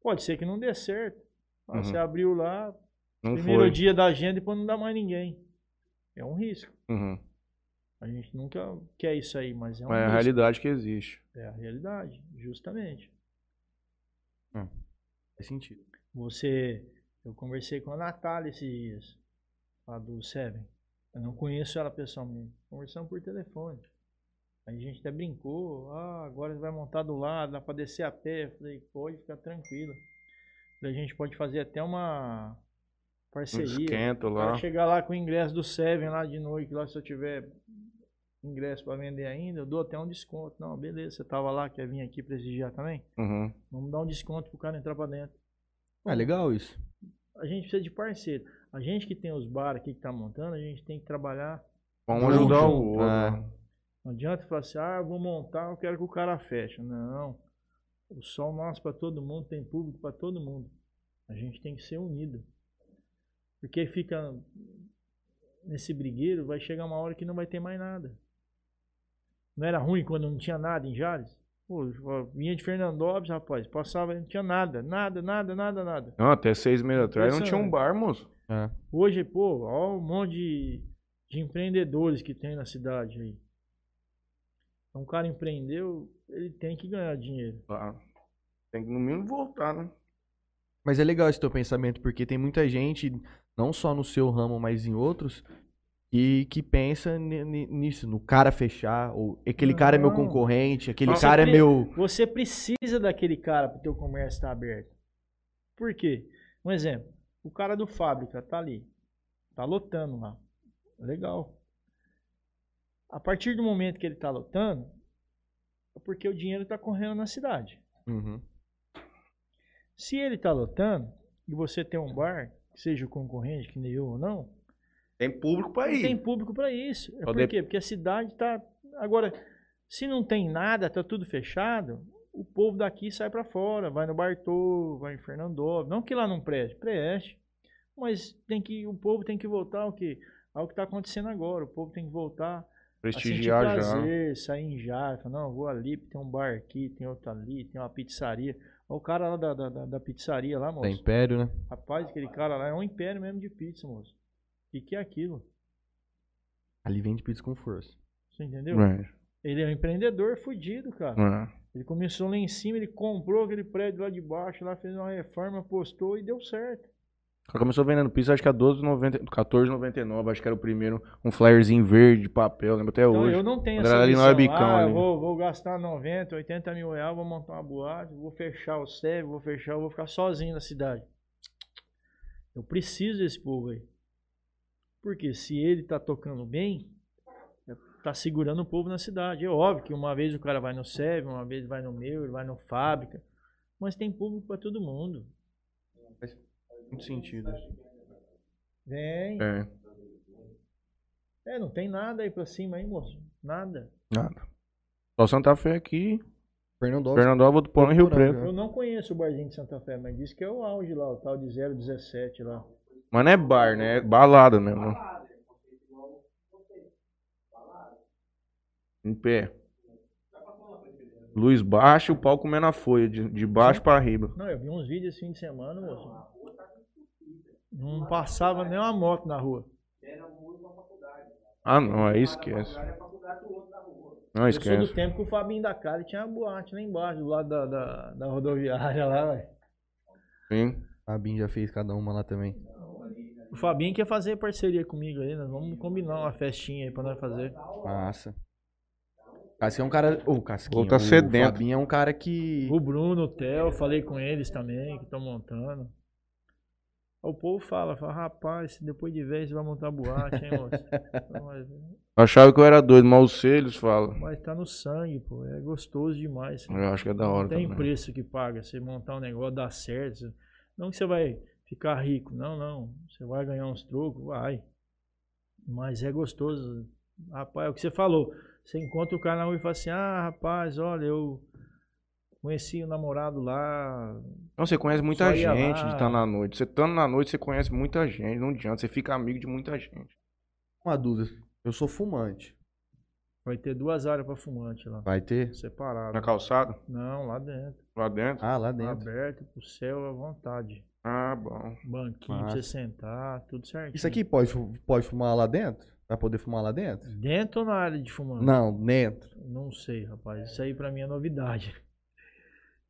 Pode ser que não dê certo. Ah,
Uhum.
Você abriu lá,
Não
primeiro
foi.
dia da agenda, depois não dá mais ninguém. É um risco.
Uhum.
A gente nunca quer isso aí, mas é um
Mas é a
risco.
realidade que existe.
É a realidade, justamente.
Faz sentido.
Você. Eu conversei com a Natália esses dias, lá do Seven. Eu não conheço ela pessoalmente. Conversamos por telefone. Aí a gente até brincou. Ah, agora vai montar do lado, dá pra descer a pé. Eu falei, pode ficar tranquila. Falei, a gente pode fazer até uma
Um
parceria.
esquenta lá.
Pra chegar lá com o ingresso do Seven lá de noite, lá se eu tiver ingresso pra vender ainda, eu dou até um desconto. Não, beleza, você tava lá, quer vir aqui prestigiar também?
Uhum.
Vamos dar um desconto pro cara entrar pra dentro.
Ah, legal isso.
A gente precisa de parceiro. A gente que tem os bares aqui que tá montando, a gente tem que trabalhar.
Vamos
Junto.
ajudar o outro.
É.
né?
Não adianta falar assim, ah, eu vou montar, eu quero que o cara feche. Não. O sol nasce para todo mundo, tem público para todo mundo. A gente tem que ser unido. Porque fica nesse brigueiro, vai chegar uma hora que não vai ter mais nada. Não era ruim quando não tinha nada em Jales? Pô, eu vinha de Fernandópolis, rapaz, passava, não tinha nada, nada, nada, nada, nada.
Não, até seis meses atrás não tinha um
Impressionante.
bar, moço.
É.
Hoje, pô, ó um monte de, de empreendedores que tem na cidade aí. Então, um cara empreendeu, ele tem que ganhar dinheiro.
Claro. Tem que no mínimo voltar, né?
Mas é legal esse teu pensamento, porque tem muita gente, não só no seu ramo, mas em outros, que, que pensa ni- ni- nisso, no cara fechar, ou aquele cara é meu
Não.
concorrente, aquele
Nossa,
cara é
pre-
meu.
Você precisa daquele cara para o teu comércio estar aberto. Por quê? Um exemplo, o cara do fábrica tá ali, tá lotando lá. Legal. A partir do momento que ele tá lotando, é porque o dinheiro tá correndo na cidade.
Uhum.
Se ele tá lotando e você tem um bar, que seja o concorrente, que nem eu ou não,
Tem público pra
não
ir.
tem público para isso. É
Só
por
dep-
quê? Porque a cidade tá agora, se não tem nada, tá tudo fechado, o povo daqui sai para fora, vai no Bartô, vai em Fernandópolis, não que lá não preste, preste, mas tem que o povo tem que voltar ao que ao que tá acontecendo agora, o povo tem que voltar
Prestigiar já. né?
a sentir assim, prazer, sair em Jaifa. Não, eu vou ali, tem um bar aqui, tem outro ali, tem uma pizzaria. Olha o cara lá da, da, da- da pizzaria lá,
Da
moço.
Império, né?
Rapaz, aquele cara lá é um império mesmo de pizza, moço. O que, que é aquilo?
Ali vende pizza com força.
Você entendeu?
É,
Ele é um empreendedor fudido, cara.
é.
Ele começou lá em cima, ele comprou aquele prédio lá de baixo, lá fez uma reforma, postou e deu certo.
Ela começou vendendo pizza, acho que a 12,90, 14,99, acho que era o primeiro. Um flyerzinho verde de papel, lembro até
Então
hoje.
eu não tenho
Quando
essa
era ali no
visão,
Arbicão,
ah,
ali.
eu vou, vou gastar 90, 80 mil reais, vou montar uma boate, vou fechar o SEB, vou fechar, vou ficar sozinho na cidade. Eu preciso desse povo aí. Porque se ele tá tocando bem, tá segurando o povo na cidade. É óbvio que uma vez o cara vai no SEB, uma vez vai no meu, ele vai no fábrica. Mas tem público para todo mundo.
Muito sentido.
Vem.
É,
É, não tem nada aí pra cima aí, moço. Nada.
nada. Só Santa Fé aqui,
Fernando
Fernandópolis do Pão e Rio
Procurando,
Preto.
Eu não conheço o barzinho de Santa Fé, mas diz que é o auge lá, o tal de 017 lá.
Mas não é bar, né? É balada mesmo. né? Em pé. Luz baixa, o pau comendo a folha, de, de baixo pra riba.
Não, eu vi uns vídeos esse fim de semana, moço. Não passava nem uma moto na rua.
Ah, não, aí esquece. Não,
Eu sou do
esquece.
tempo que o Fabinho da Cali tinha uma boate lá embaixo, do lado da, da, da rodoviária lá, velho.
Sim.
Sabin já fez cada uma lá também.
O Fabinho quer fazer parceria comigo aí, nós vamos combinar uma festinha aí pra nós fazer.
Massa. Casquinha é um cara. Ô, Casquinha.
Ou tá
o
sedento.
Fabinho é um cara que.
O Bruno, o Theo, falei com eles também, que estão montando. O povo fala, fala, rapaz, depois de vez você vai montar boate, hein,
*laughs*
moço? Então, mas,
Achava que eu era doido, mas os selos falam.
mas tá no sangue, pô, é gostoso demais.
Eu acho que é da hora
Não tem
também.
preço que paga. Você montar um negócio, dar certo. você- Não que você vai ficar rico. Não, não. Você vai ganhar uns trocos, vai. Mas é gostoso. Rapaz, é o que você falou. Você encontra o cara na rua e fala assim, ah, rapaz, olha, eu conheci o namorado lá.
Não, você conhece muita
Só ia
gente de
lá.
estar na noite. Você estando na noite, você conhece muita gente. Não adianta, você fica amigo de muita gente.
Uma dúvida. Eu sou fumante.
Vai ter duas áreas pra fumante lá.
Vai ter?
Separado.
Tá Na calçada?
Não, lá dentro.
Lá dentro?
Ah, lá dentro.
Aberto pro céu à vontade.
Ah, bom.
Banquinho
Massa.
pra você sentar, tudo certinho.
Isso aqui pode, fu- pode fumar lá dentro? Vai poder fumar lá dentro?
Dentro ou na área de fumante?
Não, dentro.
Não sei, rapaz. Isso aí pra mim é novidade. *laughs*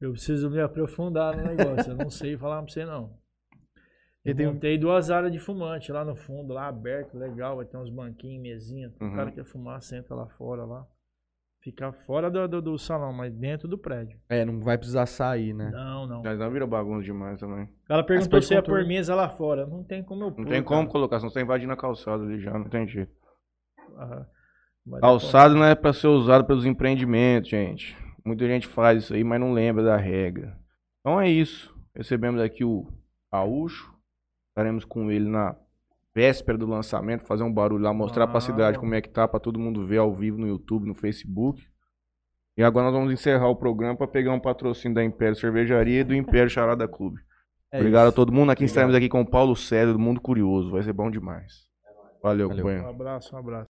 Eu preciso me aprofundar no negócio. Eu não sei falar pra você, não.
*laughs* E
Eu
tem um-
montei duas áreas de fumante lá no fundo, lá aberto, legal. Vai ter uns banquinhos, mesinha.
Uhum.
O cara quer fumar, senta lá fora, lá. Ficar fora do, do- do salão, mas dentro do prédio.
É, não vai precisar sair, né?
Não, não.
Mas não vira bagunça demais também.
O cara perguntou
pode
se ia
controle.
pôr mesa lá fora. Não tem como eu pôr.
Não tem como
cara.
colocar, senão você invadir na calçada ali já, não tem jeito.
Ah, mas
Calçada não é pra ser usada pelos empreendimentos, gente. Muita gente faz isso aí, mas não lembra da regra. Então é isso. Recebemos aqui o Gaúcho. Estaremos com ele na véspera do lançamento, fazer um barulho lá, mostrar pra
Uau.
cidade
Ah.
como é que tá, pra todo mundo ver ao vivo no YouTube, no Facebook. E agora nós vamos encerrar o programa pra pegar um patrocínio da Império Cervejaria e do Império Charada Clube.
*laughs* É
Obrigado a
isso.
todo mundo. Aqui estaremos aqui com o Paulo Célio, do Mundo Curioso. Vai ser bom demais. Valeu,
É Valeu.
companheiro.
Um abraço, um abraço.